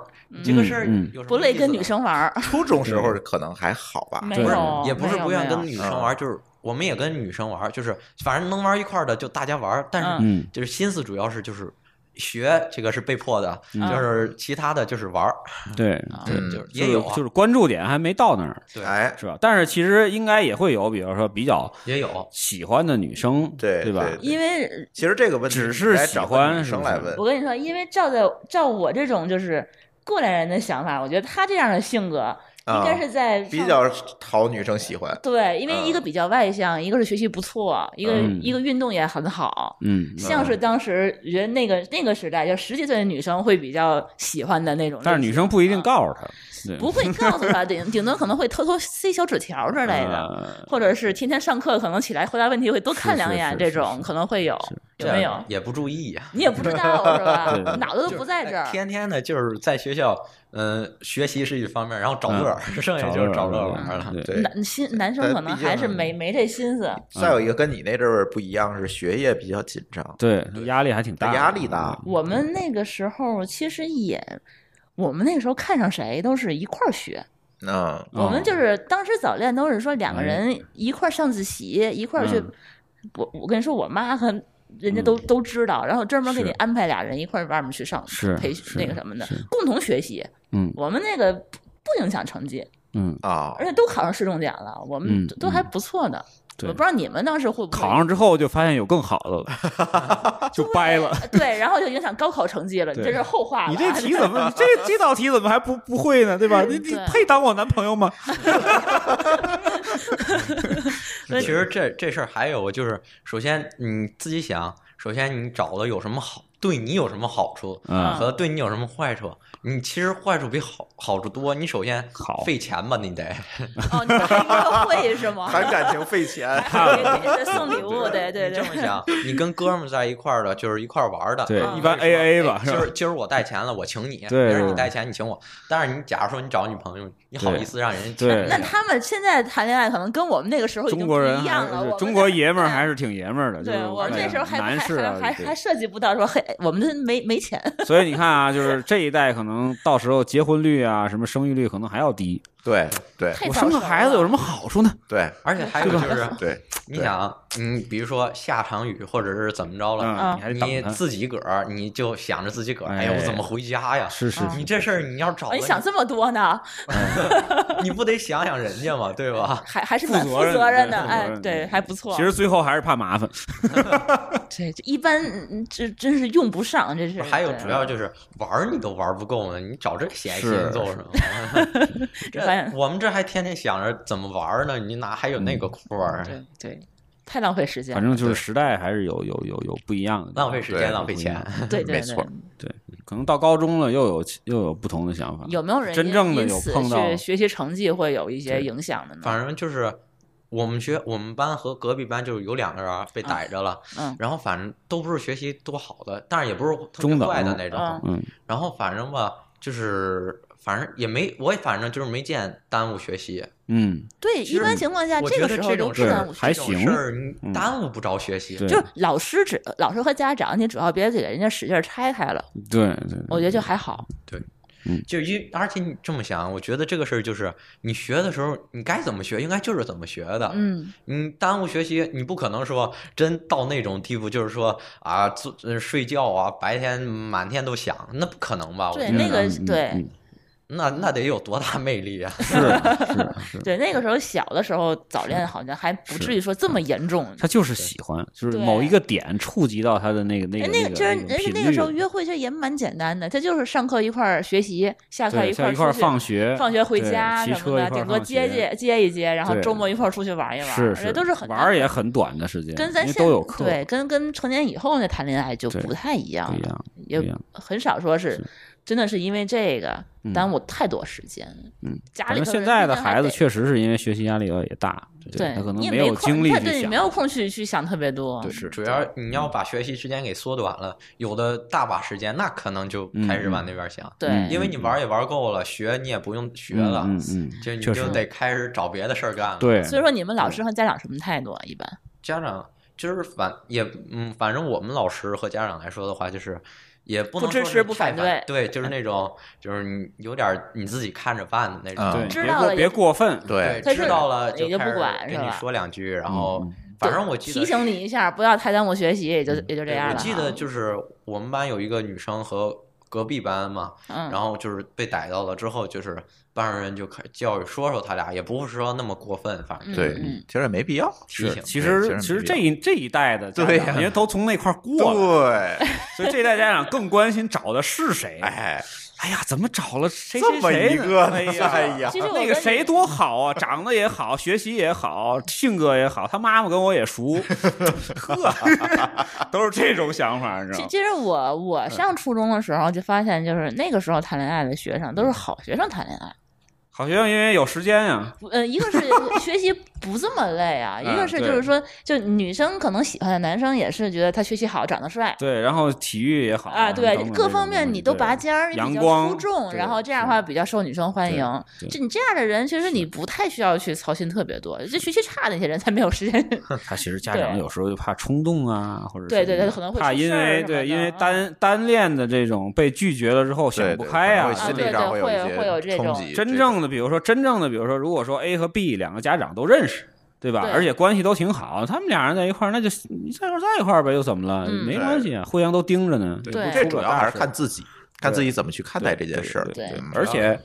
Speaker 4: 这个事儿
Speaker 2: 嗯嗯
Speaker 4: 有什么
Speaker 3: 不乐意
Speaker 4: 意思
Speaker 3: 跟
Speaker 4: 呢
Speaker 3: 女生玩儿，
Speaker 1: 初中时候可能还好吧，
Speaker 3: 没
Speaker 2: 对
Speaker 3: 有，
Speaker 4: 也不是
Speaker 3: 没有
Speaker 4: 不愿意
Speaker 3: 没有
Speaker 4: 跟女生玩儿，就是我们也跟女生玩儿，就是反正能玩儿一块儿的就大家玩儿，但是
Speaker 2: 嗯
Speaker 4: 就是心思主要是就是学这个是被迫的，
Speaker 2: 嗯
Speaker 3: 啊
Speaker 4: 就是其他的就是玩儿，
Speaker 2: 对，
Speaker 4: 对
Speaker 1: 嗯
Speaker 4: [LAUGHS] 就是
Speaker 2: 就
Speaker 4: 也有
Speaker 2: 是
Speaker 4: 啊
Speaker 2: 就是关注点还没到那儿，
Speaker 4: 对
Speaker 1: 哎，
Speaker 2: 是吧？但是其实应该也会有，比如说比较
Speaker 4: 也有，
Speaker 2: 喜欢的女生，
Speaker 1: 对
Speaker 2: 对吧？
Speaker 1: 对
Speaker 3: 因为
Speaker 1: 其实这个问题
Speaker 2: 只是
Speaker 1: 应该
Speaker 2: 喜
Speaker 1: 找个
Speaker 2: 欢
Speaker 1: 女
Speaker 2: 是不
Speaker 1: 生
Speaker 2: 是
Speaker 1: 来问
Speaker 3: 我，跟你说，因为照在照我这种就是过来人的想法，我觉得他这样的性格应该
Speaker 1: 啊
Speaker 3: 是在
Speaker 1: 比
Speaker 3: 上
Speaker 1: 较讨女生喜欢，
Speaker 3: 对，因为一个
Speaker 1: 嗯
Speaker 3: 比较外向，一个是学习不错，一个
Speaker 2: 嗯
Speaker 3: 一个运动也很好。
Speaker 2: 嗯，
Speaker 3: 像是当时觉得那个那个时代，就十几岁的女生会比较喜欢的那种类型。
Speaker 2: 但是女生不一定告诉他，对 [LAUGHS]
Speaker 3: 不会告诉他，顶顶多可能会偷偷塞小纸条之类的，
Speaker 2: 呃
Speaker 3: 或者是天天上课可能起来回答问题会多看
Speaker 2: 是
Speaker 3: 两
Speaker 2: 是
Speaker 3: 眼，
Speaker 2: 是
Speaker 3: 这
Speaker 2: 是
Speaker 3: 种
Speaker 2: 是
Speaker 3: 可能会有，有
Speaker 4: 这
Speaker 3: 没
Speaker 4: 样
Speaker 3: 有？
Speaker 4: 也不注意呀、
Speaker 3: 你也不知道是吧？
Speaker 2: 对
Speaker 3: 脑子都不在
Speaker 4: 哎
Speaker 3: 这儿。
Speaker 4: 天天的就是在学校，嗯、学习是一方面，然后找乐儿， [LAUGHS] 剩下就是找乐儿玩儿了。
Speaker 2: 对，呃
Speaker 1: 对。
Speaker 3: 男心男生
Speaker 1: 但
Speaker 3: 可能
Speaker 1: 毕竟
Speaker 3: 还是没没这心思，
Speaker 2: 嗯
Speaker 1: 再有一个跟你那阵儿不一样，是学业比较紧张，
Speaker 2: 对，压力还挺大，
Speaker 1: 压力大，
Speaker 3: 我们那个时候其实也，我们那个时候看上谁都是一块儿学，
Speaker 1: 嗯，
Speaker 2: 哦哎
Speaker 3: 我们就是当时早恋都是说两个人一块儿上自习，一块儿去
Speaker 2: 嗯。
Speaker 3: 我我跟你说，我妈和人家都、都知道，然后专门给你
Speaker 2: 是
Speaker 3: 安排俩人一块儿外面去上
Speaker 2: 是
Speaker 3: 培
Speaker 2: 是
Speaker 3: 那个什么的
Speaker 2: 是，
Speaker 3: 共同学习。
Speaker 2: 嗯
Speaker 3: 我们那个不不影响成绩，
Speaker 2: 嗯，
Speaker 1: 啊
Speaker 3: 而，且都考上市重点了，我们
Speaker 2: 嗯
Speaker 3: 都都还不错的。
Speaker 2: 对
Speaker 3: 我不知道你们当时会不会
Speaker 2: 考上之后就发现有更好的了，就 [LAUGHS] 掰了。
Speaker 3: 对，然后就影响高考成绩了，你
Speaker 2: 对
Speaker 3: 这是后话了啊。
Speaker 2: 你这题怎么？你这这道题怎么还不不会呢？对吧？你你
Speaker 3: 对
Speaker 2: 配当我男朋友吗？
Speaker 4: 其实这这事儿还有就是，首先你自己想，首先你找的有什么好，对你有什么好处，
Speaker 2: 嗯
Speaker 4: 和对你有什么坏处，你其实坏处比好好处多。你首先
Speaker 2: 好
Speaker 4: 费钱吧，你得
Speaker 3: 哦，你们还约会
Speaker 1: [LAUGHS]
Speaker 3: 是吗？
Speaker 1: [LAUGHS]
Speaker 3: [LAUGHS]
Speaker 1: 谈感情费钱，
Speaker 3: 给给给送礼物， [LAUGHS] 对对
Speaker 4: 你
Speaker 3: 对
Speaker 4: 这。么想，你跟哥们儿在一块儿的，就是一块儿玩儿的，啊
Speaker 2: 对
Speaker 3: 嗯，
Speaker 2: 一般 A A
Speaker 4: [LAUGHS]
Speaker 2: 吧，是
Speaker 4: 今
Speaker 2: 吧
Speaker 4: 儿？今儿我带钱了，我请你；
Speaker 2: 对
Speaker 4: 明儿你带钱，你请我。但是你假如说你找女朋友，你好意思让人家请
Speaker 2: 对
Speaker 4: 你
Speaker 3: [LAUGHS] 那他们现在谈恋爱可能跟我们那个时候已经
Speaker 2: 中
Speaker 3: 不
Speaker 2: 国人
Speaker 3: 一样
Speaker 2: 还
Speaker 3: 了。我
Speaker 2: 是
Speaker 3: 们
Speaker 2: 中
Speaker 3: 那
Speaker 2: 国爷们儿还是挺爷们儿的，就
Speaker 3: 对，
Speaker 2: 是
Speaker 3: 我们
Speaker 2: 哎
Speaker 3: 那
Speaker 2: 呀
Speaker 3: 时候还
Speaker 2: 男士啊，
Speaker 3: 还还
Speaker 2: 对
Speaker 3: 还涉及不到说嘿，我们这没没钱。
Speaker 2: 所以你看啊，就是这一代可能到时候结婚率啊，什么生育率可能还要低。
Speaker 1: 对对
Speaker 3: 太
Speaker 2: 我
Speaker 3: 早
Speaker 2: 生个
Speaker 3: 熟
Speaker 2: 孩子
Speaker 3: 了
Speaker 2: 有什么好处呢？
Speaker 1: 对
Speaker 4: 而且还有就是，
Speaker 2: [LAUGHS]
Speaker 1: 对，
Speaker 4: 你想，嗯，比如说下场雨或者是怎么着了，
Speaker 2: 嗯，
Speaker 3: 嗯
Speaker 2: 你还得
Speaker 4: 你
Speaker 2: 等他。
Speaker 4: 自己个儿，你就想着自己个儿，
Speaker 2: 哎
Speaker 4: 哎呀，我怎么回家呀？
Speaker 2: 是是
Speaker 3: 啊
Speaker 4: 你这事儿你要找
Speaker 3: 啊
Speaker 4: 了，
Speaker 3: 你想这么多呢，
Speaker 4: 你不得想想人家嘛，对吧？
Speaker 3: 还还是
Speaker 2: 负
Speaker 3: 蛮
Speaker 2: 责
Speaker 3: 负
Speaker 2: 任
Speaker 3: 责
Speaker 2: 的
Speaker 3: 任的，
Speaker 2: 负责
Speaker 3: 哎
Speaker 2: 任，的
Speaker 3: 对，还不错。
Speaker 2: 其实最后还是怕麻烦，
Speaker 3: 这这一般嗯这真是用不上，这 [LAUGHS] 是。
Speaker 4: 还有
Speaker 3: 对
Speaker 4: 主要就是玩儿你都玩儿不够呢，你找这闲心
Speaker 2: 是
Speaker 4: 做什么？ [LAUGHS]
Speaker 3: 这发现
Speaker 4: 这我们这还天天想着怎么玩儿呢，你哪还有
Speaker 2: 嗯
Speaker 4: 那个空儿？
Speaker 3: 对对，太浪费时间了。
Speaker 2: 反正就是时代还是有有有有不一样的地方，
Speaker 4: 浪费时
Speaker 1: 对
Speaker 4: 间，浪费钱。
Speaker 3: 对对
Speaker 1: 没
Speaker 3: 对
Speaker 1: 错，
Speaker 2: 可能到高中了又有又有不同的想法。
Speaker 3: 有没有人
Speaker 2: 啊真
Speaker 3: 因
Speaker 2: 正的
Speaker 3: 因
Speaker 2: 有
Speaker 3: 此
Speaker 2: 碰到
Speaker 3: 去学习成绩会有一些
Speaker 2: 对
Speaker 3: 影响的呢？
Speaker 4: 反正就是我们学我们班和隔壁班就是有两个人被逮着了，
Speaker 3: 嗯
Speaker 4: 然后反正都不是学习多好的，但是也不是特别
Speaker 2: 中等
Speaker 4: 坏的那种。
Speaker 3: 嗯
Speaker 2: 嗯，
Speaker 4: 然后反正吧，就是反正也没，我也反正就是没见耽误学习。
Speaker 2: 嗯，
Speaker 3: 对，
Speaker 4: 其实
Speaker 3: 一般情况下
Speaker 4: 我
Speaker 3: 这
Speaker 4: 觉
Speaker 3: 个
Speaker 4: 得
Speaker 3: 时候
Speaker 4: 这
Speaker 3: 都不
Speaker 4: 种事
Speaker 3: 耽
Speaker 4: 儿
Speaker 3: 误学习，
Speaker 2: 还
Speaker 4: 这
Speaker 2: 行
Speaker 4: 种事儿你
Speaker 2: 嗯
Speaker 4: 耽误不着学习。
Speaker 2: 对
Speaker 3: 就是老师只老师和家长，你主要别给人家使劲儿拆开了，
Speaker 2: 对对，
Speaker 3: 我觉得就还好。
Speaker 2: 嗯
Speaker 4: 就因而且你这么想，我觉得这个事儿就是你学的时候，你该怎么学，应该就是怎么学的。
Speaker 3: 嗯，
Speaker 4: 你耽误学习，你不可能说真到那种地步，就是说啊，做呃睡觉啊，白天满天都想，那不可能吧？我
Speaker 3: 对
Speaker 4: 觉得
Speaker 3: 那个
Speaker 2: 嗯嗯
Speaker 3: 对
Speaker 2: 嗯
Speaker 4: 那那得有多大魅力啊！
Speaker 3: [LAUGHS]
Speaker 2: 嗯是是是，嗯
Speaker 3: 对，那个时候小的时候早恋好像还不至于说这么严重。
Speaker 2: 他就是喜欢，就是
Speaker 3: 对
Speaker 2: 某一个点触及到他的那个那
Speaker 3: 哎
Speaker 2: 个，
Speaker 3: 那
Speaker 2: 个
Speaker 3: 个就是
Speaker 2: 那
Speaker 3: 人
Speaker 2: 个
Speaker 3: 家
Speaker 2: 频
Speaker 3: 那个时候
Speaker 2: 率
Speaker 3: 约会，这也蛮简单的，他就是上课一块儿学习，下课
Speaker 2: 对，
Speaker 3: 一块
Speaker 2: 像
Speaker 3: 儿
Speaker 2: 一块儿
Speaker 3: 出去
Speaker 2: 放学，
Speaker 3: 放学回
Speaker 2: 对
Speaker 3: 家
Speaker 2: 骑
Speaker 3: 什
Speaker 2: 车
Speaker 3: 么
Speaker 2: 一块
Speaker 3: 的，
Speaker 2: 儿
Speaker 3: 顶多
Speaker 2: 放
Speaker 3: 接
Speaker 2: 学
Speaker 3: 接接一接，然后
Speaker 2: 对
Speaker 3: 周末一块儿出去玩一玩，
Speaker 2: 是
Speaker 3: 这
Speaker 2: 是，
Speaker 3: 都是很
Speaker 2: 玩儿也很短的时间，
Speaker 3: 跟咱
Speaker 2: 因为
Speaker 3: 现
Speaker 2: 都有课，
Speaker 3: 对，跟跟成年以后那谈恋爱就
Speaker 2: 对
Speaker 3: 不太一样
Speaker 2: 不
Speaker 3: 了，
Speaker 2: 一样，不一
Speaker 3: 也
Speaker 2: 样
Speaker 3: 很少说是
Speaker 2: 是
Speaker 3: 真的是因为这个
Speaker 2: 嗯
Speaker 3: 耽误太多时间。
Speaker 2: 嗯，
Speaker 3: 家
Speaker 2: 反
Speaker 3: 里
Speaker 2: 正
Speaker 3: 头
Speaker 2: 现
Speaker 3: 人
Speaker 2: 在的
Speaker 3: 天天还
Speaker 2: 孩子
Speaker 3: 得
Speaker 2: 确实是因为学习压力有点也大，
Speaker 3: 对，
Speaker 2: 他可能
Speaker 3: 你也
Speaker 2: 有
Speaker 3: 空
Speaker 2: 精力
Speaker 3: 他
Speaker 2: 去
Speaker 3: 对你
Speaker 2: 想
Speaker 3: 没，有空去去想特别
Speaker 2: 嗯
Speaker 3: 多。
Speaker 2: 对是嗯
Speaker 4: 主要你要把学习时间给缩短了，有的大把时间，那可能就开始往那边想。
Speaker 3: 对
Speaker 2: 嗯
Speaker 4: 因为你玩也玩够了，学你也不用学了，
Speaker 2: 嗯嗯嗯
Speaker 4: 就你
Speaker 2: 确实
Speaker 4: 就得开始找别的事儿干了。，
Speaker 2: 对，
Speaker 3: 所以说你们老师和家长什么态度啊？一般
Speaker 4: 家长就是反也嗯，反正我们老师和家长来说的话，就是也不能
Speaker 3: 不支
Speaker 4: 说
Speaker 3: 持
Speaker 4: 是
Speaker 3: 不
Speaker 4: 太
Speaker 3: 反
Speaker 4: 反对，就是
Speaker 2: 嗯
Speaker 4: 那种就是你有点儿你自己看着办的那种。
Speaker 1: 啊
Speaker 2: 对，
Speaker 1: 嗯
Speaker 3: 知
Speaker 2: 别
Speaker 3: 道
Speaker 2: 过
Speaker 3: 了
Speaker 2: 别
Speaker 3: 也
Speaker 2: 过分，
Speaker 1: 对，
Speaker 3: 他
Speaker 4: 知
Speaker 3: 是
Speaker 4: 道了
Speaker 3: 也就
Speaker 4: 开
Speaker 3: 不
Speaker 4: 始
Speaker 3: 管是
Speaker 4: 跟你
Speaker 3: 吧
Speaker 4: 说两句，然后
Speaker 2: 嗯
Speaker 4: 反正我记得
Speaker 3: 提醒你一下，不要太耽误学习，也就也就这
Speaker 4: 对
Speaker 3: 样了啊哈。
Speaker 4: 我记得就是我们班有一个女生和隔壁班嘛，
Speaker 3: 嗯，
Speaker 4: 然后就是被逮到了之后，就是班上人就开教育说说他俩，也不是说那么过分，反
Speaker 3: 嗯
Speaker 4: 正
Speaker 1: 对
Speaker 3: 嗯，
Speaker 1: 其实也没必要。嗯
Speaker 4: 提
Speaker 2: 是
Speaker 4: 醒。
Speaker 2: 其
Speaker 1: 对
Speaker 2: 实
Speaker 1: 其
Speaker 2: 其
Speaker 1: 实没
Speaker 2: 实
Speaker 1: 必
Speaker 2: 这一这一代的家
Speaker 1: 对
Speaker 2: 长
Speaker 1: 呀
Speaker 2: 因为都从那块儿过了，
Speaker 1: 对，
Speaker 2: 所以这一代家长更关心找的是谁。
Speaker 1: 哎，
Speaker 2: 哎呀，怎么找了谁
Speaker 1: 这
Speaker 2: 谁
Speaker 1: 么
Speaker 2: 谁
Speaker 1: 一
Speaker 2: 呢
Speaker 1: 个呢
Speaker 2: 哎呀，
Speaker 1: 哎呀
Speaker 3: 其实我
Speaker 2: 那个
Speaker 3: 跟你
Speaker 2: 谁多好啊，长得也好，学习也好，性格也好，他妈妈跟我也熟，
Speaker 1: [LAUGHS]
Speaker 2: 呵， [LAUGHS] 都是这种想法，你知道
Speaker 3: 其
Speaker 2: 吗？
Speaker 3: 其实我我
Speaker 2: 嗯
Speaker 3: 上初中的时候就发现，就是那个时候谈恋爱的学生
Speaker 2: 嗯
Speaker 3: 都是好学生谈恋爱。
Speaker 2: 好学生因为有时间啊呀，
Speaker 3: 不呃，
Speaker 2: [LAUGHS]
Speaker 3: 一个是学习不这么累啊，一个
Speaker 2: 嗯
Speaker 3: 是
Speaker 2: 对
Speaker 3: 就是说，就女生可能喜欢的男生也是觉得他学习好，长得帅。
Speaker 2: 对，然后体育也好
Speaker 3: 啊，对
Speaker 2: 哦等，等
Speaker 3: 各
Speaker 2: 这种
Speaker 3: 方面你都
Speaker 2: 对
Speaker 3: 拔尖儿，你
Speaker 2: 阳
Speaker 3: 比较
Speaker 2: 光
Speaker 3: 出众，
Speaker 2: 对
Speaker 3: 然后这样的话比较受女生欢迎。
Speaker 2: 对
Speaker 3: 就你这样的人，其实你不太需要去操心特别多，就学习差的那些人才没有时间。 [LAUGHS]
Speaker 2: 他其实家长
Speaker 3: 对
Speaker 2: 有时候就怕冲动啊，或者
Speaker 3: 对
Speaker 2: 什
Speaker 3: 对
Speaker 2: 么
Speaker 3: 对
Speaker 2: 的
Speaker 3: 可能会
Speaker 2: 怕
Speaker 3: 出
Speaker 2: 因
Speaker 3: 事儿
Speaker 2: 为
Speaker 3: 什么
Speaker 2: 对，因
Speaker 3: 的
Speaker 2: 为
Speaker 3: 啊
Speaker 2: 单单恋的这种被拒绝了之后想
Speaker 1: 对
Speaker 2: 不
Speaker 1: 对
Speaker 2: 开呀、
Speaker 1: 可能会
Speaker 3: 啊
Speaker 1: 心
Speaker 3: 对
Speaker 1: 理上
Speaker 3: 对
Speaker 1: 有
Speaker 3: 会
Speaker 1: 一些
Speaker 3: 会有这
Speaker 1: 冲
Speaker 3: 种
Speaker 1: 击。
Speaker 2: 真
Speaker 1: 这
Speaker 2: 正的，比如说真正的，比如说，如果说 A 和 B 两个家长都认识，对吧？
Speaker 3: 对
Speaker 2: 而且关系都挺好，他们俩人在一块儿，那就你在一块儿在一块儿呗，又怎么了？
Speaker 3: 嗯
Speaker 2: 没关系啊，互相都盯着呢。
Speaker 3: 对
Speaker 2: 不
Speaker 1: 这
Speaker 2: 出
Speaker 1: 主
Speaker 2: 了
Speaker 1: 要
Speaker 2: 大
Speaker 1: 还是
Speaker 2: 事
Speaker 1: 看自己，看自己怎么去看待这件事儿。
Speaker 3: 对
Speaker 1: 嗯
Speaker 2: 而且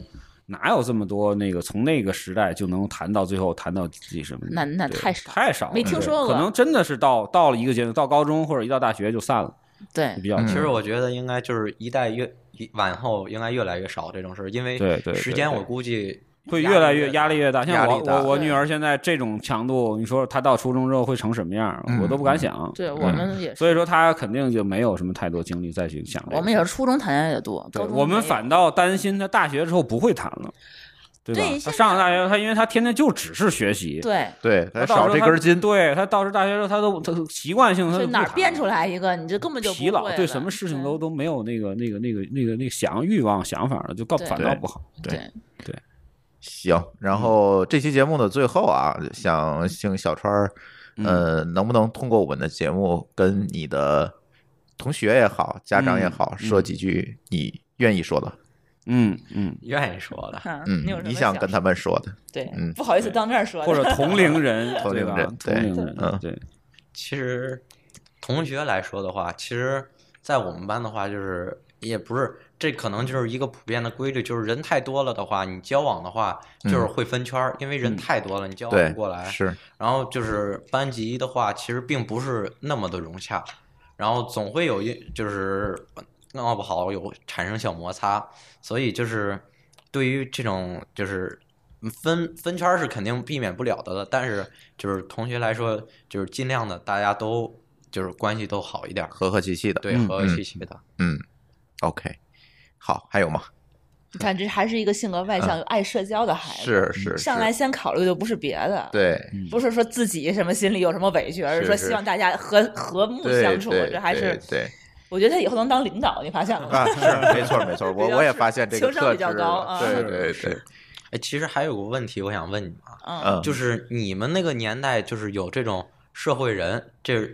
Speaker 2: 哪有这么多那个从那个时代就能谈到最后谈到自己什么？
Speaker 3: 那那
Speaker 2: 对
Speaker 3: 太少
Speaker 2: 太少了，
Speaker 3: 没听
Speaker 2: 对
Speaker 3: 说过
Speaker 2: 可能真的是到到了一个阶段，到高中或者一到大学就散了，
Speaker 3: 对
Speaker 2: 就比较
Speaker 1: 嗯
Speaker 4: 其实我觉得应该就是一代越一往后应该越来越少这种事儿，因为
Speaker 2: 对对对
Speaker 4: 时间
Speaker 2: 对
Speaker 4: 我估计
Speaker 2: 会越来越压
Speaker 4: 压
Speaker 2: 力越大。像
Speaker 1: 压
Speaker 2: 我
Speaker 1: 力大
Speaker 2: 我我
Speaker 3: 对
Speaker 2: 女儿现在这种强度，你说她到初中之后会成什么样，
Speaker 1: 嗯
Speaker 2: 我都不敢想。
Speaker 3: 对，我们也是，
Speaker 2: 所以说她肯定就没有什么太多精力再去想这个。
Speaker 3: 我们也是初中谈恋爱的多，
Speaker 2: 嗯对，
Speaker 3: 高中
Speaker 2: 我
Speaker 3: 没
Speaker 2: 们
Speaker 3: 有
Speaker 2: 反倒担心她大学之后不会谈了，对吧她
Speaker 3: 对？现
Speaker 2: 上了
Speaker 3: 在
Speaker 2: 大学，她因为她天天就只是学习，
Speaker 3: 对。
Speaker 1: 对，咱
Speaker 2: 她到时
Speaker 1: 少
Speaker 2: 候
Speaker 1: 这
Speaker 2: 她
Speaker 1: 根筋。
Speaker 2: 对她到时候大学之后，她都她都习惯性她
Speaker 3: 是
Speaker 2: 都
Speaker 3: 哪
Speaker 2: 不
Speaker 3: 儿
Speaker 2: 谈
Speaker 3: 编
Speaker 2: 了
Speaker 3: 出来一个，你这根本就不
Speaker 2: 疲劳，
Speaker 3: 会
Speaker 2: 对
Speaker 3: 了
Speaker 2: 什么事情都都没有那个那个那个那个那个想欲望想法了，就告
Speaker 3: 对
Speaker 2: 反倒
Speaker 1: 嗯
Speaker 2: 不好。
Speaker 3: 对
Speaker 1: 行，然后
Speaker 3: 嗯
Speaker 1: 这期节目的最后啊，想请小川儿，
Speaker 2: 嗯
Speaker 1: 呃，能不能通过我们的节目跟你的同学也好，家长也好，
Speaker 2: 嗯嗯
Speaker 1: 说几句你愿意说的，
Speaker 2: 嗯嗯，
Speaker 4: 愿意说的。
Speaker 3: 嗯
Speaker 1: 嗯
Speaker 3: 啊你有什，么
Speaker 1: 你想跟他们说的，
Speaker 3: 对
Speaker 1: 嗯，
Speaker 3: 不好意思当面 [LAUGHS] 说的，
Speaker 2: 或者同龄人，
Speaker 3: [LAUGHS]
Speaker 1: 同
Speaker 2: 对
Speaker 1: 龄
Speaker 2: 吧
Speaker 1: 人
Speaker 2: 同
Speaker 1: 对
Speaker 2: 龄人
Speaker 1: 嗯，
Speaker 2: 对，
Speaker 4: 其实同学来说的话，其实，在我们班的话，就是也不是这，可能就是一个普遍的规律，就是人太多了的话，你交往的话就是
Speaker 2: 嗯
Speaker 4: 会分圈儿，因为人太多了，你交往
Speaker 1: 对
Speaker 4: 不过来。
Speaker 1: 是，
Speaker 4: 然后就是班级的话，其实并不是那么的融洽，然后总会有一就是闹不好有产生小摩擦，所以就是对于这种就是分分圈儿是肯定避免不了的了，但是就是同学来说，就是尽量的大家都就是关系都好一点儿，
Speaker 1: 和和气气的，
Speaker 4: 对，
Speaker 2: 嗯
Speaker 4: 和和气气的。
Speaker 1: 嗯，OK，好，还有吗？
Speaker 3: 你看，这还是一个性格外向、爱社交的孩子。
Speaker 1: 嗯是是，
Speaker 3: 上
Speaker 1: 是
Speaker 3: 来先考虑的不是别的，
Speaker 1: 对
Speaker 2: 嗯
Speaker 3: 不是说自己什么心里有什么委屈，而
Speaker 1: 是
Speaker 3: 说
Speaker 1: 是
Speaker 3: 希望大家和和睦
Speaker 1: 对
Speaker 3: 相处。
Speaker 1: 对
Speaker 3: 这还是
Speaker 1: 对对
Speaker 3: 我觉得他以后能当领导，你发现了吗？
Speaker 1: 啊，
Speaker 3: [LAUGHS]
Speaker 1: 是没错没错，我
Speaker 3: 比较
Speaker 1: 我也发现这个
Speaker 3: 情商
Speaker 1: 特
Speaker 3: 比
Speaker 1: 质
Speaker 3: 较高
Speaker 1: 了，
Speaker 3: 啊
Speaker 1: 对对
Speaker 4: 是
Speaker 1: 对，
Speaker 4: 哎，其实还有个问题，我想问你们啊，
Speaker 3: 嗯，
Speaker 1: 嗯，
Speaker 4: 就是你们那个年代，就是有这种社会人，这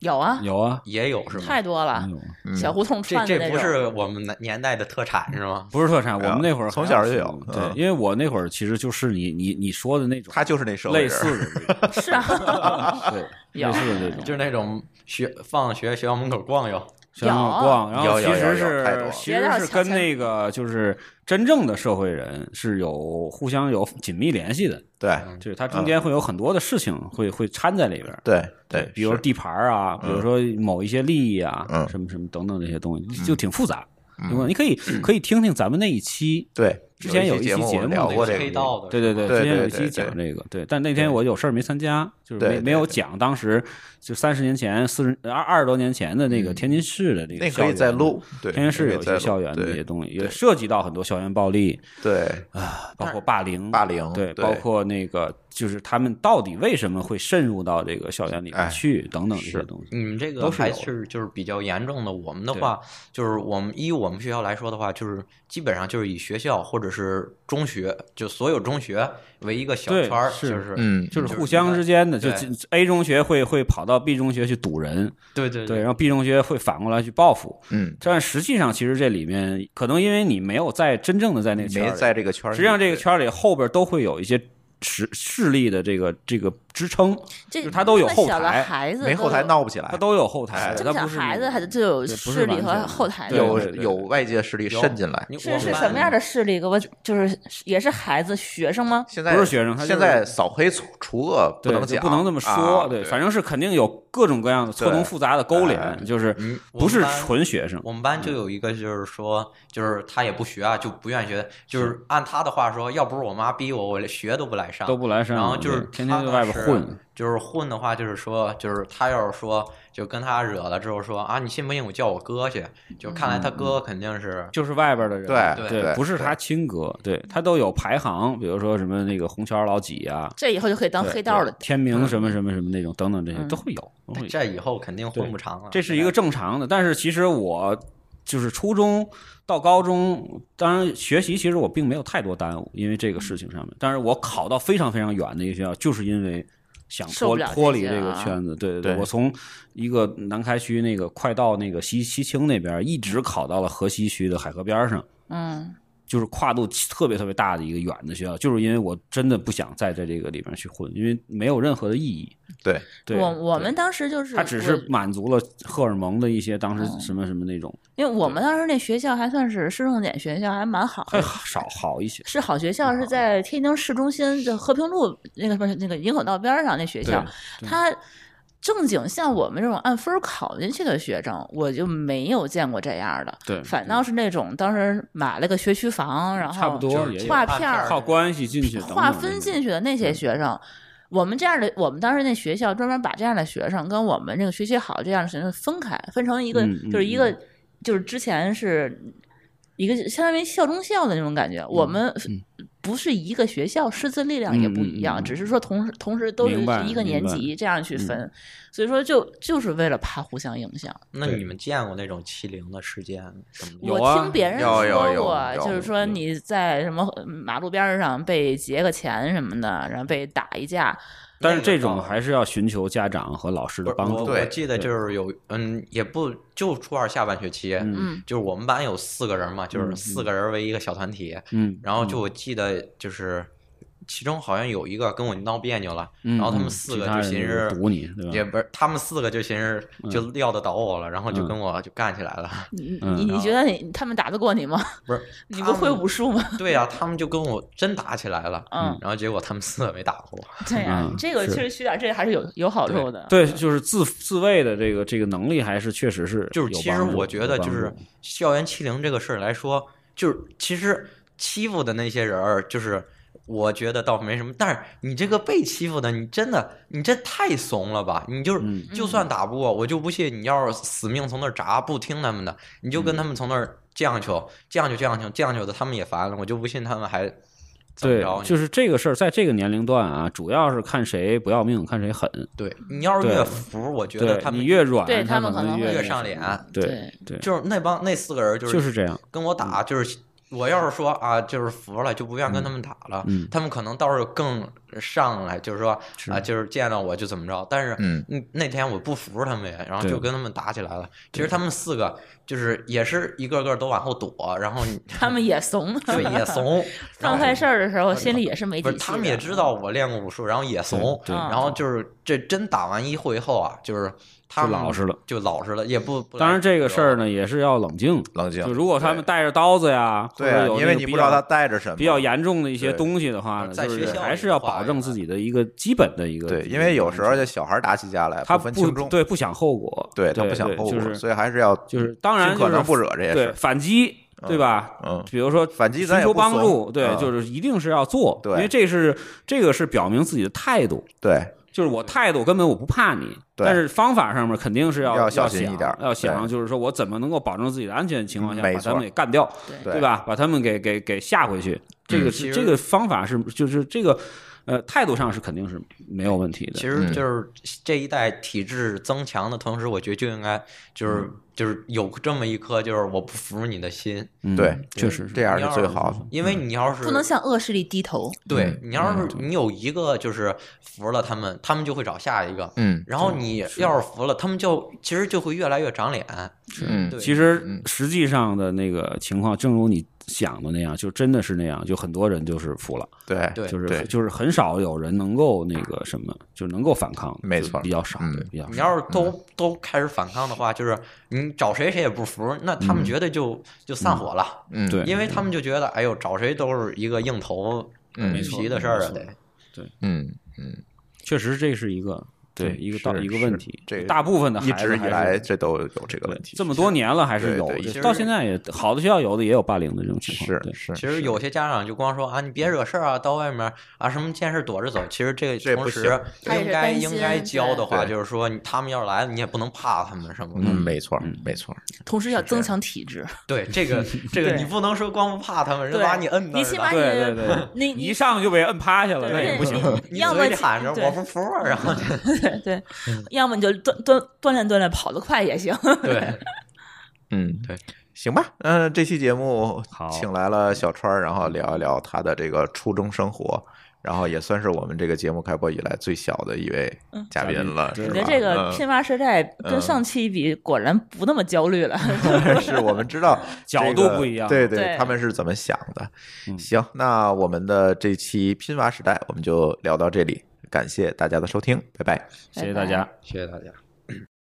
Speaker 3: 有啊，
Speaker 2: 有啊，
Speaker 4: 也有是吗？
Speaker 3: 太多了
Speaker 2: 真，有啊
Speaker 1: 嗯
Speaker 3: 小胡同
Speaker 4: 这
Speaker 3: 串的
Speaker 4: 这
Speaker 3: 那
Speaker 4: 不
Speaker 3: 种。
Speaker 4: 是我们那年代的特产是吗？
Speaker 2: 不是特产，我
Speaker 1: 啊
Speaker 2: 们那会儿
Speaker 1: 从
Speaker 2: 还要
Speaker 1: 小就有
Speaker 2: 是
Speaker 1: 嗯
Speaker 2: 对，因为我那会儿其实就是你你你说的那种
Speaker 1: 他就是那社会
Speaker 2: 类
Speaker 1: 人
Speaker 2: 似
Speaker 1: 儿，
Speaker 2: 的那 [LAUGHS]
Speaker 3: [LAUGHS]
Speaker 2: 种，
Speaker 3: 是啊，
Speaker 2: 对，
Speaker 3: 有
Speaker 2: 类似的那种，
Speaker 4: 就是那种学放学学校门口逛悠，
Speaker 2: 像逛，然后
Speaker 1: 有
Speaker 2: 其
Speaker 1: 有有
Speaker 2: 实
Speaker 1: 有太多
Speaker 2: 是
Speaker 1: 了
Speaker 2: 其实是跟那个就是真正的社会人是有互相有紧密联系的，
Speaker 1: 对
Speaker 2: 就是它中
Speaker 1: 嗯
Speaker 2: 间会有很多的事情会会掺在里边儿。
Speaker 1: 对对，
Speaker 2: 比如
Speaker 1: 是
Speaker 2: 地盘儿啊，比如说某一些利益啊，
Speaker 1: 嗯
Speaker 2: 什么什么等等这些东西，就挺复杂。对吧你
Speaker 1: [CLEARS THROAT]
Speaker 2: 可以可以听听咱们那一期，
Speaker 1: 对
Speaker 2: 之前
Speaker 1: 有
Speaker 2: 有一
Speaker 1: 节
Speaker 2: 期节
Speaker 1: 我们
Speaker 2: 目
Speaker 1: 聊
Speaker 2: 那
Speaker 1: 过
Speaker 2: 个
Speaker 1: 这个
Speaker 4: 黑
Speaker 1: 问
Speaker 4: 道
Speaker 1: 题，
Speaker 4: 的，
Speaker 2: 对对对，
Speaker 1: 对
Speaker 2: 之前
Speaker 1: 对
Speaker 2: 有一期
Speaker 1: 对
Speaker 2: 讲
Speaker 1: 对
Speaker 2: 这个，对，但那天我有事儿没参加，就是
Speaker 1: 对
Speaker 2: 没
Speaker 1: 对
Speaker 2: 没有
Speaker 1: 对
Speaker 2: 讲当时就三十年前、四十二二十多年前的那个天津市的这个
Speaker 1: 嗯那
Speaker 2: 校
Speaker 1: 可以
Speaker 2: 园，
Speaker 1: 再录，对，
Speaker 2: 天津市
Speaker 1: 那可以
Speaker 2: 有一
Speaker 1: 再
Speaker 2: 些
Speaker 1: 录
Speaker 2: 校园的一些
Speaker 1: 对
Speaker 2: 东西，也涉及到很多校园暴力
Speaker 1: 对
Speaker 2: 啊，包括霸凌、
Speaker 1: 霸凌
Speaker 2: 对，
Speaker 1: 对
Speaker 2: 包括那个就是他们到底为什么会渗入到这个校园里面
Speaker 1: 哎
Speaker 2: 去等等这些
Speaker 4: 是
Speaker 2: 东西。
Speaker 4: 你们这
Speaker 2: 都
Speaker 4: 个
Speaker 2: 是
Speaker 4: 还
Speaker 2: 有的
Speaker 4: 是就是比较严重的。我们的话，就是我们依我们学校来说的话，就是基本上就是以学校或者是中学，就所有中学为一个小
Speaker 2: 对
Speaker 4: 圈儿，
Speaker 2: 是
Speaker 4: 就是
Speaker 1: 嗯
Speaker 2: 就是
Speaker 4: 就是
Speaker 2: 互相之间的，就
Speaker 4: 对
Speaker 2: A 中学会会跑到 B 中学去堵人，
Speaker 4: 对对
Speaker 2: 对，然后 B 中学会反过来去报复，
Speaker 1: 嗯，
Speaker 2: 但实际上，其实这里面可能因为你没有在真正的在那个圈儿
Speaker 1: 没
Speaker 2: 里，
Speaker 1: 在这个圈儿里，
Speaker 2: 实际上这个
Speaker 1: 对
Speaker 2: 圈儿里后边都会有一些实势力的这个这个支撑，
Speaker 3: 这
Speaker 2: 就他都有
Speaker 3: 这么
Speaker 2: 后
Speaker 3: 小的
Speaker 2: 台
Speaker 3: 孩子
Speaker 1: 没后
Speaker 3: 都
Speaker 1: 台
Speaker 3: 有
Speaker 1: 闹不起来
Speaker 4: 哎
Speaker 2: 它，都有后台，
Speaker 3: 这
Speaker 2: 它
Speaker 3: 么小
Speaker 2: 不是
Speaker 3: 孩子还就有
Speaker 2: 对不是
Speaker 3: 势力
Speaker 2: 完
Speaker 3: 和
Speaker 2: 全
Speaker 3: 后台的
Speaker 2: 对
Speaker 1: 有
Speaker 2: 对对
Speaker 1: 有外界势力
Speaker 4: 有
Speaker 1: 渗进来，
Speaker 4: 你我
Speaker 3: 是
Speaker 4: 们
Speaker 3: 是
Speaker 4: 班
Speaker 3: 什么样的势力？给我就是也是孩子学生吗？
Speaker 1: 现在
Speaker 2: 不是学生他就是
Speaker 1: 现在扫黑除除恶
Speaker 2: 对
Speaker 1: 能
Speaker 2: 就
Speaker 1: 讲，
Speaker 2: 不能这么说，
Speaker 1: 啊
Speaker 2: 对，反正是肯定有各种各样的错综
Speaker 1: 对
Speaker 2: 复杂的勾
Speaker 1: 哎
Speaker 2: 连，就是
Speaker 4: 嗯我
Speaker 2: 不
Speaker 4: 们
Speaker 2: 是
Speaker 4: 班
Speaker 2: 纯学生，
Speaker 4: 我们班就有一个，就是说，就是他也不学啊，就不愿意学，就是按他的话说，要不是我妈逼我，我连学都不来上。
Speaker 2: 都不来上，
Speaker 4: 然后就是
Speaker 2: 对天
Speaker 4: 他
Speaker 2: 天在
Speaker 4: 当
Speaker 2: 外边
Speaker 4: 时
Speaker 2: 混，
Speaker 4: 就是混的话，就是说，就是他要是说，就跟他惹了之后说啊，你信不信我叫我哥去？就看来他
Speaker 2: 嗯
Speaker 4: 哥肯定是，
Speaker 2: 就是外边的人，
Speaker 1: 对
Speaker 2: 对，
Speaker 1: 对
Speaker 2: 不是
Speaker 1: 对
Speaker 2: 他亲哥，对他都有排行，比如说什么那个红桥老几啊，
Speaker 3: 这以后就可以当
Speaker 2: 对
Speaker 3: 黑道
Speaker 2: 对
Speaker 3: 了。
Speaker 2: 天明
Speaker 1: 嗯
Speaker 2: 什么什么什么那种等等这些
Speaker 3: 嗯
Speaker 2: 都会有，都会有
Speaker 4: 这以后肯定混不长了。
Speaker 2: 这是一个正常的。但是其实我就是初中到高中，当然学习其实我并没有太多耽误，因为这个事情上
Speaker 3: 嗯
Speaker 2: 面。但是我考到非常非常远的一个学校，就是因为。想
Speaker 3: 受
Speaker 2: 脱
Speaker 3: 不了这些啊
Speaker 2: 脱离这个圈子，对对对，
Speaker 1: 对
Speaker 2: 我从一个南开区那个快到那个西西青那边，一直考到了河西区的海河边儿上，
Speaker 3: 嗯，
Speaker 2: 就是跨度特别特别大的一个远的学校，就是因为我真的不想再在这个里边去混，因为没有任何的意义。
Speaker 1: 对
Speaker 2: 对，
Speaker 3: 我我
Speaker 2: 对
Speaker 3: 们当时就是
Speaker 2: 它只
Speaker 3: 我嗯
Speaker 2: 是满足了荷尔蒙的一些当时什么什么那种，
Speaker 3: 因为我们当时那学校还算是市重点学校，还蛮好
Speaker 2: 还
Speaker 3: 的。
Speaker 2: 少好一
Speaker 3: [LAUGHS]
Speaker 2: 些。
Speaker 3: 是好学校，是在天津市中心，就和平路那个不是那个营口道边儿上那学校，它正经像我们这种按分儿考进去的学生，我就没有见过这样的。
Speaker 2: 嗯对
Speaker 3: 反倒是那种当时买了个学区房，然后
Speaker 2: 差不多也有
Speaker 3: 划
Speaker 4: 按
Speaker 3: 片
Speaker 4: 片
Speaker 3: 儿
Speaker 4: 儿、
Speaker 2: 靠关系进去，
Speaker 3: 划分进
Speaker 2: 去，
Speaker 3: 去的那些学生，我们这样的，我们当时那学校专门把这样的学生跟我们这个学习好这样的学生分开，分成一个、
Speaker 2: 嗯嗯
Speaker 3: 就是一个、就是之前是一个相当于校中校的那种感觉，我
Speaker 2: 嗯
Speaker 3: 们。不是一个学校，师资力量也不一
Speaker 2: 嗯
Speaker 3: 样，
Speaker 2: 嗯嗯嗯
Speaker 3: 只是说同时同时都是
Speaker 2: 明白嗯
Speaker 3: 一个年
Speaker 2: 明
Speaker 3: 级这样去分，所以说就就是为了怕互相影响。
Speaker 4: 那你们见过那种欺凌的事件什么的？
Speaker 2: 有
Speaker 3: 我
Speaker 2: 啊
Speaker 3: 听别人
Speaker 1: 有有
Speaker 3: 说
Speaker 1: 有
Speaker 3: 过，
Speaker 1: 有
Speaker 3: 就是说
Speaker 2: 有
Speaker 3: 你在什么马路边儿上被劫个钱什么的，然后被打一架，
Speaker 2: 但是这种还是要寻求家长和老师
Speaker 4: 不
Speaker 2: 的
Speaker 4: 是
Speaker 2: 帮
Speaker 4: 我
Speaker 2: 助。
Speaker 1: 对
Speaker 4: 我记得就是有，嗯，也不就初二下半学期，
Speaker 3: 嗯
Speaker 4: 就是我们班有四个人嘛，就是四个人为一个小团体，
Speaker 2: 嗯，
Speaker 4: 然后就我记得就是，其中好像有一个跟我闹别扭了，
Speaker 2: 嗯，
Speaker 4: 然后他
Speaker 2: 嗯
Speaker 4: 们四
Speaker 2: 其
Speaker 4: 个
Speaker 2: 他
Speaker 4: 就
Speaker 2: 人
Speaker 4: 寻思
Speaker 2: 堵你，对吧？
Speaker 4: 也不是他们四个就寻思就料得倒我了，然后就跟我就干起来了。 [LAUGHS]
Speaker 3: 你
Speaker 2: 嗯
Speaker 3: 你你觉得你他们打得过你吗？
Speaker 4: 不是，
Speaker 3: 你不会武术吗？
Speaker 4: 他们？对呀、他们就跟我真打起来了。
Speaker 3: 嗯
Speaker 4: 然后结果他们四个没打过我。
Speaker 3: 对呀、
Speaker 2: 嗯
Speaker 3: 这个
Speaker 2: 是
Speaker 3: 其实学点这个还是有有好处的。
Speaker 2: 对，就是自自卫的这个这个能力，还是确实是
Speaker 4: 就是
Speaker 2: 有
Speaker 4: 其实
Speaker 2: 帮助
Speaker 4: 我觉得，
Speaker 2: 有
Speaker 4: 就
Speaker 2: 帮助
Speaker 4: 是校园欺凌这个事儿来说，就是其实欺负的那些人儿，就是我觉得倒没什么，但是你这个被欺负的，你真的你这太怂了吧？你就是、
Speaker 2: 嗯嗯
Speaker 4: 就算打不过，我就不信你要是死命从那儿砸，不听他们的，你就跟他们从那儿犟求，犟求犟求犟求的，他们也烦了，我就不信他们还怎么
Speaker 2: 对
Speaker 4: 着，你。
Speaker 2: 就是这个事儿，在这个年龄段啊，主要是看谁不要命，看谁狠。
Speaker 4: 对你要是
Speaker 2: 对
Speaker 4: 越服，我觉得
Speaker 2: 对
Speaker 4: 他们
Speaker 2: 你越软，
Speaker 3: 对
Speaker 2: 他
Speaker 3: 他们可能会
Speaker 2: 越
Speaker 4: 越上脸。
Speaker 2: 对
Speaker 3: 对
Speaker 2: 对，
Speaker 4: 就是那帮那四个人就是
Speaker 2: 就是这样。
Speaker 4: 跟我打，就是我要是说啊，就是服了，就不愿跟他们打了，
Speaker 2: 嗯嗯
Speaker 4: 他们可能倒是更上来，就是说
Speaker 2: 是
Speaker 4: 啊，就是见到我就怎么着。但是，
Speaker 1: 嗯，
Speaker 4: 那天我不服他们呀，然后
Speaker 2: 对
Speaker 4: 就跟他们打起来了。其实他们四个就是也是一个个都往后躲，然后你
Speaker 3: 他们也怂，
Speaker 4: 就也
Speaker 2: [LAUGHS]
Speaker 4: 怂，
Speaker 2: 哎
Speaker 4: 然
Speaker 3: 犯
Speaker 4: 后
Speaker 3: 坏事儿的时候心里也是没
Speaker 4: 不
Speaker 3: 底气。嗯
Speaker 4: 是他们也知，道我练过武术，然后也怂，
Speaker 2: 嗯对啊
Speaker 3: 对
Speaker 4: 然后就是这真打完一回后啊，就是他们
Speaker 2: 就老实了，
Speaker 4: 就老实了，也不不来
Speaker 2: 当然，这个事儿
Speaker 4: 惹
Speaker 2: 呢也是要冷静。
Speaker 1: 冷静
Speaker 2: 就。如果他们带着刀子呀，
Speaker 1: 对
Speaker 2: 或者
Speaker 1: 啊，
Speaker 2: 有
Speaker 1: 因为
Speaker 2: 那
Speaker 1: 你不
Speaker 2: 个比
Speaker 1: 知道他
Speaker 2: 较
Speaker 1: 带着什么，
Speaker 2: 比较严重的一些
Speaker 1: 对啊
Speaker 2: 东西的话呢，
Speaker 4: 在
Speaker 2: 就
Speaker 4: 学
Speaker 2: 是
Speaker 4: 校
Speaker 2: 还
Speaker 4: 里
Speaker 2: 是要
Speaker 4: 的话
Speaker 2: 保
Speaker 4: 也
Speaker 2: 证自己的一个基本的一个
Speaker 1: 对，因为有时候这小孩打起架来
Speaker 2: 他
Speaker 1: 分
Speaker 2: 不
Speaker 1: 清重，
Speaker 2: 对不想后果，
Speaker 1: 对他不想
Speaker 2: 对
Speaker 1: 后
Speaker 2: 就
Speaker 1: 果，
Speaker 2: 是
Speaker 1: 所以还是要
Speaker 2: 就是当然
Speaker 1: 尽
Speaker 2: 就
Speaker 1: 可
Speaker 2: 是
Speaker 1: 能不惹这些事
Speaker 2: 对
Speaker 1: 儿。
Speaker 2: 怂，反击对吧？
Speaker 1: 嗯，
Speaker 2: 比如说
Speaker 1: 反击咱
Speaker 2: 寻
Speaker 1: 也
Speaker 2: 求
Speaker 1: 不
Speaker 2: 帮
Speaker 1: 怂
Speaker 2: 助，对，
Speaker 1: 嗯
Speaker 2: 就是一定是要做，
Speaker 1: 对
Speaker 2: 因为这是这个是表明自己的态度，
Speaker 1: 对
Speaker 2: 就是我态度根本我不怕你，
Speaker 1: 对
Speaker 2: 但是方法上面肯定是要
Speaker 1: 要
Speaker 2: 要
Speaker 1: 小心
Speaker 2: 想
Speaker 1: 一点
Speaker 2: 要想
Speaker 1: 对嗯
Speaker 2: 就是说我怎么能够保证自己的安全情况下
Speaker 1: 没
Speaker 2: 把他
Speaker 1: 错
Speaker 2: 们给干掉，
Speaker 1: 对嗯
Speaker 2: 对？吧？把他们给给给吓回去，这个
Speaker 4: 其
Speaker 2: 是
Speaker 4: 实
Speaker 2: 这个方法是就是这个呃态度上是肯定是没有问题的，
Speaker 4: 其
Speaker 1: 嗯
Speaker 4: 实就是这一代体制增强的同时，我觉得就应该就是、
Speaker 1: 嗯
Speaker 4: 就是有这么一颗就是我不服你的心，
Speaker 2: 嗯
Speaker 1: 对
Speaker 2: 确实是
Speaker 1: 这样
Speaker 4: 你
Speaker 1: 是
Speaker 4: 要
Speaker 1: 最好的。
Speaker 4: 因为你要是
Speaker 3: 不能向恶势力低头。
Speaker 4: 对
Speaker 1: 嗯
Speaker 4: 你要是你有一个就是服了他们，他们就会找下一个，
Speaker 1: 嗯
Speaker 4: 然后你要是服了，他们就其实就会越来越长脸。
Speaker 1: 嗯，
Speaker 4: 对，
Speaker 2: 其实实际上的那个情况，正如你想的那样，就真的是那样，就很多人就是服了，
Speaker 1: 对
Speaker 4: 对
Speaker 2: 就
Speaker 1: 对
Speaker 2: 是就是很少有人能够那个什么，就能够反抗，
Speaker 1: 没
Speaker 2: 就
Speaker 1: 错
Speaker 2: 比较少，
Speaker 1: 嗯
Speaker 2: 对比较
Speaker 4: 你
Speaker 2: 少。
Speaker 4: 要是都、都开始反抗的话，就是你找谁谁也不服，那他们绝对就、就散伙了，
Speaker 1: 嗯
Speaker 2: 对
Speaker 4: 因为他们就觉得哎呦找谁都是一个硬头
Speaker 1: 嗯
Speaker 2: 没错
Speaker 4: 皮的事儿啊，
Speaker 2: 没错
Speaker 4: 得。
Speaker 1: 嗯嗯，
Speaker 2: 确实这是一个对
Speaker 1: 对
Speaker 2: 一个道
Speaker 1: 是
Speaker 2: 一个问题
Speaker 1: 是，这个
Speaker 2: 大部分的
Speaker 1: 一
Speaker 2: 孩子
Speaker 1: 直以
Speaker 2: 还是
Speaker 1: 来这都有这个问题
Speaker 2: 这，么多年了还是
Speaker 1: 对
Speaker 2: 有
Speaker 1: 对
Speaker 2: 的
Speaker 4: 其，实
Speaker 2: 到现在也好的学校有的也有霸凌的这种情况，
Speaker 1: 是
Speaker 2: 对
Speaker 1: 是，
Speaker 4: 其实有些家长就光说啊，你别惹事儿啊，到外面啊，什么见事躲着走。其实这
Speaker 1: 这
Speaker 4: 个
Speaker 1: 不
Speaker 4: 同
Speaker 1: 行
Speaker 4: 时
Speaker 3: 他也
Speaker 4: 应
Speaker 3: 是
Speaker 4: 该
Speaker 3: 担
Speaker 4: 应
Speaker 3: 心
Speaker 4: 该教的话，
Speaker 1: 对
Speaker 4: 就是说你他们要来，你也不能怕他们什么的。
Speaker 1: 嗯，没错没错，
Speaker 3: 同时要增强体质，
Speaker 4: 对，这个这个
Speaker 3: 对
Speaker 4: 你不能说光不怕他们，人
Speaker 3: 对
Speaker 4: 把你摁那
Speaker 3: 你起
Speaker 4: 儿
Speaker 3: 码
Speaker 4: 了。
Speaker 2: 对对对，
Speaker 3: [LAUGHS] 你
Speaker 2: 一
Speaker 3: 你
Speaker 2: 上就被摁趴下了，
Speaker 3: 对 [LAUGHS]
Speaker 2: 那也不行。
Speaker 4: 你
Speaker 3: 要么
Speaker 4: 嘴里喊着
Speaker 3: 对
Speaker 4: 我不服啊，然后 [LAUGHS]
Speaker 3: 对对，要么你就锻锻锻炼锻炼，跑得快也行。
Speaker 4: 对，
Speaker 1: 嗯
Speaker 4: 对，
Speaker 1: 行吧，嗯，这期节目
Speaker 2: 好
Speaker 1: 请来了小川儿，然后聊一聊他的这个初中生活。然后也算是我们这个节目开播以来最小的一位
Speaker 3: 嗯
Speaker 1: 嘉宾了，
Speaker 2: 嘉宾
Speaker 1: 是吧
Speaker 3: 我觉得这个
Speaker 1: 嗯 [LAUGHS]
Speaker 3: 拼发时代跟上期比，果然不那么焦虑了。
Speaker 1: 是我们知道
Speaker 2: [LAUGHS] 角
Speaker 1: 这
Speaker 2: 度
Speaker 1: 个
Speaker 2: 不一样
Speaker 1: 对对，
Speaker 3: 对
Speaker 1: 他们是怎么想的。
Speaker 2: 嗯
Speaker 1: 行，那我们的这期拼娃时代我们就聊到这里，感谢大家的收听，拜拜。
Speaker 2: 谢谢大家。
Speaker 4: 谢谢大家。